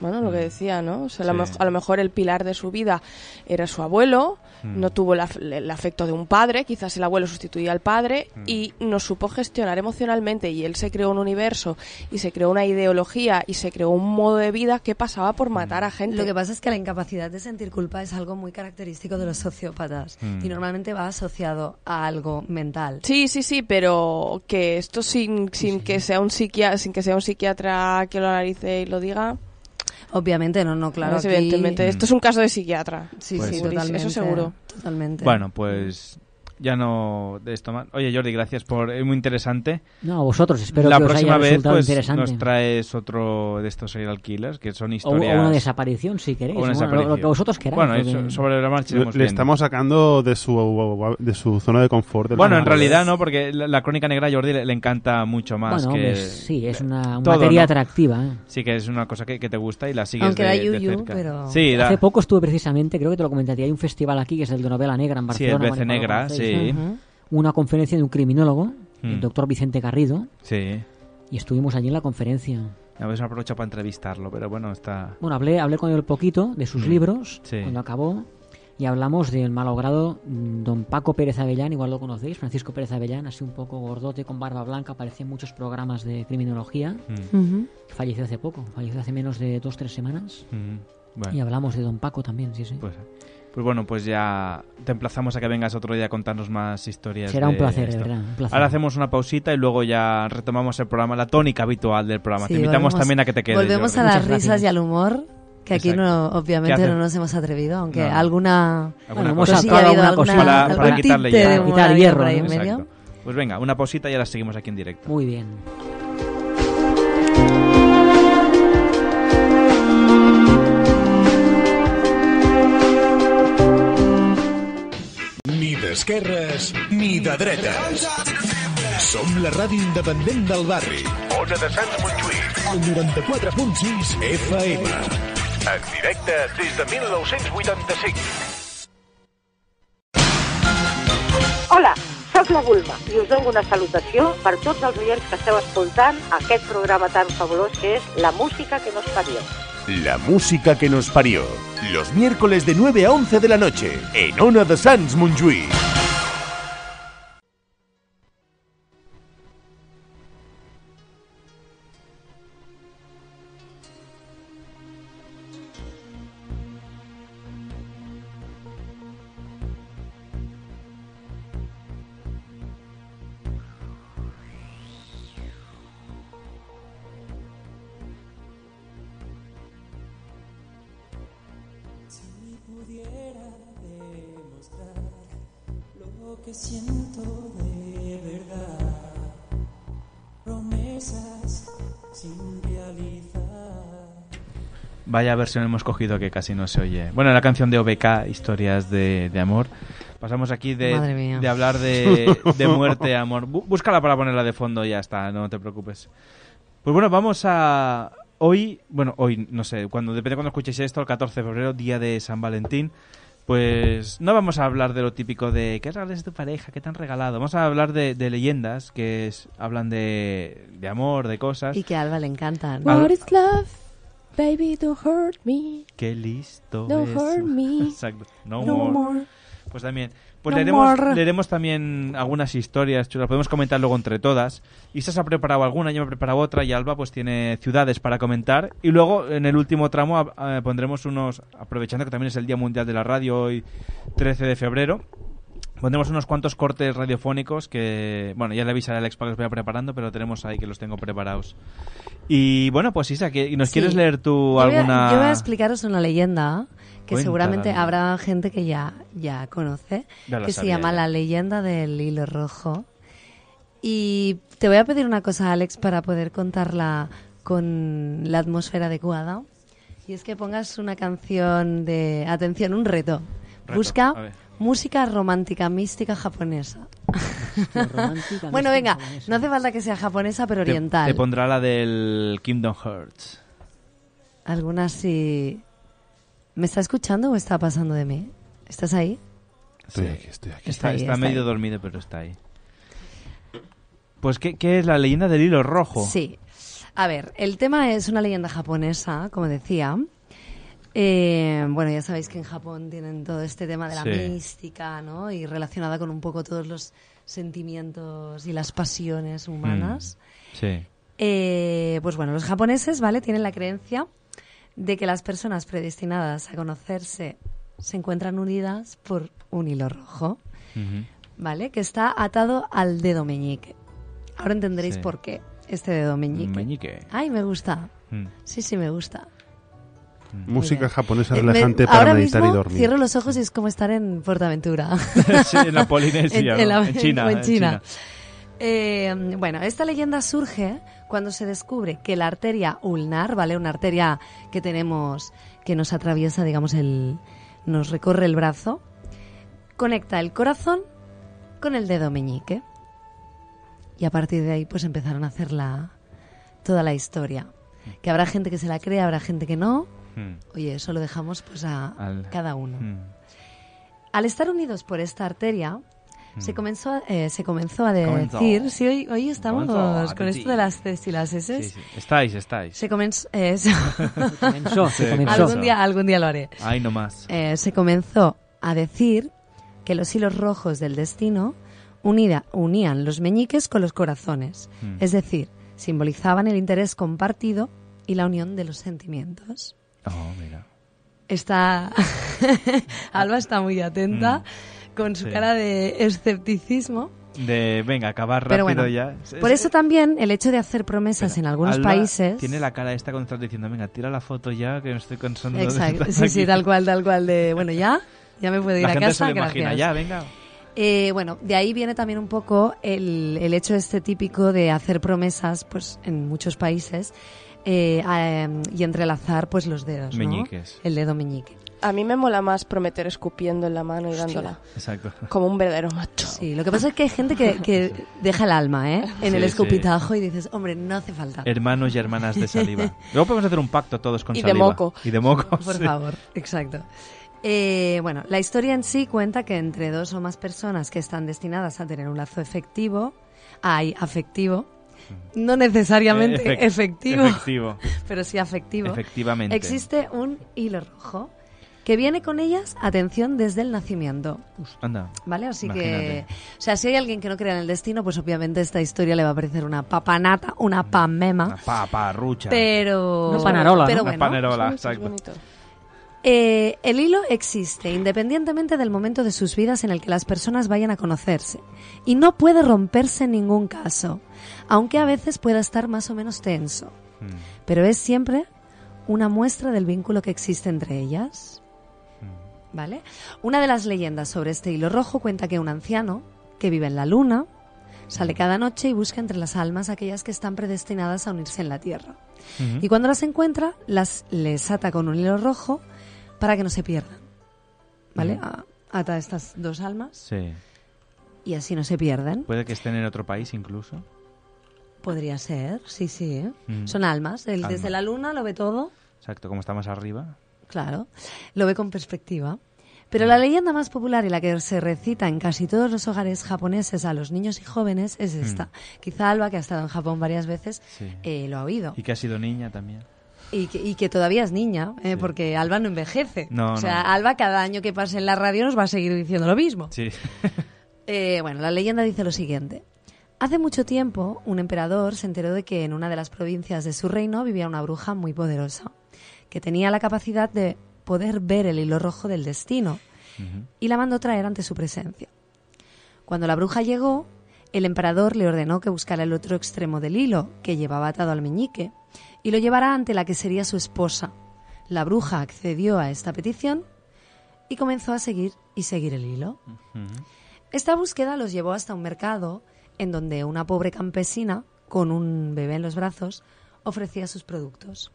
Speaker 3: bueno, lo que decía, ¿no? O sea, a, lo
Speaker 15: Sí.
Speaker 3: mej- a lo mejor el pilar de su vida era su abuelo,
Speaker 15: Mm.
Speaker 3: no tuvo la- el afecto de un padre, quizás el abuelo sustituía al padre
Speaker 15: Mm.
Speaker 3: y no supo gestionar emocionalmente y él se creó un universo y se creó una ideología y se creó un modo de vida que pasaba por matar
Speaker 15: Mm.
Speaker 3: a gente.
Speaker 14: Lo que pasa es que la incapacidad de sentir culpa es algo muy característico de los sociópatas
Speaker 3: Mm.
Speaker 14: y normalmente va asociado a algo mental.
Speaker 3: Sí, sí, sí, pero que esto sin, sin que sea un psiquiatra, sin que sea un psiquiatra que lo analice y lo diga.
Speaker 14: Obviamente, no, no, claro.
Speaker 3: Pues evidentemente,
Speaker 15: Mm.
Speaker 14: aquí-
Speaker 3: esto es un caso de psiquiatra.
Speaker 14: Sí,
Speaker 15: Pues
Speaker 14: sí,
Speaker 15: sí.
Speaker 14: totalmente.
Speaker 3: Eso seguro.
Speaker 14: Totalmente.
Speaker 15: Bueno, pues ya no de esto más. Oye, Jordi, gracias por es muy interesante.
Speaker 19: No, a vosotros, espero
Speaker 15: la
Speaker 19: que os
Speaker 15: próxima
Speaker 19: haya
Speaker 15: vez
Speaker 19: resultado
Speaker 15: pues,
Speaker 19: interesante.
Speaker 15: nos traes otro de estos serial killers que son
Speaker 19: O, o
Speaker 15: historias.
Speaker 19: una desaparición, si queréis.
Speaker 15: o
Speaker 19: Bueno,
Speaker 15: una
Speaker 19: lo- lo,
Speaker 15: desaparición.
Speaker 19: que vosotros queráis.
Speaker 15: Bueno,
Speaker 19: porque-
Speaker 15: eso- sobre la marcha
Speaker 16: Le,
Speaker 15: iremos
Speaker 16: le
Speaker 15: viendo.
Speaker 16: estamos sacando de su, de su zona de confort. del
Speaker 15: Bueno, en
Speaker 16: canal.
Speaker 15: realidad no, porque la, la crónica negra a Jordi le, le encanta mucho más
Speaker 19: Bueno,
Speaker 15: que
Speaker 19: hombre, sí, es una- una
Speaker 15: todo,
Speaker 19: materia
Speaker 15: ¿no?
Speaker 19: atractiva, ¿eh?
Speaker 15: Sí, que es una cosa que, que te gusta y la sigues
Speaker 14: Aunque
Speaker 15: de,
Speaker 14: da
Speaker 15: de
Speaker 14: yuyu,
Speaker 15: cerca.
Speaker 14: pero-
Speaker 15: Sí, da-
Speaker 19: Hace poco estuve precisamente, creo que te lo comenté, a ti, hay un festival aquí que es el de novela negra en
Speaker 15: Sí,
Speaker 19: Barcelona.
Speaker 15: el BC
Speaker 19: Maripolo,
Speaker 15: Negra,
Speaker 19: conocéis,
Speaker 15: sí.
Speaker 19: ¿no? Una conferencia de un criminólogo,
Speaker 15: Mm.
Speaker 19: el doctor Vicente Garrido,
Speaker 15: sí.
Speaker 19: y estuvimos allí en la conferencia.
Speaker 15: Habéis aprovechado para entrevistarlo, pero bueno, está...
Speaker 19: Bueno, hablé, hablé con él poquito de sus
Speaker 15: Mm.
Speaker 19: libros
Speaker 15: Sí.
Speaker 19: cuando acabó y hablamos del malogrado mm, don Paco Pérez Avellán, igual lo conocéis, Francisco Pérez Avellán, así un poco gordote, con barba blanca, aparecía en muchos programas de criminología.
Speaker 15: Mm.
Speaker 14: Ujú.
Speaker 19: Falleció hace poco, falleció hace menos de dos, tres semanas.
Speaker 15: Mm,
Speaker 19: Y
Speaker 15: bueno.
Speaker 19: hablamos de don Paco también, sí, sí.
Speaker 15: Pues, pues bueno, pues ya te emplazamos a que vengas otro día a contarnos más historias.
Speaker 19: Será un
Speaker 15: de
Speaker 19: placer, de
Speaker 15: esto.
Speaker 19: verdad, un placer.
Speaker 15: Ahora hacemos una pausita y luego ya retomamos el programa, la tónica habitual del programa.
Speaker 14: Sí,
Speaker 15: te invitamos
Speaker 14: volvemos-
Speaker 15: también a que te quedes.
Speaker 14: Volvemos a
Speaker 15: Jordi.
Speaker 14: las risas y al humor, que aquí no,
Speaker 15: ¿Qué
Speaker 14: obviamente
Speaker 15: hace-
Speaker 14: no nos hemos atrevido, aunque
Speaker 15: No.
Speaker 14: alguna. pues
Speaker 15: Alguna
Speaker 14: hemos
Speaker 15: cosa.
Speaker 14: saltado alguna
Speaker 15: Alguna-
Speaker 14: cosa.
Speaker 15: para, para
Speaker 14: algún
Speaker 15: quitarle
Speaker 14: tinte de
Speaker 15: hierro.
Speaker 14: humor ahí por ahí en
Speaker 15: Exacto.
Speaker 14: medio.
Speaker 15: Pues venga, una pausita y ahora seguimos aquí en directo.
Speaker 19: Muy bien.
Speaker 17: Ni d'esquerres ni de dretes. Som la ràdio independent del barri. Ona de Sants Montjuïc. El 94.6 FM. En directe des de 1985.
Speaker 21: Hola, sóc la Bulma i us dono una salutació per tots els oients que esteu escoltant aquest programa tan fabulós que és La música que nos parió.
Speaker 18: La música que nos parió. Los miércoles de 9 a 11 de la noche en Ona de Sans Montjuïc.
Speaker 22: que siento de verdad. Promesas sin realizar.
Speaker 15: Vaya versión hemos cogido que casi no se oye. Bueno, la canción de OBK, Historias de, de Amor. Pasamos aquí
Speaker 14: Madre
Speaker 15: de,
Speaker 14: mía.
Speaker 15: de hablar de, de muerte, amor. Bú- Búscala para ponerla de fondo y ya está, no te preocupes. Pues bueno, vamos a... Hoy, bueno, hoy, no sé, cuando depende de cuando escuchéis esto, el 14 de febrero, día de San Valentín, pues no vamos a hablar de lo típico de qué regales tu pareja, qué te han regalado. Vamos a hablar de, de leyendas que es- hablan de, de amor, de cosas.
Speaker 14: Y que a Alba le encantan.
Speaker 15: Al-
Speaker 3: What is love? Baby,
Speaker 15: Pues
Speaker 3: don't hurt me.
Speaker 15: Qué listo.
Speaker 3: No
Speaker 15: es.
Speaker 3: hurt me.
Speaker 15: Exacto. No,
Speaker 3: No
Speaker 15: more.
Speaker 3: more.
Speaker 15: Pues también. Pues
Speaker 3: No
Speaker 15: leeremos,
Speaker 3: more.
Speaker 15: leeremos también algunas historias chulas. Podemos comentar luego entre todas. Isa se ha preparado alguna, yo me he preparado otra y Alba pues tiene ciudades para comentar. Y luego en el último tramo ah, eh, pondremos unos, aprovechando que también es el Día Mundial de la Radio hoy, 13 de febrero. Pondremos unos cuantos cortes radiofónicos que, bueno, ya le avisaré a Alex para que los vaya preparando, pero tenemos ahí que los tengo preparados. Y bueno, pues Isa, que, ¿y ¿nos
Speaker 14: Sí.
Speaker 15: quieres leer tú
Speaker 14: Yo voy a-
Speaker 15: alguna...?
Speaker 14: Yo voy a explicaros una leyenda que
Speaker 15: Cuéntala.
Speaker 14: seguramente habrá gente que ya, ya conoce,
Speaker 15: Ya la
Speaker 14: que se
Speaker 15: sabía
Speaker 14: llama
Speaker 15: ya.
Speaker 14: La leyenda del hilo rojo. Y te voy a pedir una cosa, Alex, para poder contarla con la atmósfera adecuada. Y es que pongas una canción de... Atención, un reto.
Speaker 23: Reto,
Speaker 14: Busca
Speaker 23: a ver.
Speaker 14: música romántica mística japonesa.
Speaker 19: romántica
Speaker 14: bueno,
Speaker 19: mística
Speaker 14: venga, no hace falta que sea japonesa, pero
Speaker 15: Te-
Speaker 14: oriental.
Speaker 15: Te, pondrá la del Kingdom Hearts.
Speaker 14: Algunas sí. ¿Me está escuchando o está pasando de mí? ¿Estás ahí?
Speaker 15: Estoy
Speaker 16: aquí, estoy
Speaker 15: Está,
Speaker 16: aquí.
Speaker 14: Está ahí,
Speaker 15: está
Speaker 14: está
Speaker 15: medio
Speaker 14: ahí.
Speaker 15: dormido, pero está ahí. Pues, ¿qué, qué es la leyenda del hilo rojo?
Speaker 14: Sí. A ver, el tema es una leyenda japonesa, como decía. Eh, bueno, ya sabéis que en Japón tienen todo este tema de la
Speaker 23: Sí.
Speaker 14: mística, ¿no? Y relacionada con un poco todos los sentimientos y las pasiones humanas.
Speaker 15: Mm. Sí.
Speaker 14: Eh, pues bueno, los japoneses, ¿vale? Tienen la creencia de que las personas predestinadas a conocerse se encuentran unidas por un hilo rojo, ¿vale? Que está atado al dedo meñique. Ahora entenderéis
Speaker 15: Sí.
Speaker 14: por qué este dedo meñique.
Speaker 15: Meñique.
Speaker 14: Ay, me gusta.
Speaker 15: Mm.
Speaker 14: Sí, sí, me gusta.
Speaker 16: Música
Speaker 14: Muy bien.
Speaker 16: japonesa
Speaker 14: Eh, me-
Speaker 16: relajante para
Speaker 14: ahora
Speaker 16: meditar
Speaker 14: mismo
Speaker 16: y dormir.
Speaker 14: Cierro los ojos y es como estar en Portaventura.
Speaker 15: Sí, en la Polinesia, ¿no? En China,
Speaker 14: o
Speaker 15: en China.
Speaker 14: en China. Eh, bueno, esta leyenda surge cuando se descubre que la arteria ulnar, ¿vale? Una arteria que tenemos, que nos atraviesa, digamos, el. nos recorre el brazo, conecta el corazón con el dedo meñique. Y a partir de ahí, pues empezaron a hacer la, toda la historia. Que habrá gente que se la cree, habrá gente que no.
Speaker 15: Hmm.
Speaker 14: Oye, eso lo dejamos pues a
Speaker 15: Al-
Speaker 14: cada uno.
Speaker 15: Hmm.
Speaker 14: Al estar unidos por esta arteria, se, comenzó a, eh, se comenzó a
Speaker 15: Mm. Comenzó.
Speaker 14: decir... Sí, hoy, hoy estamos
Speaker 15: Comenzó a
Speaker 14: con esto
Speaker 15: decir.
Speaker 14: de las Cs y las S.
Speaker 15: Sí, sí. Estáis, estáis.
Speaker 14: Pues Se comenzó... eh, se-
Speaker 15: comenzó, se comenzó.
Speaker 14: Algún día, algún día lo haré.
Speaker 15: Ay, no más.
Speaker 14: Eh, se comenzó a decir que los hilos rojos del destino unida, unían los meñiques con los corazones.
Speaker 23: Mm.
Speaker 14: Es decir, simbolizaban el interés compartido y la unión de los sentimientos.
Speaker 15: Oh, mira.
Speaker 14: Está. Alba está muy atenta con su
Speaker 15: Mm. Sí.
Speaker 14: cara de escepticismo.
Speaker 15: De, venga, acabar rápido
Speaker 14: Pero bueno,
Speaker 15: ya. Es-
Speaker 14: por
Speaker 15: es-
Speaker 14: eso también el hecho de hacer promesas en algunos
Speaker 15: Alba
Speaker 14: países.
Speaker 15: Tiene la cara esta cuando estás diciendo, venga, tira la foto ya, que me estoy cansando de estar
Speaker 14: Exacto, sí, sí,
Speaker 15: aquí".
Speaker 14: tal cual, tal cual. De bueno, ya, ya me puedo ir
Speaker 15: La
Speaker 14: a
Speaker 15: gente
Speaker 14: casa.
Speaker 15: se lo imagina,
Speaker 14: gracias.
Speaker 15: ya, venga.
Speaker 14: Eh, bueno, de ahí viene también un poco el, el hecho este típico de hacer promesas, pues en muchos países eh, a, em, y entrelazar, pues los dedos, ¿no?
Speaker 15: Meñiques.
Speaker 14: El dedo meñique.
Speaker 3: A mí me mola más prometer escupiendo en la mano y dándola.
Speaker 15: Exacto.
Speaker 3: Como un verdadero macho.
Speaker 14: Sí, lo que pasa es que hay gente que, que deja el alma, ¿eh? En el
Speaker 15: Sí,
Speaker 14: escupitajo y dices, hombre, no hace falta.
Speaker 15: Hermanos y hermanas de saliva. Luego podemos hacer un pacto todos con
Speaker 14: Y de
Speaker 15: saliva.
Speaker 14: moco.
Speaker 15: Y de moco.
Speaker 14: Por
Speaker 15: sí.
Speaker 14: favor, exacto. Eh, bueno, la historia en sí cuenta que entre dos o más personas que están destinadas a tener un lazo efectivo, hay afectivo,
Speaker 15: Mm.
Speaker 14: no necesariamente
Speaker 15: Eh, efec-
Speaker 14: efectivo,
Speaker 15: efectivo.
Speaker 14: pero sí afectivo.
Speaker 15: Efectivamente.
Speaker 14: Existe un hilo rojo que viene con ellas, atención, desde el nacimiento.
Speaker 15: Anda.
Speaker 14: ¿Vale? Así
Speaker 15: Imagínate.
Speaker 14: que, o sea, si hay alguien que no crea en el destino, pues obviamente esta historia le va a parecer una papanata, una pamema.
Speaker 15: Paparrucha.
Speaker 14: Pero.
Speaker 15: Una panarola, ¿no?
Speaker 14: Pero
Speaker 15: Una
Speaker 14: bueno.
Speaker 15: panarola, Sí, sí, exacto. es
Speaker 14: Eh, el hilo existe independientemente del momento de sus vidas en el que las personas vayan a conocerse y no puede romperse en ningún caso, aunque a veces pueda estar más o menos tenso. Pero es siempre una muestra del vínculo que existe entre
Speaker 15: Mm.
Speaker 14: ellas. ¿Vale? Una de las leyendas sobre este hilo rojo cuenta que un anciano que vive en la luna, sale cada noche y busca entre las almas aquellas que están predestinadas a unirse en la tierra. Y cuando las encuentra, las les ata con un hilo rojo para que no se pierdan. ¿Vale?
Speaker 15: Ujú.
Speaker 14: A- Ata estas dos almas
Speaker 15: Sí.
Speaker 14: y así no se pierden.
Speaker 15: Puede que estén en otro país incluso.
Speaker 14: Podría ser, sí, sí. ¿eh?
Speaker 15: Mm.
Speaker 14: Son almas. Él
Speaker 15: Alma.
Speaker 14: desde la luna lo ve todo,
Speaker 15: Exacto, como está más arriba.
Speaker 14: claro, lo ve con perspectiva. Pero la leyenda más popular y la que se recita en casi todos los hogares japoneses a los niños y jóvenes
Speaker 15: Hmm.
Speaker 14: es esta. Quizá Alba, que ha estado en Japón varias veces,
Speaker 15: Sí.
Speaker 14: eh, lo ha oído.
Speaker 15: Y que ha sido niña también.
Speaker 14: Y que, y que todavía es niña, eh, porque Alba no envejece.
Speaker 15: No,
Speaker 14: o sea,
Speaker 15: no.
Speaker 14: Alba cada año que pase en la radio nos va a seguir diciendo lo mismo.
Speaker 15: Sí.
Speaker 14: Eh, bueno, la leyenda dice lo siguiente. Hace mucho tiempo, un emperador se enteró de que en una de las provincias de su reino vivía una bruja muy poderosa, que tenía la capacidad de poder ver el hilo rojo del destino,
Speaker 15: Mhm.
Speaker 14: y la mandó traer ante su presencia. Cuando la bruja llegó, el emperador le ordenó que buscara el otro extremo del hilo, que llevaba atado al meñique, y lo llevara ante la que sería su esposa. La bruja accedió a esta petición y comenzó a seguir y seguir el hilo. Esta búsqueda los llevó hasta un mercado en donde una pobre campesina, con un bebé en los brazos, ofrecía sus productos.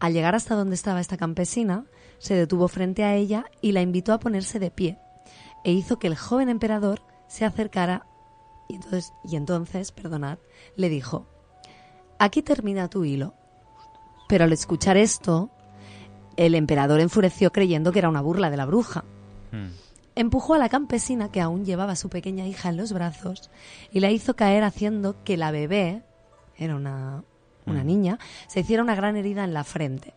Speaker 14: Al llegar hasta donde estaba esta campesina, se detuvo frente a ella y la invitó a ponerse de pie, e hizo que el joven emperador se acercara y entonces, y entonces, perdonad, le dijo, aquí termina tu hilo. Pero al escuchar esto, el emperador enfureció creyendo que era una burla de la bruja empujó a la campesina que aún llevaba a su pequeña hija en los brazos y la hizo caer haciendo que la bebé, era una,
Speaker 15: Mm.
Speaker 14: una niña, se hiciera una gran herida en la frente.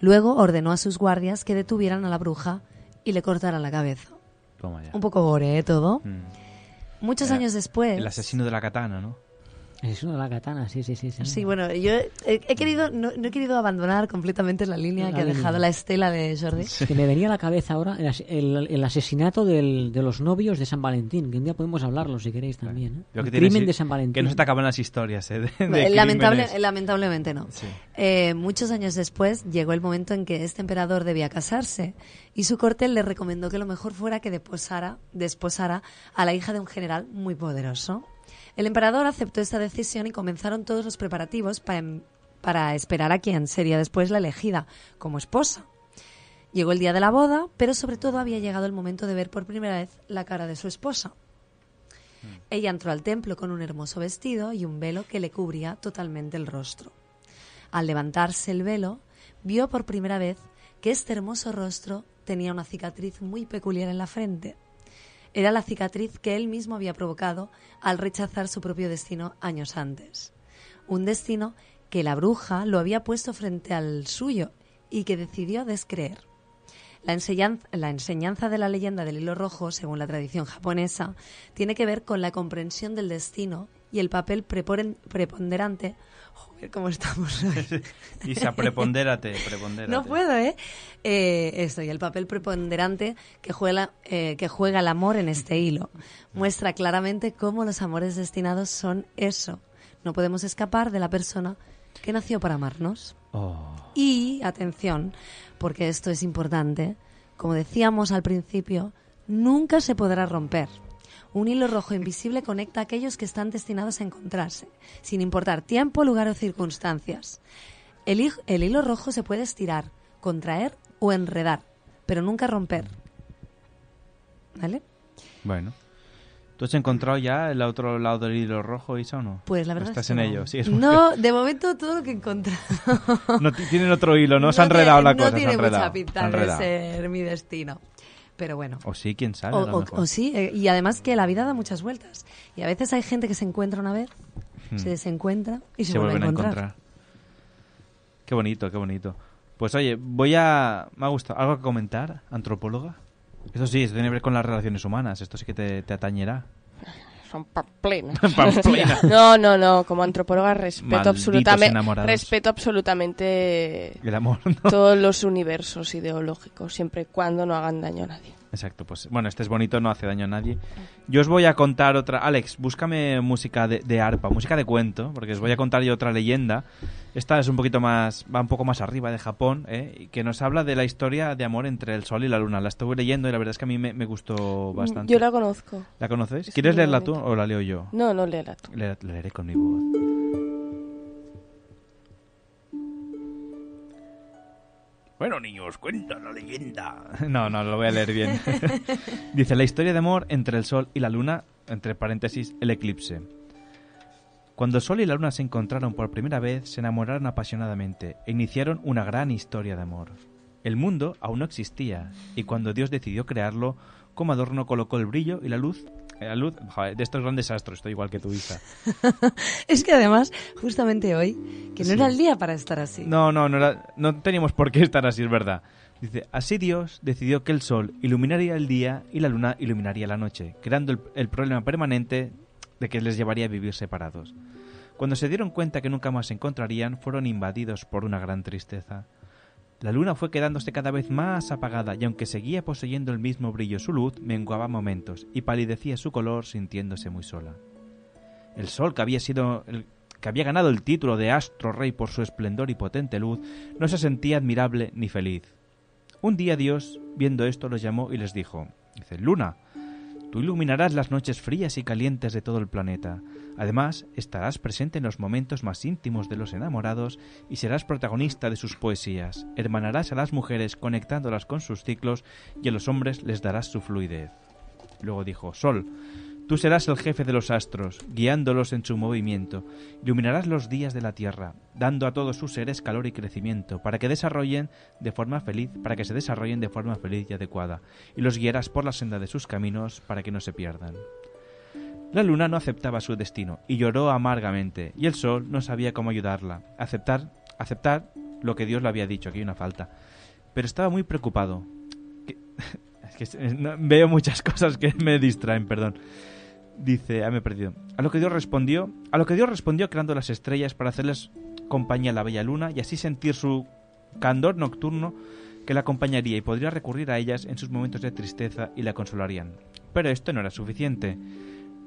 Speaker 14: Luego ordenó a sus guardias que detuvieran a la bruja y le cortaran la cabeza.
Speaker 15: Toma ya.
Speaker 14: Un poco gore, ¿eh? Todo.
Speaker 15: Mm.
Speaker 14: Muchos
Speaker 15: Era
Speaker 14: años después...
Speaker 15: El asesino de la katana, ¿no?
Speaker 19: Es una de la katana, sí, sí, sí. sí.
Speaker 14: Sí, bueno, yo he, he querido, no, no he querido abandonar completamente la línea
Speaker 19: La
Speaker 14: que ha
Speaker 19: línea.
Speaker 14: dejado la estela de Jordi.
Speaker 19: ¿eh? Que me venía a la cabeza ahora el, as- el- el asesinato del- de los novios de San Valentín, que un día podemos hablarlo si queréis también. ¿eh?
Speaker 15: Lo que
Speaker 19: El
Speaker 15: tiene
Speaker 19: crimen
Speaker 15: sí-
Speaker 19: de San Valentín.
Speaker 15: Que no se te acaban las historias, ¿eh? De,
Speaker 14: Eh,
Speaker 15: de
Speaker 14: lamentable-
Speaker 15: crímenes.
Speaker 14: lamentablemente no.
Speaker 15: Sí.
Speaker 14: Eh, muchos años después llegó el momento en que este emperador debía casarse y su corte le recomendó que lo mejor fuera que deposara, desposara a la hija de un general muy poderoso. El emperador aceptó esta decisión y comenzaron todos los preparativos para, em- para esperar a quien sería después la elegida como esposa. Llegó el día de la boda, pero sobre todo había llegado el momento de ver por primera vez la cara de su esposa. Ella entró al templo con un hermoso vestido y un velo que le cubría totalmente el rostro. Al levantarse el velo, vio por primera vez que este hermoso rostro tenía una cicatriz muy peculiar en la frente. Era la cicatriz que él mismo había provocado al rechazar su propio destino años antes. Un destino que la bruja lo había puesto frente al suyo y que decidió descreer. La enseñan- la enseñanza, de la leyenda del hilo rojo, según la tradición japonesa, tiene que ver con la comprensión del destino y el papel preporen- preponderante. Joder, cómo estamos hoy.
Speaker 15: Isa, prepondérate, prepondérate.
Speaker 14: No puedo, ¿eh? Eh, Esto, y el papel preponderante que juega, eh, que juega el amor en este hilo. Muestra claramente cómo los amores destinados son eso. No podemos escapar de la persona que nació para amarnos. Y, atención, porque esto es importante, como decíamos al principio, nunca se podrá romper. Un hilo rojo invisible conecta a aquellos que están destinados a encontrarse, sin importar tiempo, lugar o circunstancias. El, hij- el hilo rojo se puede estirar, contraer o enredar, pero nunca romper. ¿Vale?
Speaker 15: Bueno. ¿Tú has encontrado ya el otro lado del hilo rojo, Isa, o no?
Speaker 14: Pues la verdad
Speaker 15: Estás
Speaker 14: es que
Speaker 15: en
Speaker 14: no.
Speaker 15: ello, sí. es
Speaker 14: No, de momento todo lo que he encontrado.
Speaker 15: porque- no ti- tienen otro hilo, ¿no? se ha enredado la
Speaker 14: no
Speaker 15: cosa. se ha
Speaker 14: tiene
Speaker 15: enredado,
Speaker 14: mucha
Speaker 15: se ha
Speaker 14: pinta de
Speaker 15: enredado.
Speaker 14: ser mi destino. Pero bueno.
Speaker 15: O sí, quién sabe.
Speaker 14: O,
Speaker 15: a lo
Speaker 14: o-
Speaker 15: mejor.
Speaker 14: o sí, eh, y además que la vida da muchas vueltas. Y a veces hay gente que se encuentra una vez,
Speaker 15: Hmm.
Speaker 14: se desencuentra y se,
Speaker 15: se
Speaker 14: vuelve
Speaker 15: vuelven a encontrar. Qué bonito, qué bonito. Pues oye, voy a... Me ha gustado. ¿Algo que comentar, antropóloga? Eso sí, eso tiene que ver con las relaciones humanas. Esto sí que te, te atañerá.
Speaker 3: Son pamplinas.
Speaker 15: Pamplinas.
Speaker 3: No, no, no. Como antropóloga respeto
Speaker 15: Malditos
Speaker 3: absolutamente,
Speaker 15: enamorados.
Speaker 3: respeto absolutamente
Speaker 15: El amor.
Speaker 3: todos los universos ideológicos, siempre y cuando no hagan daño a nadie.
Speaker 15: Exacto, pues bueno, este es bonito, no hace daño a nadie. Yo os voy a contar otra. Alex, búscame música de, de arpa, música de cuento, porque os voy a contar yo otra leyenda. Esta es un poquito más, va un poco más arriba de Japón, ¿eh? y que nos habla de la historia de amor entre el sol y la luna. La estuve leyendo y la verdad es que a mí me, me gustó bastante.
Speaker 3: Mm, Yo la conozco.
Speaker 15: ¿La conoces?
Speaker 3: Es
Speaker 15: ¿Quieres
Speaker 3: muy
Speaker 15: leerla tú
Speaker 3: bonita.
Speaker 15: o la leo yo?
Speaker 3: No, no, léela tú.
Speaker 15: Le, leeré con mi voz.
Speaker 23: Bueno, niños, cuenta la leyenda.
Speaker 15: No, no, lo voy a leer bien. Dice, la historia de amor entre el Sol y la Luna, entre paréntesis, el eclipse. Cuando el Sol y la Luna se encontraron por primera vez, se enamoraron apasionadamente e iniciaron una gran historia de amor. El mundo aún no existía, y cuando Dios decidió crearlo, como adorno colocó el brillo y la luz... eh, La luz joder, de estos grandes astros, estoy igual que tu hija.
Speaker 14: Es que además, justamente hoy, que no
Speaker 15: Sí.
Speaker 14: era el día para estar así.
Speaker 15: No, no, no, era- no teníamos por qué estar así, es verdad. Dice, así Dios decidió que el sol iluminaría el día y la luna iluminaría la noche, creando el, el problema permanente de que les llevaría a vivir separados. Cuando se dieron cuenta que nunca más se encontrarían, fueron invadidos por una gran tristeza. La luna fue quedándose cada vez más apagada y aunque seguía poseyendo el mismo brillo su luz, menguaba momentos y palidecía su color sintiéndose muy sola. El sol, que había sido el- que había ganado el título de astro rey por su esplendor y potente luz, no se sentía admirable ni feliz. Un día Dios, viendo esto, los llamó y les dijo: Dice, Luna, tú iluminarás las noches frías y calientes de todo el planeta. Además, estarás presente en los momentos más íntimos de los enamorados y serás protagonista de sus poesías. Hermanarás a las mujeres conectándolas con sus ciclos y a los hombres les darás su fluidez. Luego dijo, Sol, tú serás el jefe de los astros, guiándolos en su movimiento. Iluminarás los días de la Tierra, dando a todos sus seres calor y crecimiento, para que desarrollen de forma feliz, para que se desarrollen de forma feliz y adecuada, y los guiarás por la senda de sus caminos para que no se pierdan. La luna no aceptaba su destino y lloró amargamente, y el sol no sabía cómo ayudarla. Aceptar, aceptar lo que Dios le había dicho, que hay una falta. Pero estaba muy preocupado. Que- es que se- no- veo muchas cosas que me distraen, perdón. Dice, ah, me he perdido. A lo que Dios respondió, a lo que Dios respondió creando las estrellas para hacerles compañía a la bella luna y así sentir su candor nocturno que la acompañaría y podría recurrir a ellas en sus momentos de tristeza y la consolarían. Pero esto no era suficiente.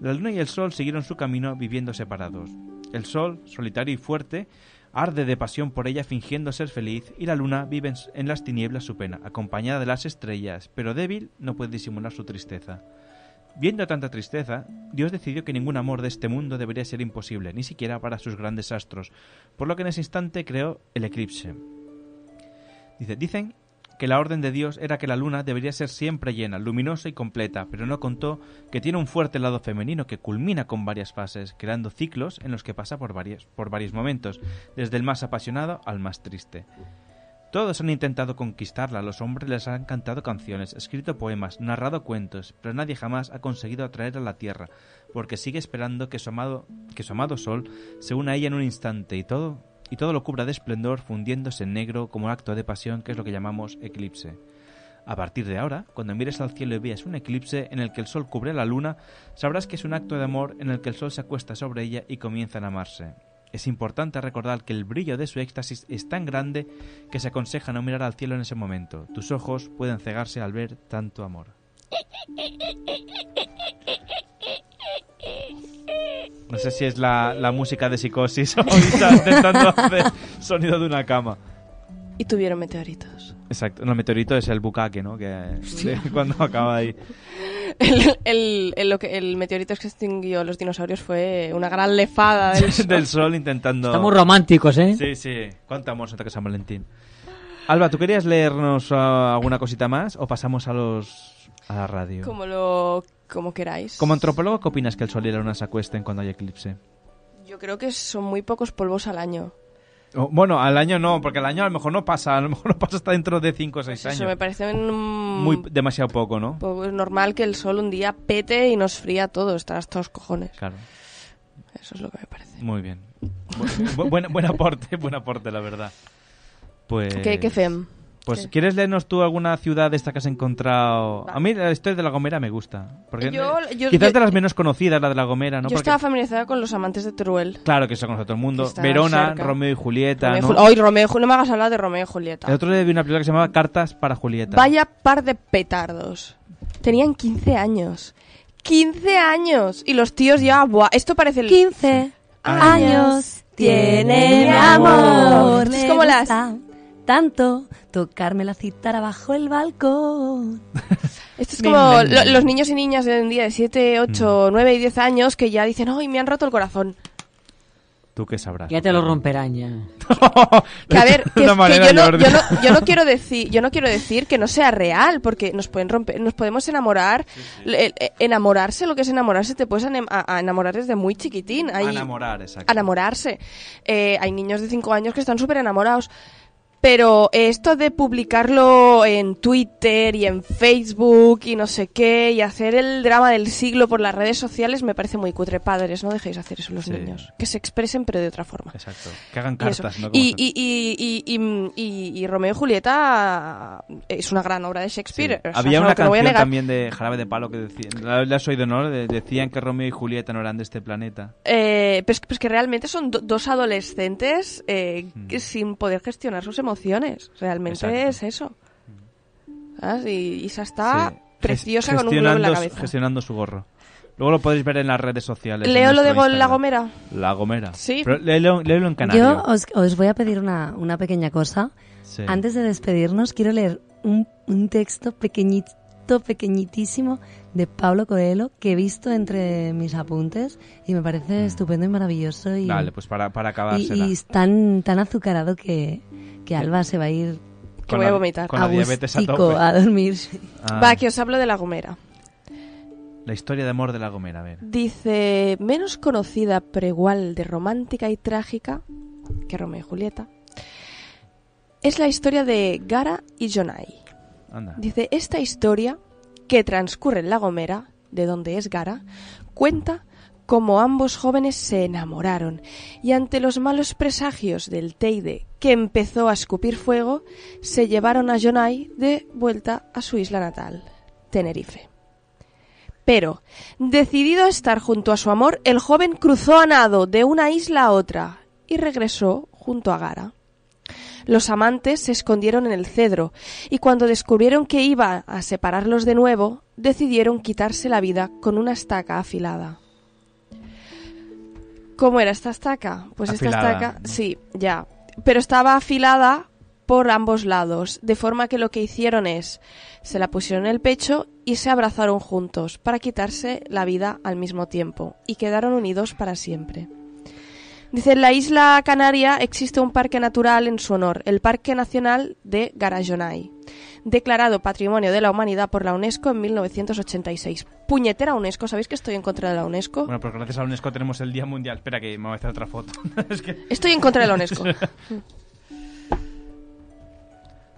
Speaker 15: La luna y el sol siguieron su camino viviendo separados. El sol, solitario y fuerte, arde de pasión por ella fingiendo ser feliz y la luna vive en s- en las tinieblas su pena, acompañada de las estrellas, pero débil no puede disimular su tristeza. Viendo tanta tristeza, Dios decidió que ningún amor de este mundo debería ser imposible, ni siquiera para sus grandes astros, por lo que en ese instante creó el eclipse. Dice, dicen que la orden de Dios era que la luna debería ser siempre llena, luminosa y completa, pero no contó que tiene un fuerte lado femenino que culmina con varias fases, creando ciclos en los que pasa por, varias- por varios momentos, desde el más apasionado al más triste. Todos han intentado conquistarla, los hombres les han cantado canciones, escrito poemas, narrado cuentos, pero nadie jamás ha conseguido atraer a la tierra, porque sigue esperando que su amado, que su amado sol se una a ella en un instante y todo, y todo lo cubra de esplendor fundiéndose en negro como acto de pasión que es lo que llamamos eclipse. A partir de ahora, cuando mires al cielo y veas un eclipse en el que el sol cubre a la luna, sabrás que es un acto de amor en el que el sol se acuesta sobre ella y comienzan a amarse. Es importante recordar que el brillo de su éxtasis es tan grande que se aconseja no mirar al cielo en ese momento. Tus ojos pueden cegarse al ver tanto amor. No sé si es la, la música de psicosis o está intentando hacer sonido de una cama.
Speaker 3: Y tuvieron meteoritos.
Speaker 15: Exacto, no, el meteorito es el bucaque, ¿no? Que cuando acaba ahí.
Speaker 3: El, el- el- lo que, el meteorito que extinguió los dinosaurios fue una gran lefada del sol.
Speaker 15: del sol intentando.
Speaker 19: Estamos románticos, ¿eh?
Speaker 15: Sí, sí. ¿Cuánto amor Santa que San Valentín? Alba, ¿tú querías leernos ah, alguna cosita más o pasamos a los a la radio?
Speaker 3: Como lo como queráis.
Speaker 15: Como antropólogo, ¿qué opinas que el sol y la luna se acuesten cuando hay eclipse?
Speaker 3: Yo creo que son muy pocos polvos al
Speaker 15: O,
Speaker 3: año.
Speaker 15: Oh, bueno, al año no, porque al año a lo mejor no pasa, a lo mejor no pasa hasta dentro de 5 o 6
Speaker 3: Pues Eso me
Speaker 15: años.
Speaker 3: parece un-
Speaker 15: Muy demasiado poco, ¿no?
Speaker 3: poco- Pues es normal que el sol un día pete y nos fría todo, estarás todos cojones.
Speaker 15: Claro.
Speaker 3: Eso es lo que me parece.
Speaker 15: Muy bien. Bu- bu- buen, buen aporte, buen aporte, la verdad. Pues,
Speaker 3: ¿Qué- qué fem?
Speaker 15: Pues,
Speaker 3: ¿Qué?
Speaker 15: ¿quieres leernos tú alguna ciudad de esta que has encontrado? A mí la historia de La Gomera me gusta. Porque
Speaker 3: Yo-
Speaker 15: eh,
Speaker 3: yo-
Speaker 15: quizás
Speaker 3: yo-
Speaker 15: de las menos conocidas, la de La Gomera, ¿no?
Speaker 3: Yo
Speaker 15: Porque-
Speaker 3: estaba familiarizada con los amantes de Teruel.
Speaker 15: Claro que eso conoce todo el mundo.
Speaker 3: Está
Speaker 15: Verona,
Speaker 3: cerca.
Speaker 15: Romeo y Julieta,
Speaker 3: Romeo y
Speaker 15: Ah, ¿no?
Speaker 3: Jul- Ay, Romeo, y Ju- no me hagas hablar de Romeo y Julieta.
Speaker 15: El otro día vi una película que se llamaba Cartas para Julieta.
Speaker 3: Vaya par de petardos. Tenían 15 años. 15 años. Y los tíos ya, buah, esto parece el...
Speaker 14: 15 Ah, años tiene mi amor.
Speaker 3: Esto es
Speaker 14: Le
Speaker 3: como las...
Speaker 14: gusta Tanto tocarme la cítara bajo el balcón.
Speaker 3: Esto es como lo- los niños y niñas de hoy en día de 7, 8, 9 y 10 años que ya dicen, ¡ay, me han roto el corazón!
Speaker 15: Tú qué sabrás.
Speaker 19: Ya te lo romperán ya.
Speaker 3: Que a ver, que,
Speaker 15: Una
Speaker 3: es- que
Speaker 15: manera
Speaker 3: yo, no,
Speaker 15: de
Speaker 3: yo,
Speaker 15: orden.
Speaker 3: no, yo no quiero decir, yo no quiero decir que no sea real, porque nos pueden romper, nos podemos enamorar, le- eh, enamorarse, lo que es enamorarse, te puedes anem- a, a enamorar desde muy chiquitín. Hay,
Speaker 15: enamorar, exacto.
Speaker 3: a enamorarse. Eh, hay niños de 5 años que están súper enamorados. Pero esto de publicarlo en Twitter y en Facebook y no sé qué, y hacer el drama del siglo por las redes sociales me parece muy cutre. Padres, no dejéis hacer eso los
Speaker 15: Sí.
Speaker 3: niños. Que se expresen, pero de otra forma.
Speaker 15: Exacto. Que hagan
Speaker 3: Y eso.
Speaker 15: cartas, ¿no? Como
Speaker 3: Y,
Speaker 15: se-
Speaker 3: y, y, y, y- y- y Romeo y Julieta eh, es una gran obra de Shakespeare. o sea,
Speaker 15: Había
Speaker 3: es algo
Speaker 15: una
Speaker 3: que no voy a
Speaker 15: canción
Speaker 3: negar.
Speaker 15: también de Jarabe de Palo que decía, ¿la, la has oído, no? De- decían que Romeo y Julieta no eran de este planeta.
Speaker 3: Eh, pues, pues que realmente son do- dos adolescentes eh, que sin poder gestionar sus emociones. Realmente
Speaker 15: Mm. Exacto.
Speaker 3: es eso. ¿Sabes? Y Isa está
Speaker 15: Ges-
Speaker 3: preciosa con un globo en la
Speaker 15: gestionando-
Speaker 3: cabeza.
Speaker 15: Gestionando su gorro. Luego lo podéis ver en las redes sociales. en
Speaker 3: Leo lo de
Speaker 15: nuestro
Speaker 3: Gol- La
Speaker 15: Instagram.
Speaker 3: Gomera.
Speaker 15: La Gomera.
Speaker 3: Sí.
Speaker 15: Pero léelo, léelo en
Speaker 14: Yo
Speaker 15: canario.
Speaker 14: os, os voy a pedir una, una pequeña cosa.
Speaker 15: Sí.
Speaker 14: Antes de despedirnos, quiero leer un, un texto pequeñito, pequeñitísimo de Pablo Coelho que he visto entre mis apuntes y me parece estupendo y maravilloso. Y,
Speaker 15: Mm. Dale, pues para, para
Speaker 14: y,
Speaker 15: acabársela.
Speaker 14: y es tan, tan azucarado que, que Alba se va a ir
Speaker 15: Con voy a la- vomitar. con la diabetes a
Speaker 14: gustico
Speaker 15: tope.
Speaker 14: a dormirse.
Speaker 15: Ah,
Speaker 3: Va, que os hablo de La Gomera.
Speaker 15: La historia de amor de La Gomera, a ver.
Speaker 3: Dice, menos conocida pero igual de romántica y trágica que Romeo y Julieta, es la historia de Gara y Jonai.
Speaker 15: Anda.
Speaker 3: Dice, esta historia, que transcurre en La Gomera, de donde es Gara, cuenta cómo ambos jóvenes se enamoraron y ante los malos presagios del Teide, que empezó a escupir fuego, se llevaron a Jonai de vuelta a su isla natal, Tenerife. Pero, decidido a estar junto a su amor, el joven cruzó a nado de una isla a otra y regresó junto a Gara. Los amantes se escondieron en el cedro y cuando descubrieron que iba a separarlos de nuevo, decidieron quitarse la vida con una estaca afilada. ¿Cómo era esta estaca? Pues
Speaker 15: Afilada,
Speaker 3: esta estaca, sí, ya, pero estaba afilada por ambos lados, de forma que lo que hicieron es se la pusieron en el pecho y se abrazaron juntos para quitarse la vida al mismo tiempo y quedaron unidos para siempre. Dice, en la isla canaria existe un parque natural en su honor, el Parque Nacional de Garajonay, declarado Patrimonio de la Humanidad por la UNESCO en 1986. Puñetera UNESCO, ¿sabéis que estoy en contra de la UNESCO?
Speaker 15: Bueno, pues gracias a la UNESCO tenemos el Día Mundial. Espera que me voy a hacer otra foto. Es que-
Speaker 3: Estoy en contra de la UNESCO.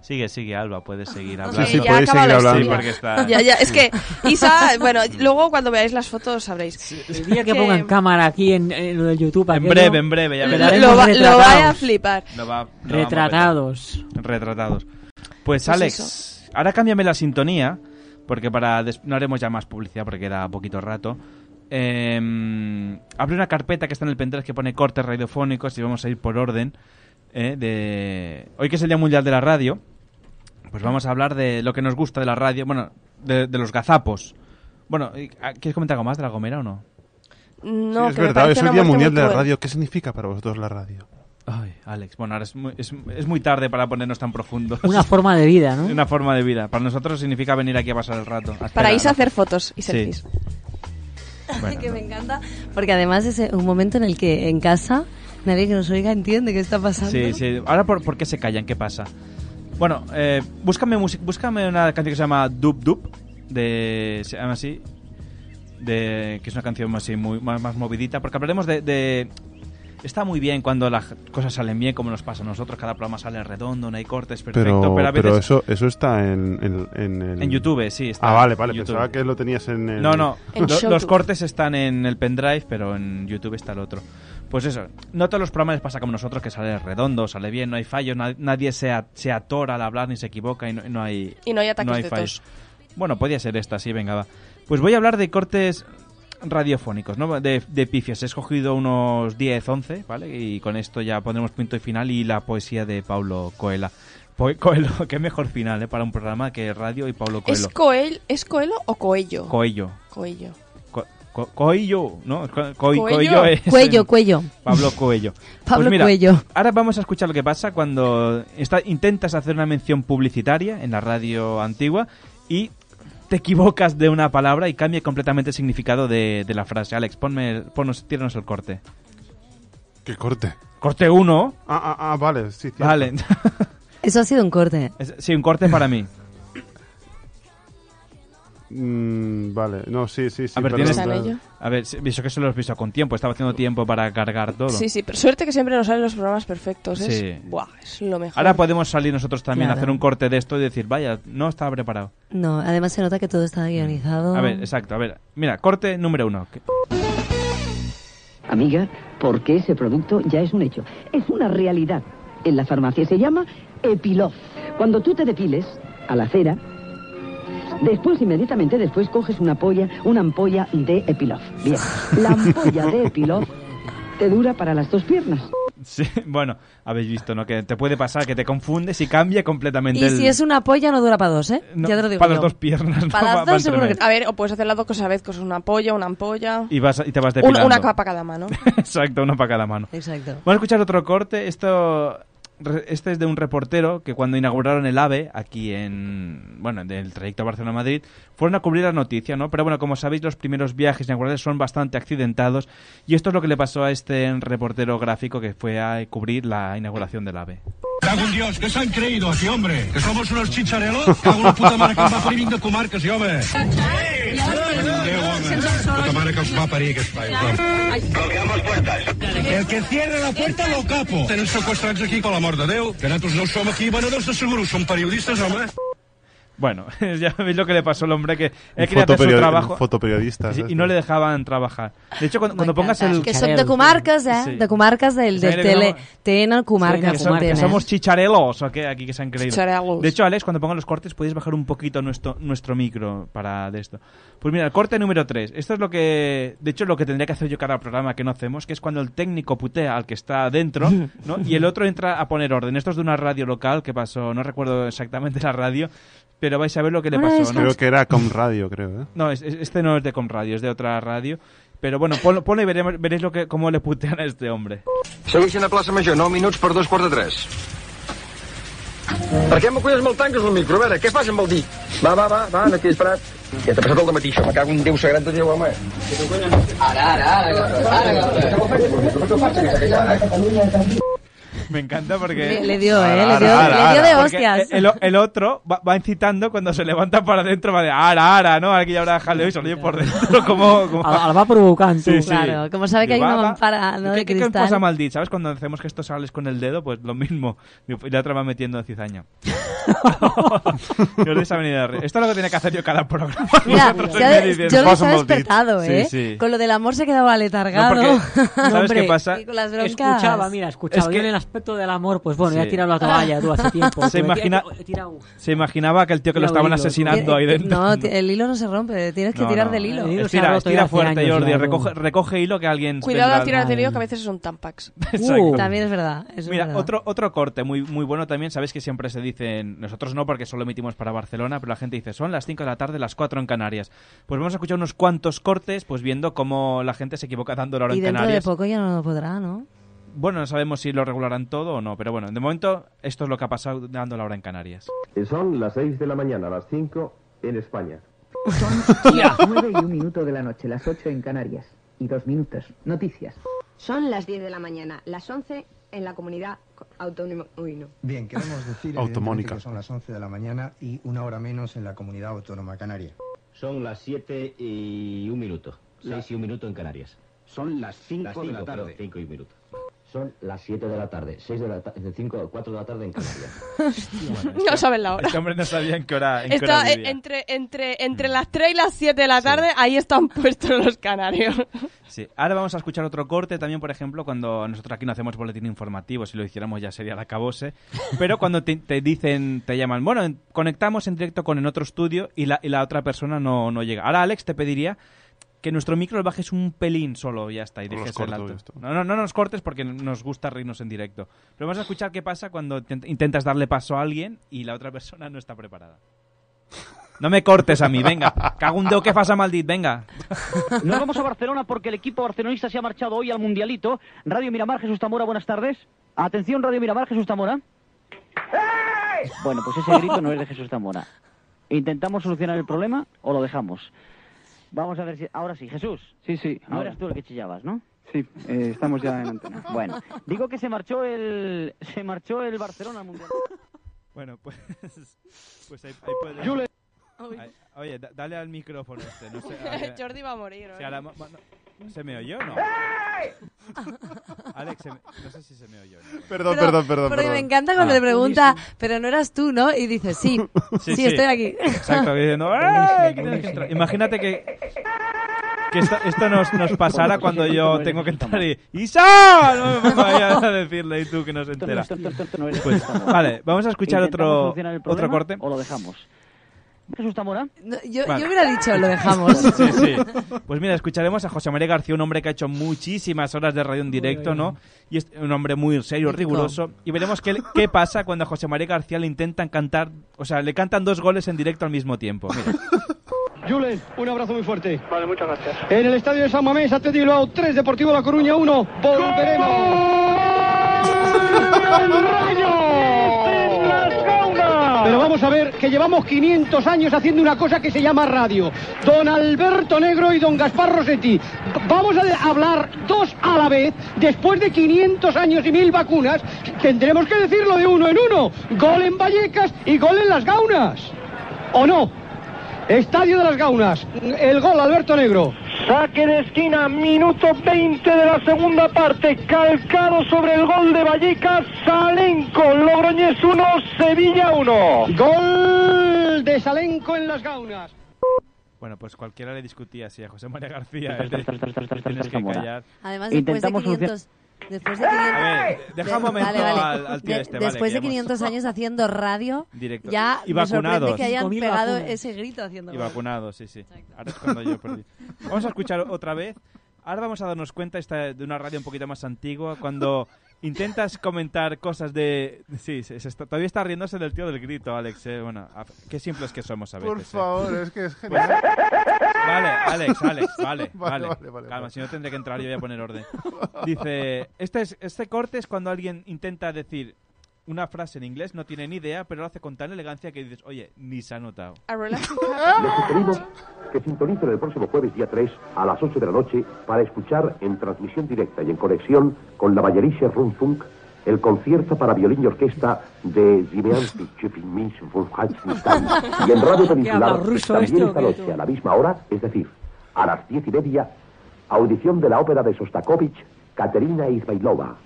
Speaker 15: sigue, sigue, Alba, puedes seguir
Speaker 3: Sí,
Speaker 15: hablando.
Speaker 16: sí, Ya podéis acaba seguir la hablando.
Speaker 15: Sí,
Speaker 16: historia.
Speaker 15: porque está...
Speaker 3: Ya, ya, es que Isa, bueno, luego cuando veáis las fotos sabréis.
Speaker 19: El día que pongan cámara aquí en, en lo de YouTube.
Speaker 15: En breve, en breve, ya
Speaker 3: Lo-
Speaker 15: verás.
Speaker 3: lo va- lo vaya a flipar.
Speaker 15: Lo va- lo vamos a petar.
Speaker 19: Retratados.
Speaker 15: Retratados. Pues,
Speaker 19: Pues
Speaker 15: Alex, ahora cámbiame la sintonía, porque para des- no haremos ya más publicidad porque queda poquito rato. Eh, abre una carpeta que está en el pendrive que pone cortes radiofónicos y vamos a ir por orden. eh, de... Hoy que es el Día Mundial de la Radio, pues vamos a hablar de lo que nos gusta de la radio, bueno, de, de los gazapos. Bueno, y- ah, ¿quieres comentar algo más de la Gomera o no?
Speaker 3: No,
Speaker 16: es
Speaker 3: que me
Speaker 16: verdad,
Speaker 3: parece
Speaker 16: es el
Speaker 3: una
Speaker 16: Día
Speaker 3: muerte
Speaker 16: Mundial
Speaker 3: muy
Speaker 16: de la
Speaker 3: cruel.
Speaker 16: Radio. ¿Qué significa para vosotros la radio?
Speaker 15: Ay, Alex, bueno, ahora es muy, es- es muy tarde para ponernos tan profundos.
Speaker 19: Una forma de vida, ¿no?
Speaker 15: Una forma de vida. Para nosotros significa venir aquí a pasar el rato.
Speaker 3: Para Isa
Speaker 15: Isa
Speaker 3: hacer fotos y
Speaker 15: Sí.
Speaker 3: selfies.
Speaker 15: Bueno,
Speaker 14: que me encanta. Porque además es eh, un momento en el que en casa nadie que nos oiga entiende qué está pasando.
Speaker 15: Sí, sí. Ahora, por, ¿por qué se callan? ¿Qué pasa? Bueno, eh, búscame, música- búscame una canción que se llama Dub Dub. De, se llama así. De, que es una canción así muy, más, más movidita. Porque hablaremos de, de- Está muy bien cuando las cosas salen bien, como nos pasa a nosotros. Cada programa sale redondo, no hay cortes, perfecto.
Speaker 16: Pero,
Speaker 15: Pero, a veces.
Speaker 16: pero eso, eso está en, en, en el-
Speaker 15: En YouTube, sí, está
Speaker 16: Ah, vale, vale.
Speaker 15: en YouTube.
Speaker 16: Pensaba que lo tenías en el...
Speaker 15: No, no.
Speaker 16: En
Speaker 15: lo- los
Speaker 16: Showtube.
Speaker 15: cortes están en el pendrive, pero en YouTube está el otro. Pues eso, no todos los programas les pasa como nosotros, que sale redondo, sale bien, no hay fallos, na- nadie se, a- se atora al hablar ni se equivoca y no, y no hay,
Speaker 3: Y no hay ataques de
Speaker 15: fallos. Bueno, podía ser esta, sí, venga, va. Pues voy a hablar de cortes radiofónicos, ¿no? De, de pifias. He escogido unos 10, 11, ¿vale? Y con esto ya pondremos punto y final y la poesía de Paulo Coelho. Porque Coelho, qué mejor final, ¿eh? Para un programa que Radio y Pablo Coelho.
Speaker 3: ¿Es, Coel, ¿Es Coelho o Coello?
Speaker 15: Coello.
Speaker 3: Coello.
Speaker 15: Co- co- Coello, ¿no? Co- co-
Speaker 14: Cuello.
Speaker 15: Coello es-
Speaker 14: Cuello, cuello.
Speaker 15: Pablo Coello.
Speaker 14: Pablo
Speaker 15: Pues mira,
Speaker 14: Coello.
Speaker 15: Ahora vamos a escuchar lo que pasa cuando está- intentas hacer una mención publicitaria en la radio antigua y te equivocas de una palabra y cambia completamente el significado de, de la frase. Alex, ponme, ponos, tíranos el corte.
Speaker 16: ¿Qué corte?
Speaker 15: Corte 1.
Speaker 16: Ah, ah, ah, vale, sí, cierto.
Speaker 15: Vale.
Speaker 14: Eso ha sido un corte.
Speaker 15: Es- sí, un corte para mí.
Speaker 16: Mm, vale, no, sí, sí, sí.
Speaker 15: A ver,
Speaker 16: perdón,
Speaker 15: tienes...
Speaker 16: perdón.
Speaker 15: A ver, sí, eso que se lo has visto con tiempo. Estaba haciendo tiempo para cargar todo.
Speaker 3: Sí, sí, pero suerte que siempre nos salen los programas perfectos. Es,
Speaker 15: Sí.
Speaker 3: buah, es lo mejor.
Speaker 15: Ahora podemos salir nosotros también a
Speaker 14: Claro.
Speaker 15: hacer un corte de esto y decir, vaya, no estaba preparado.
Speaker 14: No, además se nota que todo está guionizado.
Speaker 15: A ver, exacto, a ver. Mira, corte número uno. Que-
Speaker 10: Amiga, porque ese producto ya es un hecho, es una realidad. En la farmacia se llama Epilof. Cuando tú te depiles a la cera, después, inmediatamente después, coges una polla, una ampolla de Epilof. Bien, la ampolla de Epilof te dura para las dos piernas.
Speaker 15: Sí, bueno, habéis visto, ¿no? Que te puede pasar que te confundes y cambia completamente
Speaker 14: Y
Speaker 15: el-
Speaker 14: si es una polla, no dura para dos, ¿eh?
Speaker 15: No,
Speaker 14: ya te lo digo.
Speaker 15: Para
Speaker 14: yo.
Speaker 15: las dos piernas. ¿no?
Speaker 14: Para las
Speaker 15: Va-
Speaker 14: dos
Speaker 15: va
Speaker 14: seguro
Speaker 15: tremendo.
Speaker 3: A ver, o puedes hacer las dos cosas a la vez, cosas una polla, una ampolla.
Speaker 15: Y, vas, y te vas
Speaker 3: Un-
Speaker 15: depilando.
Speaker 3: una capa cada mano.
Speaker 15: Exacto, una para cada mano.
Speaker 14: Exacto.
Speaker 15: Vamos a escuchar otro corte. Esto, re- este es de un reportero que cuando inauguraron el AVE aquí en, bueno, del trayecto Barcelona-Madrid, fueron a cubrir la noticia, ¿no? Pero bueno, como sabéis, los primeros viajes inaugurales son bastante accidentados y esto es lo que le pasó a este reportero gráfico que fue a cubrir la inauguración del AVE.
Speaker 13: Cago en Dios, ¿qué se han creído aquí, hombre? ¿Que somos unos chicharelos? Cago en la puta mare que em va parir 20 comarques, i, home. Déu, home. Puta mare que els va parir, aquest paio. El que cierra la puerta lo capo. Tenen sequestrats aquí, per la mort de Déu. Que nosaltres no som aquí venedors de seguros, som periodistes, home.
Speaker 15: Bueno, ya veis lo que le pasó al hombre que él
Speaker 16: Un
Speaker 15: quería hacer su
Speaker 16: fotoperiodi-
Speaker 15: trabajo
Speaker 16: un fotoperiodista,
Speaker 15: Sí,
Speaker 16: ¿sabes?
Speaker 15: y no le dejaban trabajar. De hecho, cuando, cuando pongas el...
Speaker 14: Que son de comarcas, ¿eh?
Speaker 15: Sí.
Speaker 14: De comarcas del,
Speaker 15: Sí,
Speaker 14: del
Speaker 15: de
Speaker 14: tele.
Speaker 15: comarcas.
Speaker 14: Tenen comarcas.
Speaker 15: que, som- que
Speaker 14: tenen. eh.
Speaker 15: somos chicharelos, ¿o qué? Aquí que se han creído.
Speaker 14: Chicharelos.
Speaker 15: De hecho, Alex, cuando pongan los cortes, podéis bajar un poquito nuestro, nuestro micro para de esto. Pues mira, el corte número 3. Esto es lo que, de hecho, lo que tendría que hacer yo cada programa que no hacemos, que es cuando el técnico putea al que está adentro, ¿no? Y el otro entra a poner orden. Esto es de una radio local que pasó, no recuerdo exactamente la radio, pero vais a ver lo que le pasó, ¿no?
Speaker 16: Creo Ah, que era Com Radio, creo, ¿eh?
Speaker 15: No, es- es- este no es de Com Radio, es de otra radio. Pero bueno, ponlo, ponlo y veremos- veréis lo que, cómo le putean a este hombre.
Speaker 11: Segueixen a plaça Major, 9 minuts per dos quarts de tres. Per què m'aculles molt tanques el micro? A veure, què fas amb el dit? Va, va, va, va, no t'he disparat. Ja t'ha passat el matí, això. Me cago en Déu sagrat de Déu, home. Ara, ara, ara.
Speaker 15: Me encanta porque...
Speaker 14: Le- le dio, Ara, ¿eh? Le ara, dio- ara, le dio de ara. hostias.
Speaker 15: Porque El, el otro va, va incitando cuando se levanta para adentro, va de ara, ara, ¿no? Aquí ya habrá jaleo y se lo oye por dentro como... como...
Speaker 19: Al- al va provocando.
Speaker 15: Sí, sí.
Speaker 14: Claro, como sabe que hay
Speaker 15: Digo,
Speaker 14: una
Speaker 15: va, va.
Speaker 14: mampara ¿no? de
Speaker 15: ¿Qué, qué cosa
Speaker 14: cristal.
Speaker 15: mal dicha, ¿sabes? Cuando hacemos gestos sales con el dedo, pues lo mismo. Digo, Y la otra va metiendo cizaña. Jordi se ha venido a reír. Esto es lo que tiene que hacer yo cada programa.
Speaker 14: Mira,
Speaker 15: Vosotros
Speaker 14: se ha
Speaker 15: venís
Speaker 14: de-
Speaker 15: diciendo,
Speaker 14: yo lo
Speaker 15: "Pasa
Speaker 14: estaba
Speaker 15: maldito".
Speaker 14: despertado, ¿eh?
Speaker 15: Sí, sí.
Speaker 14: Con lo del amor se quedaba letargado.
Speaker 15: No, porque- ¿sabes
Speaker 14: Hombre,
Speaker 15: qué pasa?
Speaker 14: y con las broncas.
Speaker 19: Escuchaba, mira, escuchaba.
Speaker 15: Es
Speaker 19: Yo
Speaker 15: que-
Speaker 19: en el aspecto del amor, pues bueno, ya he
Speaker 15: Sí.
Speaker 19: tirado la toalla tú hace tiempo.
Speaker 15: Se,
Speaker 19: Tú, eh, he
Speaker 15: imagina-
Speaker 19: tirado- he tirado-
Speaker 15: se imaginaba que el tío que lo
Speaker 19: Tirado
Speaker 15: estaban
Speaker 19: hilos.
Speaker 15: asesinando
Speaker 19: eh,
Speaker 15: ahí dentro.
Speaker 14: Eh, No, t- el hilo no se rompe, tienes que
Speaker 15: No,
Speaker 14: tirar
Speaker 15: no.
Speaker 14: del hilo.
Speaker 15: Estira, estira fuerte,
Speaker 19: años,
Speaker 15: Jordi.
Speaker 19: ya, ¿no?
Speaker 15: Recoge, recoge hilo que alguien.
Speaker 3: Cuidado
Speaker 15: vendrá
Speaker 3: al tirar
Speaker 15: al-
Speaker 3: de lío, que a veces son tampax.
Speaker 15: Exacto.
Speaker 14: Uh. También es verdad. eso es
Speaker 15: Mira,
Speaker 14: verdad.
Speaker 15: otro, otro corte muy, muy bueno también. Sabéis que siempre se dicen, nosotros no porque solo emitimos para Barcelona, pero la gente dice, son las 5 de la tarde, las 4 en Canarias. Pues vamos a escuchar unos cuantos cortes, pues viendo cómo la gente se equivoca dando la hora
Speaker 14: Y
Speaker 15: en
Speaker 14: dentro de
Speaker 15: Canarias.
Speaker 14: poco ya no lo podrá, ¿no?
Speaker 15: Bueno, no sabemos si lo regularán todo o no, pero bueno, de momento esto es lo que ha pasado dando la hora en Canarias.
Speaker 24: Son las 6 de la mañana, las 5 en España.
Speaker 25: Las 9 y un minuto de la noche, las 8 en Canarias. Y dos minutos. Noticias.
Speaker 26: Son las 10 de la mañana, las 11 en la comunidad co- autónoma. Uy, no.
Speaker 25: Bien, queremos decir evidentemente,
Speaker 16: Automónica.
Speaker 25: que son las 11 de la mañana y una hora menos en la comunidad autónoma canaria.
Speaker 24: Son las 7 y un minuto. 6 y un minuto en Canarias. Son las 5
Speaker 25: de la tarde.
Speaker 24: 5 y un minuto. Son las 7 de la tarde, 6 de la tarde, 5, 4 de la tarde en Canarias.
Speaker 3: No saben la hora.
Speaker 15: Este hombre no sabía en qué hora, en qué hora
Speaker 3: Está eh,
Speaker 15: vivía.
Speaker 3: entre, entre, entre las 3 y las 7 de la tarde, ahí están puestos los canarios.
Speaker 15: Sí. Ahora vamos a escuchar otro corte también, por ejemplo, cuando nosotros aquí no hacemos boletín informativo, si lo hiciéramos ya sería la cabose, pero cuando te, te dicen, te llaman, bueno, en- conectamos en directo con el otro estudio y la, y la otra persona no, no llega. Ahora, Alex, te pediría que nuestro micro lo bajes un pelín solo y ya está. Y
Speaker 16: Los
Speaker 15: dejes el
Speaker 16: corto
Speaker 15: alto.
Speaker 16: esto.
Speaker 15: No, no, no nos cortes porque nos gusta reírnos en directo. Pero vamos a escuchar qué pasa cuando te- intentas darle paso a alguien y la otra persona no está preparada. No me cortes a mí, venga. Cago un dedo que pasa, maldit, venga.
Speaker 20: Nos vamos a Barcelona porque el equipo barcelonista se ha marchado hoy al Mundialito. Radio Miramar, Jesús Tamora, buenas tardes. Atención, Radio Miramar, Jesús Tamora. Bueno, pues ese grito no es de Jesús Tamora. ¿Intentamos solucionar el problema o lo dejamos? Vamos a ver si... Ahora sí, Jesús.
Speaker 4: Sí, sí.
Speaker 20: No
Speaker 4: ahora.
Speaker 20: eras tú el que chillabas, ¿no?
Speaker 4: Sí, eh, estamos ya en antena.
Speaker 20: Bueno, digo que se marchó el... Se marchó el Barcelona al Mundialito.
Speaker 15: Bueno, pues. Pues ahí, ahí puede-
Speaker 20: Yule.
Speaker 15: Ahí- oye, da- dale al micrófono este. No sé, a-
Speaker 3: Jordi va a morir.
Speaker 15: si ahora ma- ma- no- ¿Se me oyó o no? Alex, se me- no sé si se me oyó. ¿no?
Speaker 16: Perdón,
Speaker 14: Pero-
Speaker 16: perdón, perdón.
Speaker 14: Porque
Speaker 16: perdón.
Speaker 14: me encanta cuando
Speaker 15: Ah.
Speaker 14: le pregunta, pero no eras tú, ¿no? Y dices, sí, sí, estoy aquí.
Speaker 15: Exacto, diciendo, "Ay, ¡eh! que tienes que entrar". Imagínate que. Que esto, esto nos, nos pasara cuando yo tengo que entrar y. ¡Isa! No me pongo ahí a decirle y tú que no se entera. Pues, vale, vamos a escuchar
Speaker 20: ¿Intentamos
Speaker 15: otro,
Speaker 20: solucionar el
Speaker 15: otro
Speaker 20: problema
Speaker 15: corte.
Speaker 20: ¿O lo dejamos? Jesús Tamora.
Speaker 14: yo, yo hubiera dicho, lo dejamos.
Speaker 15: Sí, sí. Pues mira, escucharemos a José María García, un hombre que ha hecho muchísimas horas de radio en directo, ¿no? Y es un hombre muy serio,
Speaker 20: Directo.
Speaker 15: riguroso. Y veremos qué, qué pasa cuando a José María García le intentan cantar, o sea, le cantan dos goles en directo al mismo tiempo. Mira.
Speaker 20: Julen, un abrazo muy fuerte. Vale, muchas gracias.
Speaker 24: En el estadio de San Mamés, Atleti Bilbao 3, Deportivo La Coruña 1. Pero vamos a ver que llevamos 500 años haciendo una cosa que se llama radio. Don Alberto Negro y don Gaspar Rossetti. Vamos a de- hablar dos a la vez. Después de 500 años y mil vacunas, tendremos que decirlo de uno en uno. Gol en Vallecas y gol en las Gaunas. ¿O no? Estadio de las Gaunas. El gol, Alberto Negro.
Speaker 20: Saque de esquina, minuto 20 de la segunda parte, calcado sobre el gol de Vallecas, Salenco, Logroñez 1, Sevilla 1.
Speaker 24: Gol de Salenco en las Gaunas.
Speaker 15: Bueno, pues cualquiera le discutía así a José María García. el de- te tienes que
Speaker 20: Zamora.
Speaker 15: callar.
Speaker 14: Además, después de
Speaker 20: Intentamos
Speaker 14: 500... Después de 500...
Speaker 15: A ver, deja
Speaker 14: de-
Speaker 15: un momento
Speaker 14: vale, vale.
Speaker 15: al- al tío
Speaker 14: De-
Speaker 15: este, vale,
Speaker 14: Después
Speaker 15: que
Speaker 14: de
Speaker 15: hemos-
Speaker 14: 500 años haciendo radio,
Speaker 15: Directo.
Speaker 14: ya
Speaker 15: Y
Speaker 14: me sorprende
Speaker 15: vacunados.
Speaker 14: que hayan
Speaker 15: 5.000
Speaker 14: pegado
Speaker 15: vacunas.
Speaker 14: ese grito haciendo
Speaker 15: Y vacunados, sí, sí. Ahora es cuando yo perdí. Vamos a escuchar otra vez. Ahora vamos a darnos cuenta esta de una radio un poquito más antigua. Cuando intentas comentar cosas de. Sí, se- se está- todavía está riéndose del tío del grito, Alex. eh. Bueno, a- qué simples que somos a veces.
Speaker 16: Por
Speaker 15: eh.
Speaker 16: favor, es que es genial.
Speaker 15: Vale, Alex, Alex, vale, vale.
Speaker 16: Vale, vale, vale,
Speaker 15: Calma, si no tendré que entrar yo voy a poner orden. Dice, este, es, este corte es cuando alguien intenta decir una frase en inglés, no tiene ni idea, pero lo hace con tan elegancia que dices, oye, ni se ha notado.
Speaker 27: Les sugerimos que sintonicen el próximo jueves día 3 a las 8 de la noche para escuchar en transmisión directa y en conexión con la Bayerische Rundfunk el concierto para violín y orquesta de Zimeanski Y en Radio Peninsular
Speaker 28: habla ruso
Speaker 27: también
Speaker 28: este o
Speaker 27: esta
Speaker 28: qué,
Speaker 27: noche
Speaker 28: tú?
Speaker 27: a la misma hora, es decir, a las 10 y media, audición de la ópera de Sostakovich, Katerina Izbailova,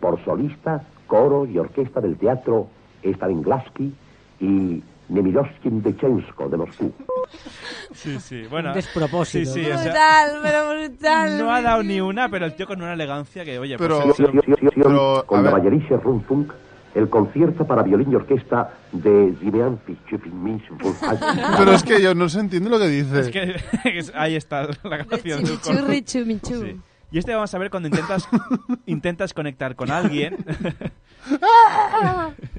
Speaker 27: por solista, coro y orquesta del teatro Stanislavski y Nemirovskin de Chensko de Moscú.
Speaker 15: Sí, sí, bueno.
Speaker 19: Un despropósito.
Speaker 15: Sí, sí, o sea,
Speaker 14: Brutal, pero brutal.
Speaker 15: no ha dado ni una, pero el tío con una elegancia que, oye, pues,
Speaker 27: Pero,
Speaker 15: se lo-
Speaker 27: con la Bayerische Rundfunk, el concierto para violín y orquesta de Zimean
Speaker 14: Ah.
Speaker 16: Pero es que yo no se entiende lo que dice.
Speaker 15: es que es- ahí está la grabación. del corte.
Speaker 14: Churri chumichu.
Speaker 15: Sí. Y este vamos a ver cuando intentas intentas conectar con alguien.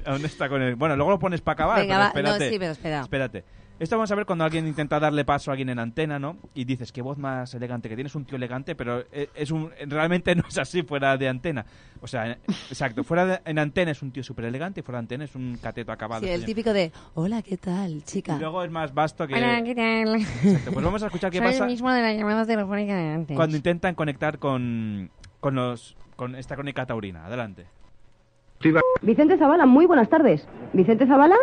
Speaker 15: Aún está con el... Bueno, luego lo pones para acabar.
Speaker 14: Venga,
Speaker 15: pero
Speaker 14: va. No,
Speaker 15: espérate.
Speaker 14: sí, pero espera.
Speaker 15: Espérate. Esto vamos a ver cuando alguien intenta darle paso a alguien en antena, ¿no? Y dices, qué voz más elegante, que tienes un tío elegante, pero e- es un, realmente no es así fuera de antena. O sea, en- exacto, fuera de, en antena es un tío súper elegante y fuera de antena es un cateto acabado.
Speaker 14: Sí, el
Speaker 15: Oye,
Speaker 14: típico de, hola, ¿qué tal, chica?
Speaker 15: Y luego es más vasto que...
Speaker 14: Hola, ¿qué tal?
Speaker 15: Exacto, pues vamos a escuchar qué
Speaker 14: Soy
Speaker 15: pasa
Speaker 14: el mismo de la llamada telefónica de antes.
Speaker 15: cuando intentan conectar con, con, los, con esta crónica taurina. Adelante.
Speaker 26: Vicente Zavala, muy buenas tardes. ¿Vicente Zavala?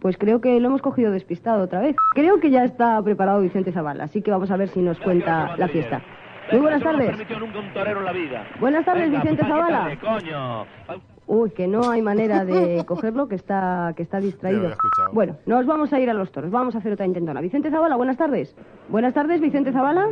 Speaker 26: Pues creo que lo hemos cogido despistado otra vez. Creo que ya está preparado Vicente Zavala, así que vamos a ver si nos cuenta la fiesta. Muy buenas tardes.
Speaker 13: nunca un torero en la vida.
Speaker 26: Buenas tardes, Vicente Zavala.
Speaker 13: coño.
Speaker 26: Uy, que no hay manera de cogerlo, que está, que está
Speaker 13: Ya lo
Speaker 26: distraído.
Speaker 13: había escuchado.
Speaker 26: Bueno, nos vamos a ir a los toros. Vamos a hacer otra intentona. Vicente Zavala, buenas tardes. Buenas tardes, Vicente Zavala.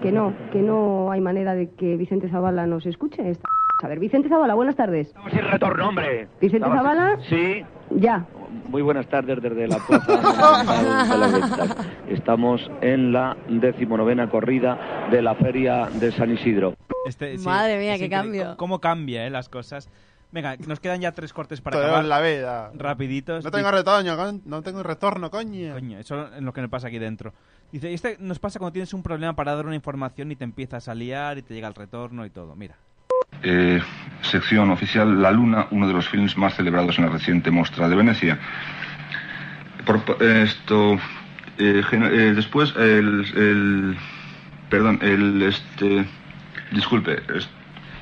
Speaker 26: Que no, que no hay manera de que Vicente Zavala nos escuche. Está A ver, Vicente Zavala, buenas tardes.
Speaker 29: Sin retorno, hombre.
Speaker 26: Vicente
Speaker 29: Estamos-
Speaker 26: Zavala,
Speaker 29: Sí.
Speaker 26: ya.
Speaker 29: Muy buenas tardes desde la Plaza Monumental de las Ventas. Estamos en la decimonovena corrida de la Feria de San Isidro.
Speaker 15: Este, sí,
Speaker 14: Madre mía,
Speaker 15: es
Speaker 14: qué
Speaker 15: increíble
Speaker 14: cambio.
Speaker 15: c- ¿Cómo cambia, eh, las cosas? Venga, nos quedan ya tres cortes para
Speaker 16: Te veo
Speaker 15: acabar.
Speaker 16: en la veda.
Speaker 15: Rapiditos.
Speaker 16: No tengo
Speaker 15: Dice-
Speaker 16: retorno, con- no tengo retorno, coño.
Speaker 15: Coño, eso es lo que me pasa aquí dentro. Dice, este nos pasa cuando tienes un problema para dar una información y te empiezas a liar y te llega el retorno y todo. Mira.
Speaker 28: Eh, sección oficial La Luna, uno de los films más celebrados en la reciente mostra de Venecia. Por pa- eh, esto eh, gen- eh, después el, el- perdón el este disculpe es-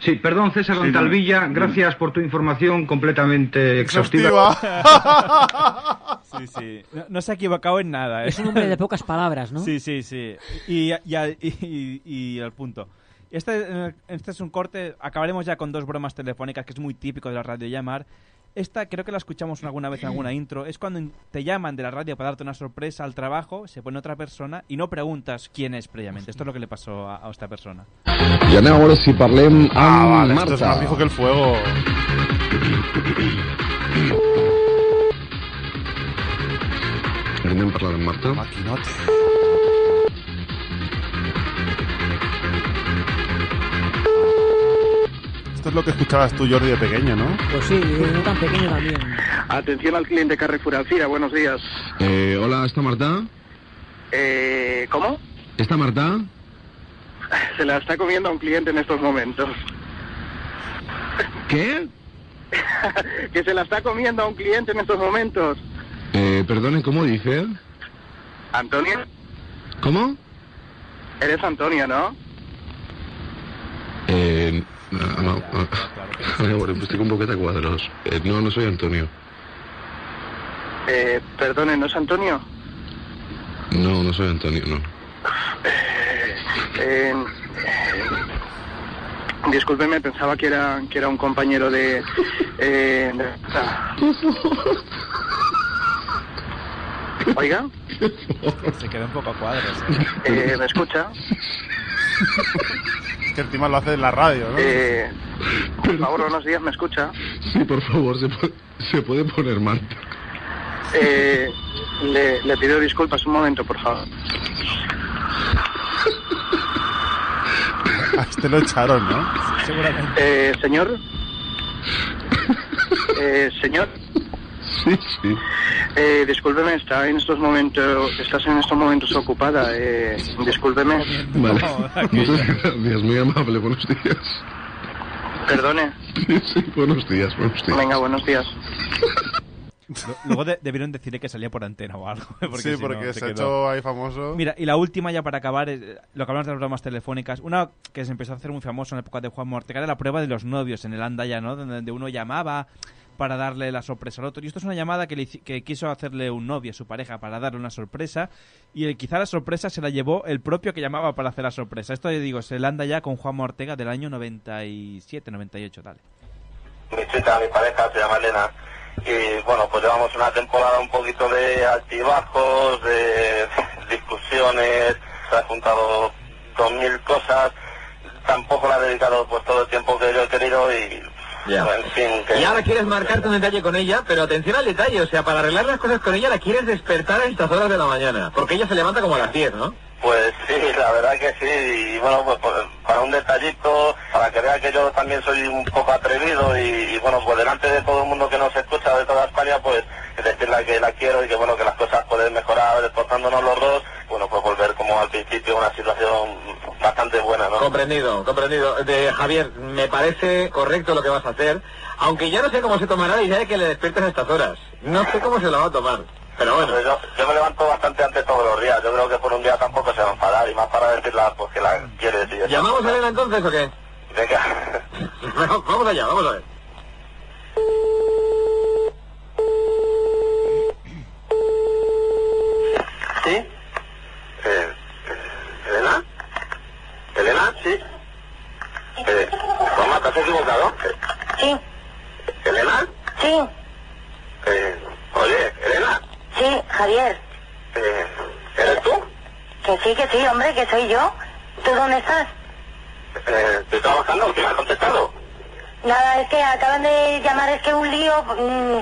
Speaker 30: Sí, perdón, César
Speaker 28: Sí,
Speaker 30: Montalvilla,
Speaker 28: no.
Speaker 30: gracias por tu información completamente exhaustiva.
Speaker 15: Sí, sí. No, no se ha equivocado en nada. ¿eh?
Speaker 19: Es un hombre de pocas palabras, ¿no?
Speaker 15: Sí, sí, sí. Y, y, al- y- y al punto. Este, este es un corte. Acabaremos ya con dos bromas telefónicas, que es muy típico de la radio llamar. Esta creo que la escuchamos alguna vez en alguna intro. Es cuando in- te llaman de la radio para darte una sorpresa al trabajo, se pone otra persona y no preguntas quién es previamente. Esto es lo que le pasó a, a esta persona.
Speaker 30: Llamem si parlem amb
Speaker 16: Ah, vale,
Speaker 30: Marta.
Speaker 16: esto es más viejo que el fuego.
Speaker 30: Anem a parlar amb Marta.
Speaker 16: Esto es lo que escuchabas tú, Jordi, de pequeño, ¿no?
Speaker 19: Pues sí, y no tan pequeño también.
Speaker 30: Atención al cliente Carrefour Alcira, buenos días. Eh, hola, ¿está Marta?
Speaker 11: Eh, ¿Cómo?
Speaker 30: ¿Está Marta?
Speaker 11: Se la está comiendo a un cliente en estos momentos.
Speaker 30: ¿Qué?
Speaker 11: que se la está comiendo a un cliente en estos momentos.
Speaker 30: Eh, perdone, ¿cómo dice?
Speaker 11: Antonio,
Speaker 30: ¿Cómo?
Speaker 11: eres Antonio, ¿no?
Speaker 30: Eh, ah, no, ah. Ay, bueno, pues estoy con boqueta a cuadros. Eh, no, no soy Antonio.
Speaker 11: Eh, perdone, ¿no es Antonio?
Speaker 30: No, no soy Antonio, no.
Speaker 11: Eh, discúlpeme, pensaba que era, que era un compañero de... eh, de- Oiga,
Speaker 15: Se quedó un poco a cuadros.
Speaker 11: eh, ¿me escucha?
Speaker 16: Es que encima lo hace en la radio, ¿no?
Speaker 11: Eh, por favor, buenos días, ¿me escucha?
Speaker 30: Sí, por favor, se, pu- se puede poner Marta.
Speaker 11: Eh, le, le pido disculpas un momento, por favor.
Speaker 16: A este lo echaron, ¿no?
Speaker 11: Eh, señor. Eh, señor.
Speaker 30: Sí, sí.
Speaker 11: Eh, discúlpeme, está en estos momentos, estás en estos momentos ocupada. Eh, discúlpeme.
Speaker 30: Vale. Muchas gracias, muy amable, buenos días.
Speaker 11: Perdone.
Speaker 30: Sí, sí, buenos días, buenos días.
Speaker 11: Venga, buenos días.
Speaker 15: Lo- Luego de- debieron decirle que salía por antena o algo. Porque
Speaker 16: Sí,
Speaker 15: si no,
Speaker 16: porque se ha
Speaker 15: quedó.
Speaker 16: hecho ahí famoso.
Speaker 15: Mira, y la última ya para acabar, es, eh, lo que hablamos de las bromas telefónicas, una que se empezó a hacer muy famoso en la época de Juan Ortega era la prueba de los novios en el anda ya, ¿no? Donde donde uno llamaba para darle la sorpresa al otro. Y esto es una llamada que, le hici- que quiso hacerle un novio a su pareja para darle una sorpresa. Y eh, quizá la sorpresa se la llevó el propio que llamaba para hacer la sorpresa. Esto, yo digo, es el anda ya con Juan Ortega del año 97, 98, dale.
Speaker 31: mi chica, mi pareja se llama Elena. Y bueno, pues llevamos una temporada un poquito de altibajos, de discusiones, se ha juntado dos mil cosas. Tampoco le ha dedicado pues todo el tiempo que yo he querido y en fin que
Speaker 32: Y ahora quieres marcarte un detalle con ella, pero atención al detalle, o sea, para arreglar las cosas con ella la quieres despertar a estas horas de la mañana, porque ella se levanta como a las 10, ¿no?
Speaker 31: pues sí, la verdad que sí. Y bueno, pues, pues, para un detallito, para que vea que yo también soy un poco atrevido y, y, bueno, pues delante de todo el mundo que nos escucha de toda España, pues decirle que la quiero y que bueno, que las cosas pueden mejorar esforzándonos los dos, bueno, pues volver como al principio a una situación bastante buena, ¿no?
Speaker 32: Comprendido, comprendido. De Javier, me parece correcto lo que vas a hacer, aunque ya no sé cómo se tomará y ya de que le despiertes a estas horas. No sé cómo se la va a tomar, pero bueno.
Speaker 31: Yo, yo me levanto bastante antes todos los días. Yo creo que por un día tampoco se va a enfadar y más para decirla pues que la quiere decir.
Speaker 32: ¿Llamamos a Elena entonces o qué?
Speaker 31: Venga.
Speaker 32: Bueno, vamos allá, vamos a ver.
Speaker 31: ¿Sí? Eh, ¿Elena? ¿Elena? Sí. Eh, mamá, ¿te has equivocado? Sí. ¿Elena? Sí. Eh, oye, ¿Elena?
Speaker 12: Sí, Javier.
Speaker 31: Eh, ¿Eres tú?
Speaker 12: Que sí, que sí, hombre, que soy yo. ¿Tú dónde estás?
Speaker 31: Eh, ¿Te trabajando? ¿Quién ha contestado?
Speaker 12: Nada, es que acaban de llamar, es que un lío, mm,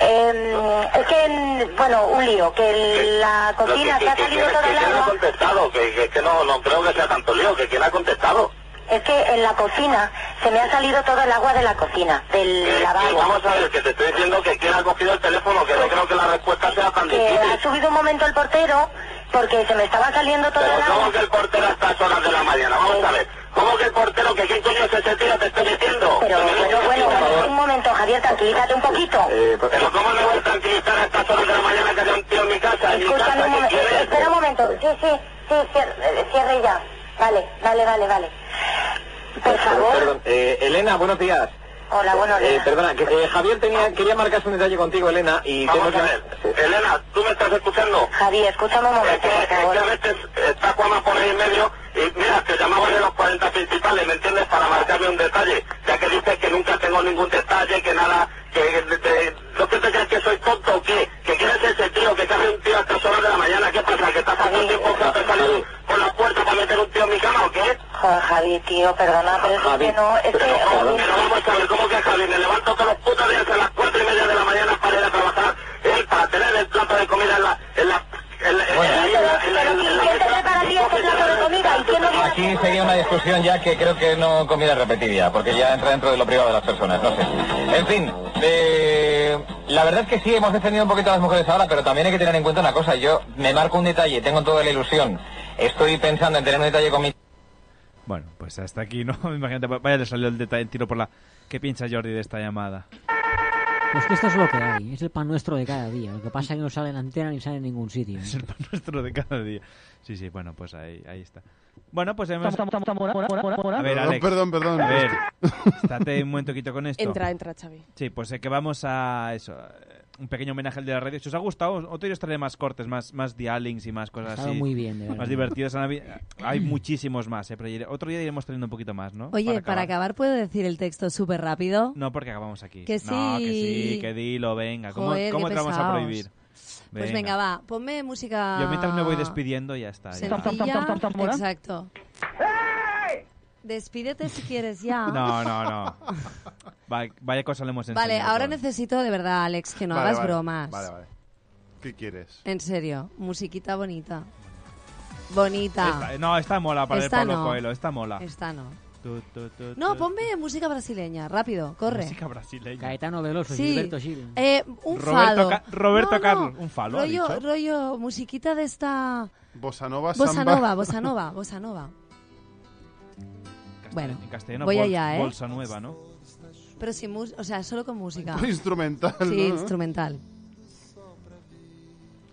Speaker 12: em, es que, mm, bueno, un lío, que el- la cocina se ha salido todo el
Speaker 31: ¿Quién ha
Speaker 12: agua.
Speaker 31: contestado? Que, que- que no, no creo que sea tanto lío, que quién ha contestado.
Speaker 12: Es que en la cocina se me ha salido todo el agua de la cocina, del
Speaker 31: Que
Speaker 12: lavabo.
Speaker 31: vamos a ver, que te estoy diciendo que quién ha cogido el teléfono, que no creo que la respuesta sea tan
Speaker 12: Que
Speaker 31: difícil.
Speaker 12: ha subido un momento el portero porque se me estaba saliendo todo el agua.
Speaker 31: ¿Cómo que el portero a estas horas de la mañana? Vamos a ver. ¿Cómo que el portero, que quién coño es ese tío, te estoy diciendo? Pero,
Speaker 12: Pero pues, bueno, bueno, un momento, Javier, tranquilízate un poquito.
Speaker 31: Eh, pero ¿cómo me voy a tranquilizar a estas horas de la mañana que hay un tío en mi casa? ¿eh? En mi
Speaker 12: Escúchame
Speaker 31: casa,
Speaker 12: un
Speaker 31: ¿qué
Speaker 12: momento,
Speaker 31: quieres?
Speaker 12: eh, espera un momento. Sí, sí, sí, cierre, cierre ya. Vale, vale, vale, vale. Por favor.
Speaker 32: Perdón, eh, Elena, buenos días.
Speaker 12: Hola, bueno,
Speaker 32: Eh, perdona, que, eh, Javier tenía, quería marcarse un detalle contigo, Elena, y tengo que...
Speaker 31: Elena, ¿tú me estás escuchando? Eh,
Speaker 12: Javier, escúchame un momento,
Speaker 31: por favor. Es que a veces está Juanma por ahí en medio y mira, te llamaba de los 40 principales, ¿me entiendes? Para marcarme un detalle, ya que dices que nunca tengo ningún detalle, que nada, que... de- de- ¿No que te crees que soy tonto o qué? ¿Que quién es ese tío que cabe un tío a estas horas de la mañana? ¿Qué pasa? ¿Que está pasando tiempo que te salido por la puerta para meter un tío en mi cama o qué?
Speaker 12: Joder, Javier, tío, perdona, pero es que no, es que...
Speaker 31: Pero vamos a ver, ¿cómo que Javi? Me levanto todos los putos días a las cuatro y media de la mañana para ir a trabajar, él para tener el plato de comida en la... En la en la, en la- en la- en la- en la-
Speaker 12: este
Speaker 32: Aquí sería una discusión ya que creo que no comida repetiría, porque ya entra dentro de lo privado de las personas, no sé. En fin, eh, la verdad es que sí, hemos defendido un poquito a las mujeres ahora, pero también hay que tener en cuenta una cosa. Yo me marco un detalle, tengo toda la ilusión, estoy pensando en tener un detalle con mi...
Speaker 15: Bueno, pues hasta aquí, ¿no? Imagínate, vaya, le salió el detalle, el tiro por la... ¿Qué piensa Jordi de esta llamada?
Speaker 19: Pues que esto es lo que hay, es el pan nuestro de cada día. Lo que pasa es que no sale en antena ni sale en ningún sitio.
Speaker 15: Es el pan nuestro de cada día. Sí, sí, bueno, pues ahí, ahí está. Bueno, pues hemos...
Speaker 20: Estamos- estamos- estamos- estamos- estamos- estamos-
Speaker 15: A ver,
Speaker 16: Perdón,
Speaker 15: Alex.
Speaker 16: perdón, perdón.
Speaker 15: A ver, estate un momentico con esto.
Speaker 3: Entra, entra, Xavi.
Speaker 15: Sí, pues eh, que vamos a eso. eh, Un pequeño homenaje al de la radio. Si os ha gustado, otro día os traeré más cortes, más, más dialings y más cosas
Speaker 19: Ha estado
Speaker 15: así.
Speaker 19: muy bien, de verdad.
Speaker 15: Más divertidos. Han habi- Hay muchísimos más, eh, pero iré- otro día iremos teniendo un poquito más, ¿no?
Speaker 14: Oye, para, acabar, ¿puedo decir el texto súper rápido?
Speaker 15: No, porque acabamos aquí.
Speaker 14: Que
Speaker 15: No, que sí,
Speaker 14: sí.
Speaker 15: que dilo, venga. ¿Cómo,
Speaker 14: Joder,
Speaker 15: cómo
Speaker 14: qué
Speaker 15: te vamos a
Speaker 14: pesados.
Speaker 15: prohibir?
Speaker 14: Pues venga, va, ponme música.
Speaker 15: Yo mientras me voy despidiendo, ya está. ya.
Speaker 14: Sencilla, exacto. Despídete si quieres ya.
Speaker 15: No, no, no. Va- vaya cosa le hemos enseñado.
Speaker 14: Vale, ahora
Speaker 15: todos.
Speaker 14: necesito de verdad, Alex, que no
Speaker 15: Vale,
Speaker 14: hagas
Speaker 15: vale,
Speaker 14: bromas.
Speaker 15: vale, vale.
Speaker 16: ¿Qué quieres?
Speaker 14: En serio, musiquita bonita. Bonita.
Speaker 15: Esta- no, esta mola para
Speaker 14: Esta
Speaker 15: el Pablo
Speaker 14: no.
Speaker 15: Coelho, esta mola.
Speaker 14: Esta no.
Speaker 15: Tu, tu, tu,
Speaker 14: No,
Speaker 15: tu.
Speaker 14: ponme música brasileña, rápido, corre.
Speaker 15: Música brasileña.
Speaker 19: Caetano Veloso,
Speaker 14: Sí.
Speaker 19: Gilberto Gil.
Speaker 14: Eh, un
Speaker 15: Roberto
Speaker 14: fado.
Speaker 15: Ca- Roberto
Speaker 14: No, no.
Speaker 15: Carlos, un falo, ha
Speaker 14: Rollo,
Speaker 15: dicho.
Speaker 14: rollo, musiquita de esta.
Speaker 16: Bossa Nova,
Speaker 14: Bossa
Speaker 16: samba.
Speaker 14: nova, bossa nova, bossa nova. Bueno,
Speaker 15: En castellano,
Speaker 14: voy
Speaker 15: bol-
Speaker 14: allá, ¿eh?
Speaker 15: Bolsa nueva, ¿no?
Speaker 14: Pero sin mus- o sea, solo con música.
Speaker 16: Instrumental,
Speaker 14: Sí,
Speaker 16: ¿no?
Speaker 14: instrumental.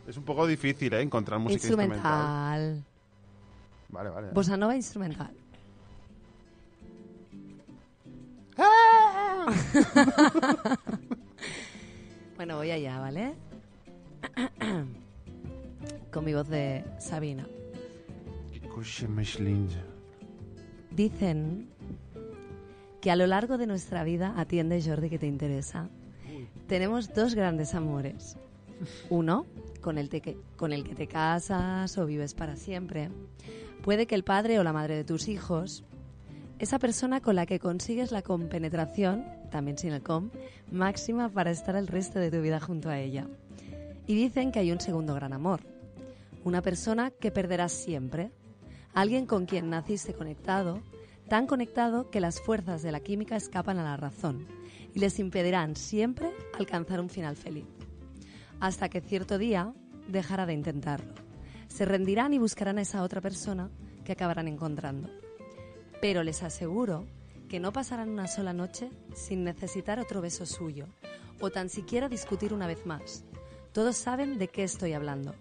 Speaker 16: Es un poco difícil, ¿eh? Encontrar música instrumental.
Speaker 14: Instrumental.
Speaker 16: Vale, vale.
Speaker 14: Bossa nova instrumental.
Speaker 16: ¡Ah!
Speaker 14: bueno, voy allá, ¿vale? Con mi voz de Sabina.
Speaker 16: Escuche, mis lindas.
Speaker 14: Dicen que a lo largo de nuestra vida, atiende Jordi que te interesa, tenemos dos grandes amores. Uno, con el, te que, con el que te casas o vives para siempre. Puede que el padre o la madre de tus hijos, esa persona con la que consigues la compenetración, también sin el com, máxima para estar el resto de tu vida junto a ella. Y dicen que hay un segundo gran amor, una persona que perderás siempre, alguien con quien naciste conectado, tan conectado que las fuerzas de la química escapan a la razón y les impedirán siempre alcanzar un final feliz. Hasta que cierto día dejará de intentarlo. Se rendirán y buscarán a esa otra persona que acabarán encontrando. Pero les aseguro que no pasarán una sola noche sin necesitar otro beso suyo o tan siquiera discutir una vez más. Todos saben de qué estoy hablando,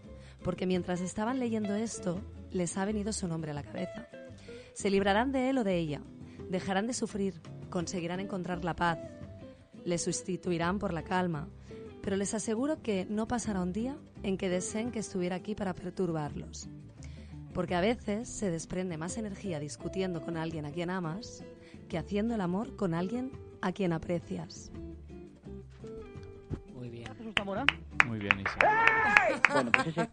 Speaker 14: porque mientras estaban leyendo esto, les ha venido su nombre a la cabeza. Se librarán de él o de ella, dejarán de sufrir, conseguirán encontrar la paz, le sustituirán por la calma, pero les aseguro que no pasará un día en que deseen que estuviera aquí para perturbarlos. Porque a veces se desprende más energía discutiendo con alguien a quien amas que haciendo el amor con alguien a quien aprecias.
Speaker 19: Muy bien.
Speaker 15: Muy bien, Isa.
Speaker 20: Bueno, pues ese-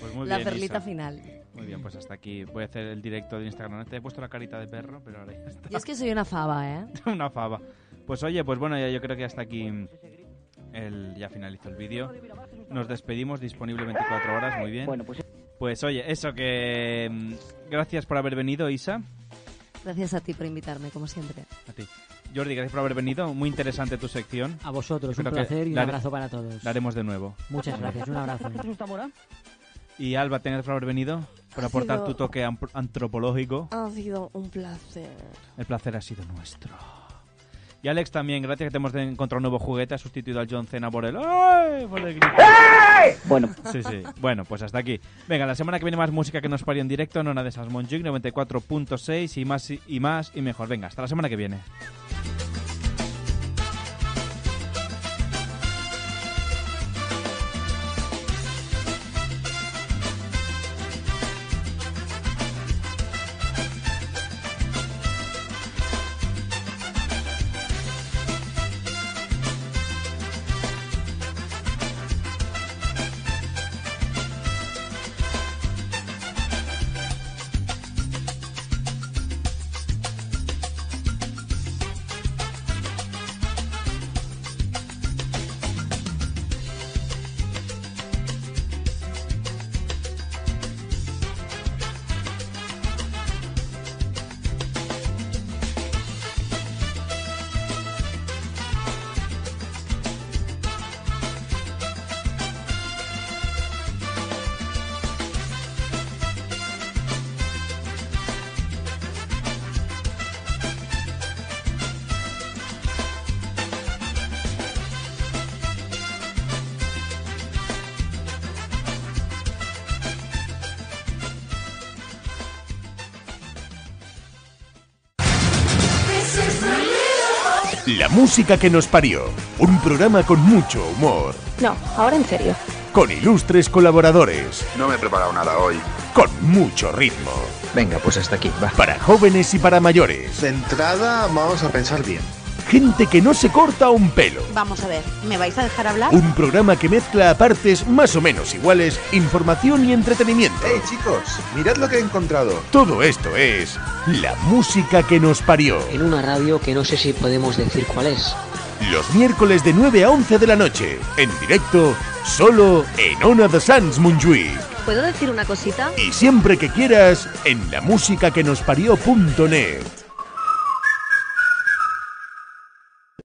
Speaker 15: Pues muy
Speaker 14: La
Speaker 15: bien,
Speaker 14: perlita
Speaker 15: Isa.
Speaker 14: final.
Speaker 15: Muy bien, pues hasta aquí. Voy a hacer el directo de Instagram. Te he puesto la carita de perro, pero ahora ya está.
Speaker 14: Yo es que soy una fava, ¿eh?
Speaker 15: una fava. Pues oye, pues bueno, ya yo creo que hasta aquí el, ya finalizo el vídeo. Nos despedimos, disponible 24 horas, muy bien. Bueno,
Speaker 20: pues...
Speaker 15: Pues oye, eso que... mm, Gracias por haber venido, Isa.
Speaker 14: Gracias a ti por invitarme, como siempre.
Speaker 15: A ti. Jordi, gracias por haber venido. Muy interesante tu sección.
Speaker 19: A vosotros, un
Speaker 15: Creo que
Speaker 19: placer y un
Speaker 15: la-
Speaker 19: abrazo para todos.
Speaker 15: La haremos de nuevo.
Speaker 19: Muchas gracias, un abrazo.
Speaker 20: ¿Jesús Zamora?
Speaker 15: Y Alba, te gracias por haber venido, por
Speaker 3: Ha
Speaker 15: aportar
Speaker 3: sido-
Speaker 15: tu toque amp- antropológico.
Speaker 3: Ha sido un placer.
Speaker 15: El placer ha sido nuestro. Y Alex también, gracias que te hemos encontrado un nuevo juguete, ha sustituido al John Cena por el... ¡Ay! Por el grito.
Speaker 20: Bueno.
Speaker 15: Sí, sí. Bueno, pues hasta aquí. Venga, la semana que viene más música que nos parió en directo, Nona de Salmonjig 94.6 y más y- y más y mejor. Venga, hasta la semana que viene.
Speaker 5: La música que nos parió. Un programa con mucho humor.
Speaker 18: No, ahora en serio.
Speaker 5: Con ilustres colaboradores.
Speaker 11: No me he preparado nada hoy.
Speaker 5: Con mucho ritmo. Venga, pues hasta aquí, va. Para jóvenes y para mayores.
Speaker 11: De entrada, vamos a pensar bien.
Speaker 5: Gente que no se corta un pelo.
Speaker 18: Vamos a ver, ¿me vais a dejar hablar?
Speaker 5: Un programa que mezcla a partes más o menos iguales información y entretenimiento. ¡Hey chicos! Mirad lo que he encontrado. Todo esto es la música que nos parió.
Speaker 19: En una radio que no sé si podemos decir cuál es.
Speaker 5: Los miércoles de 9 a 11 de la noche, en directo, solo en Ona de Sans Montjuïc.
Speaker 18: ¿Puedo decir una cosita?
Speaker 5: Y siempre que quieras, en la música que nos parió.net.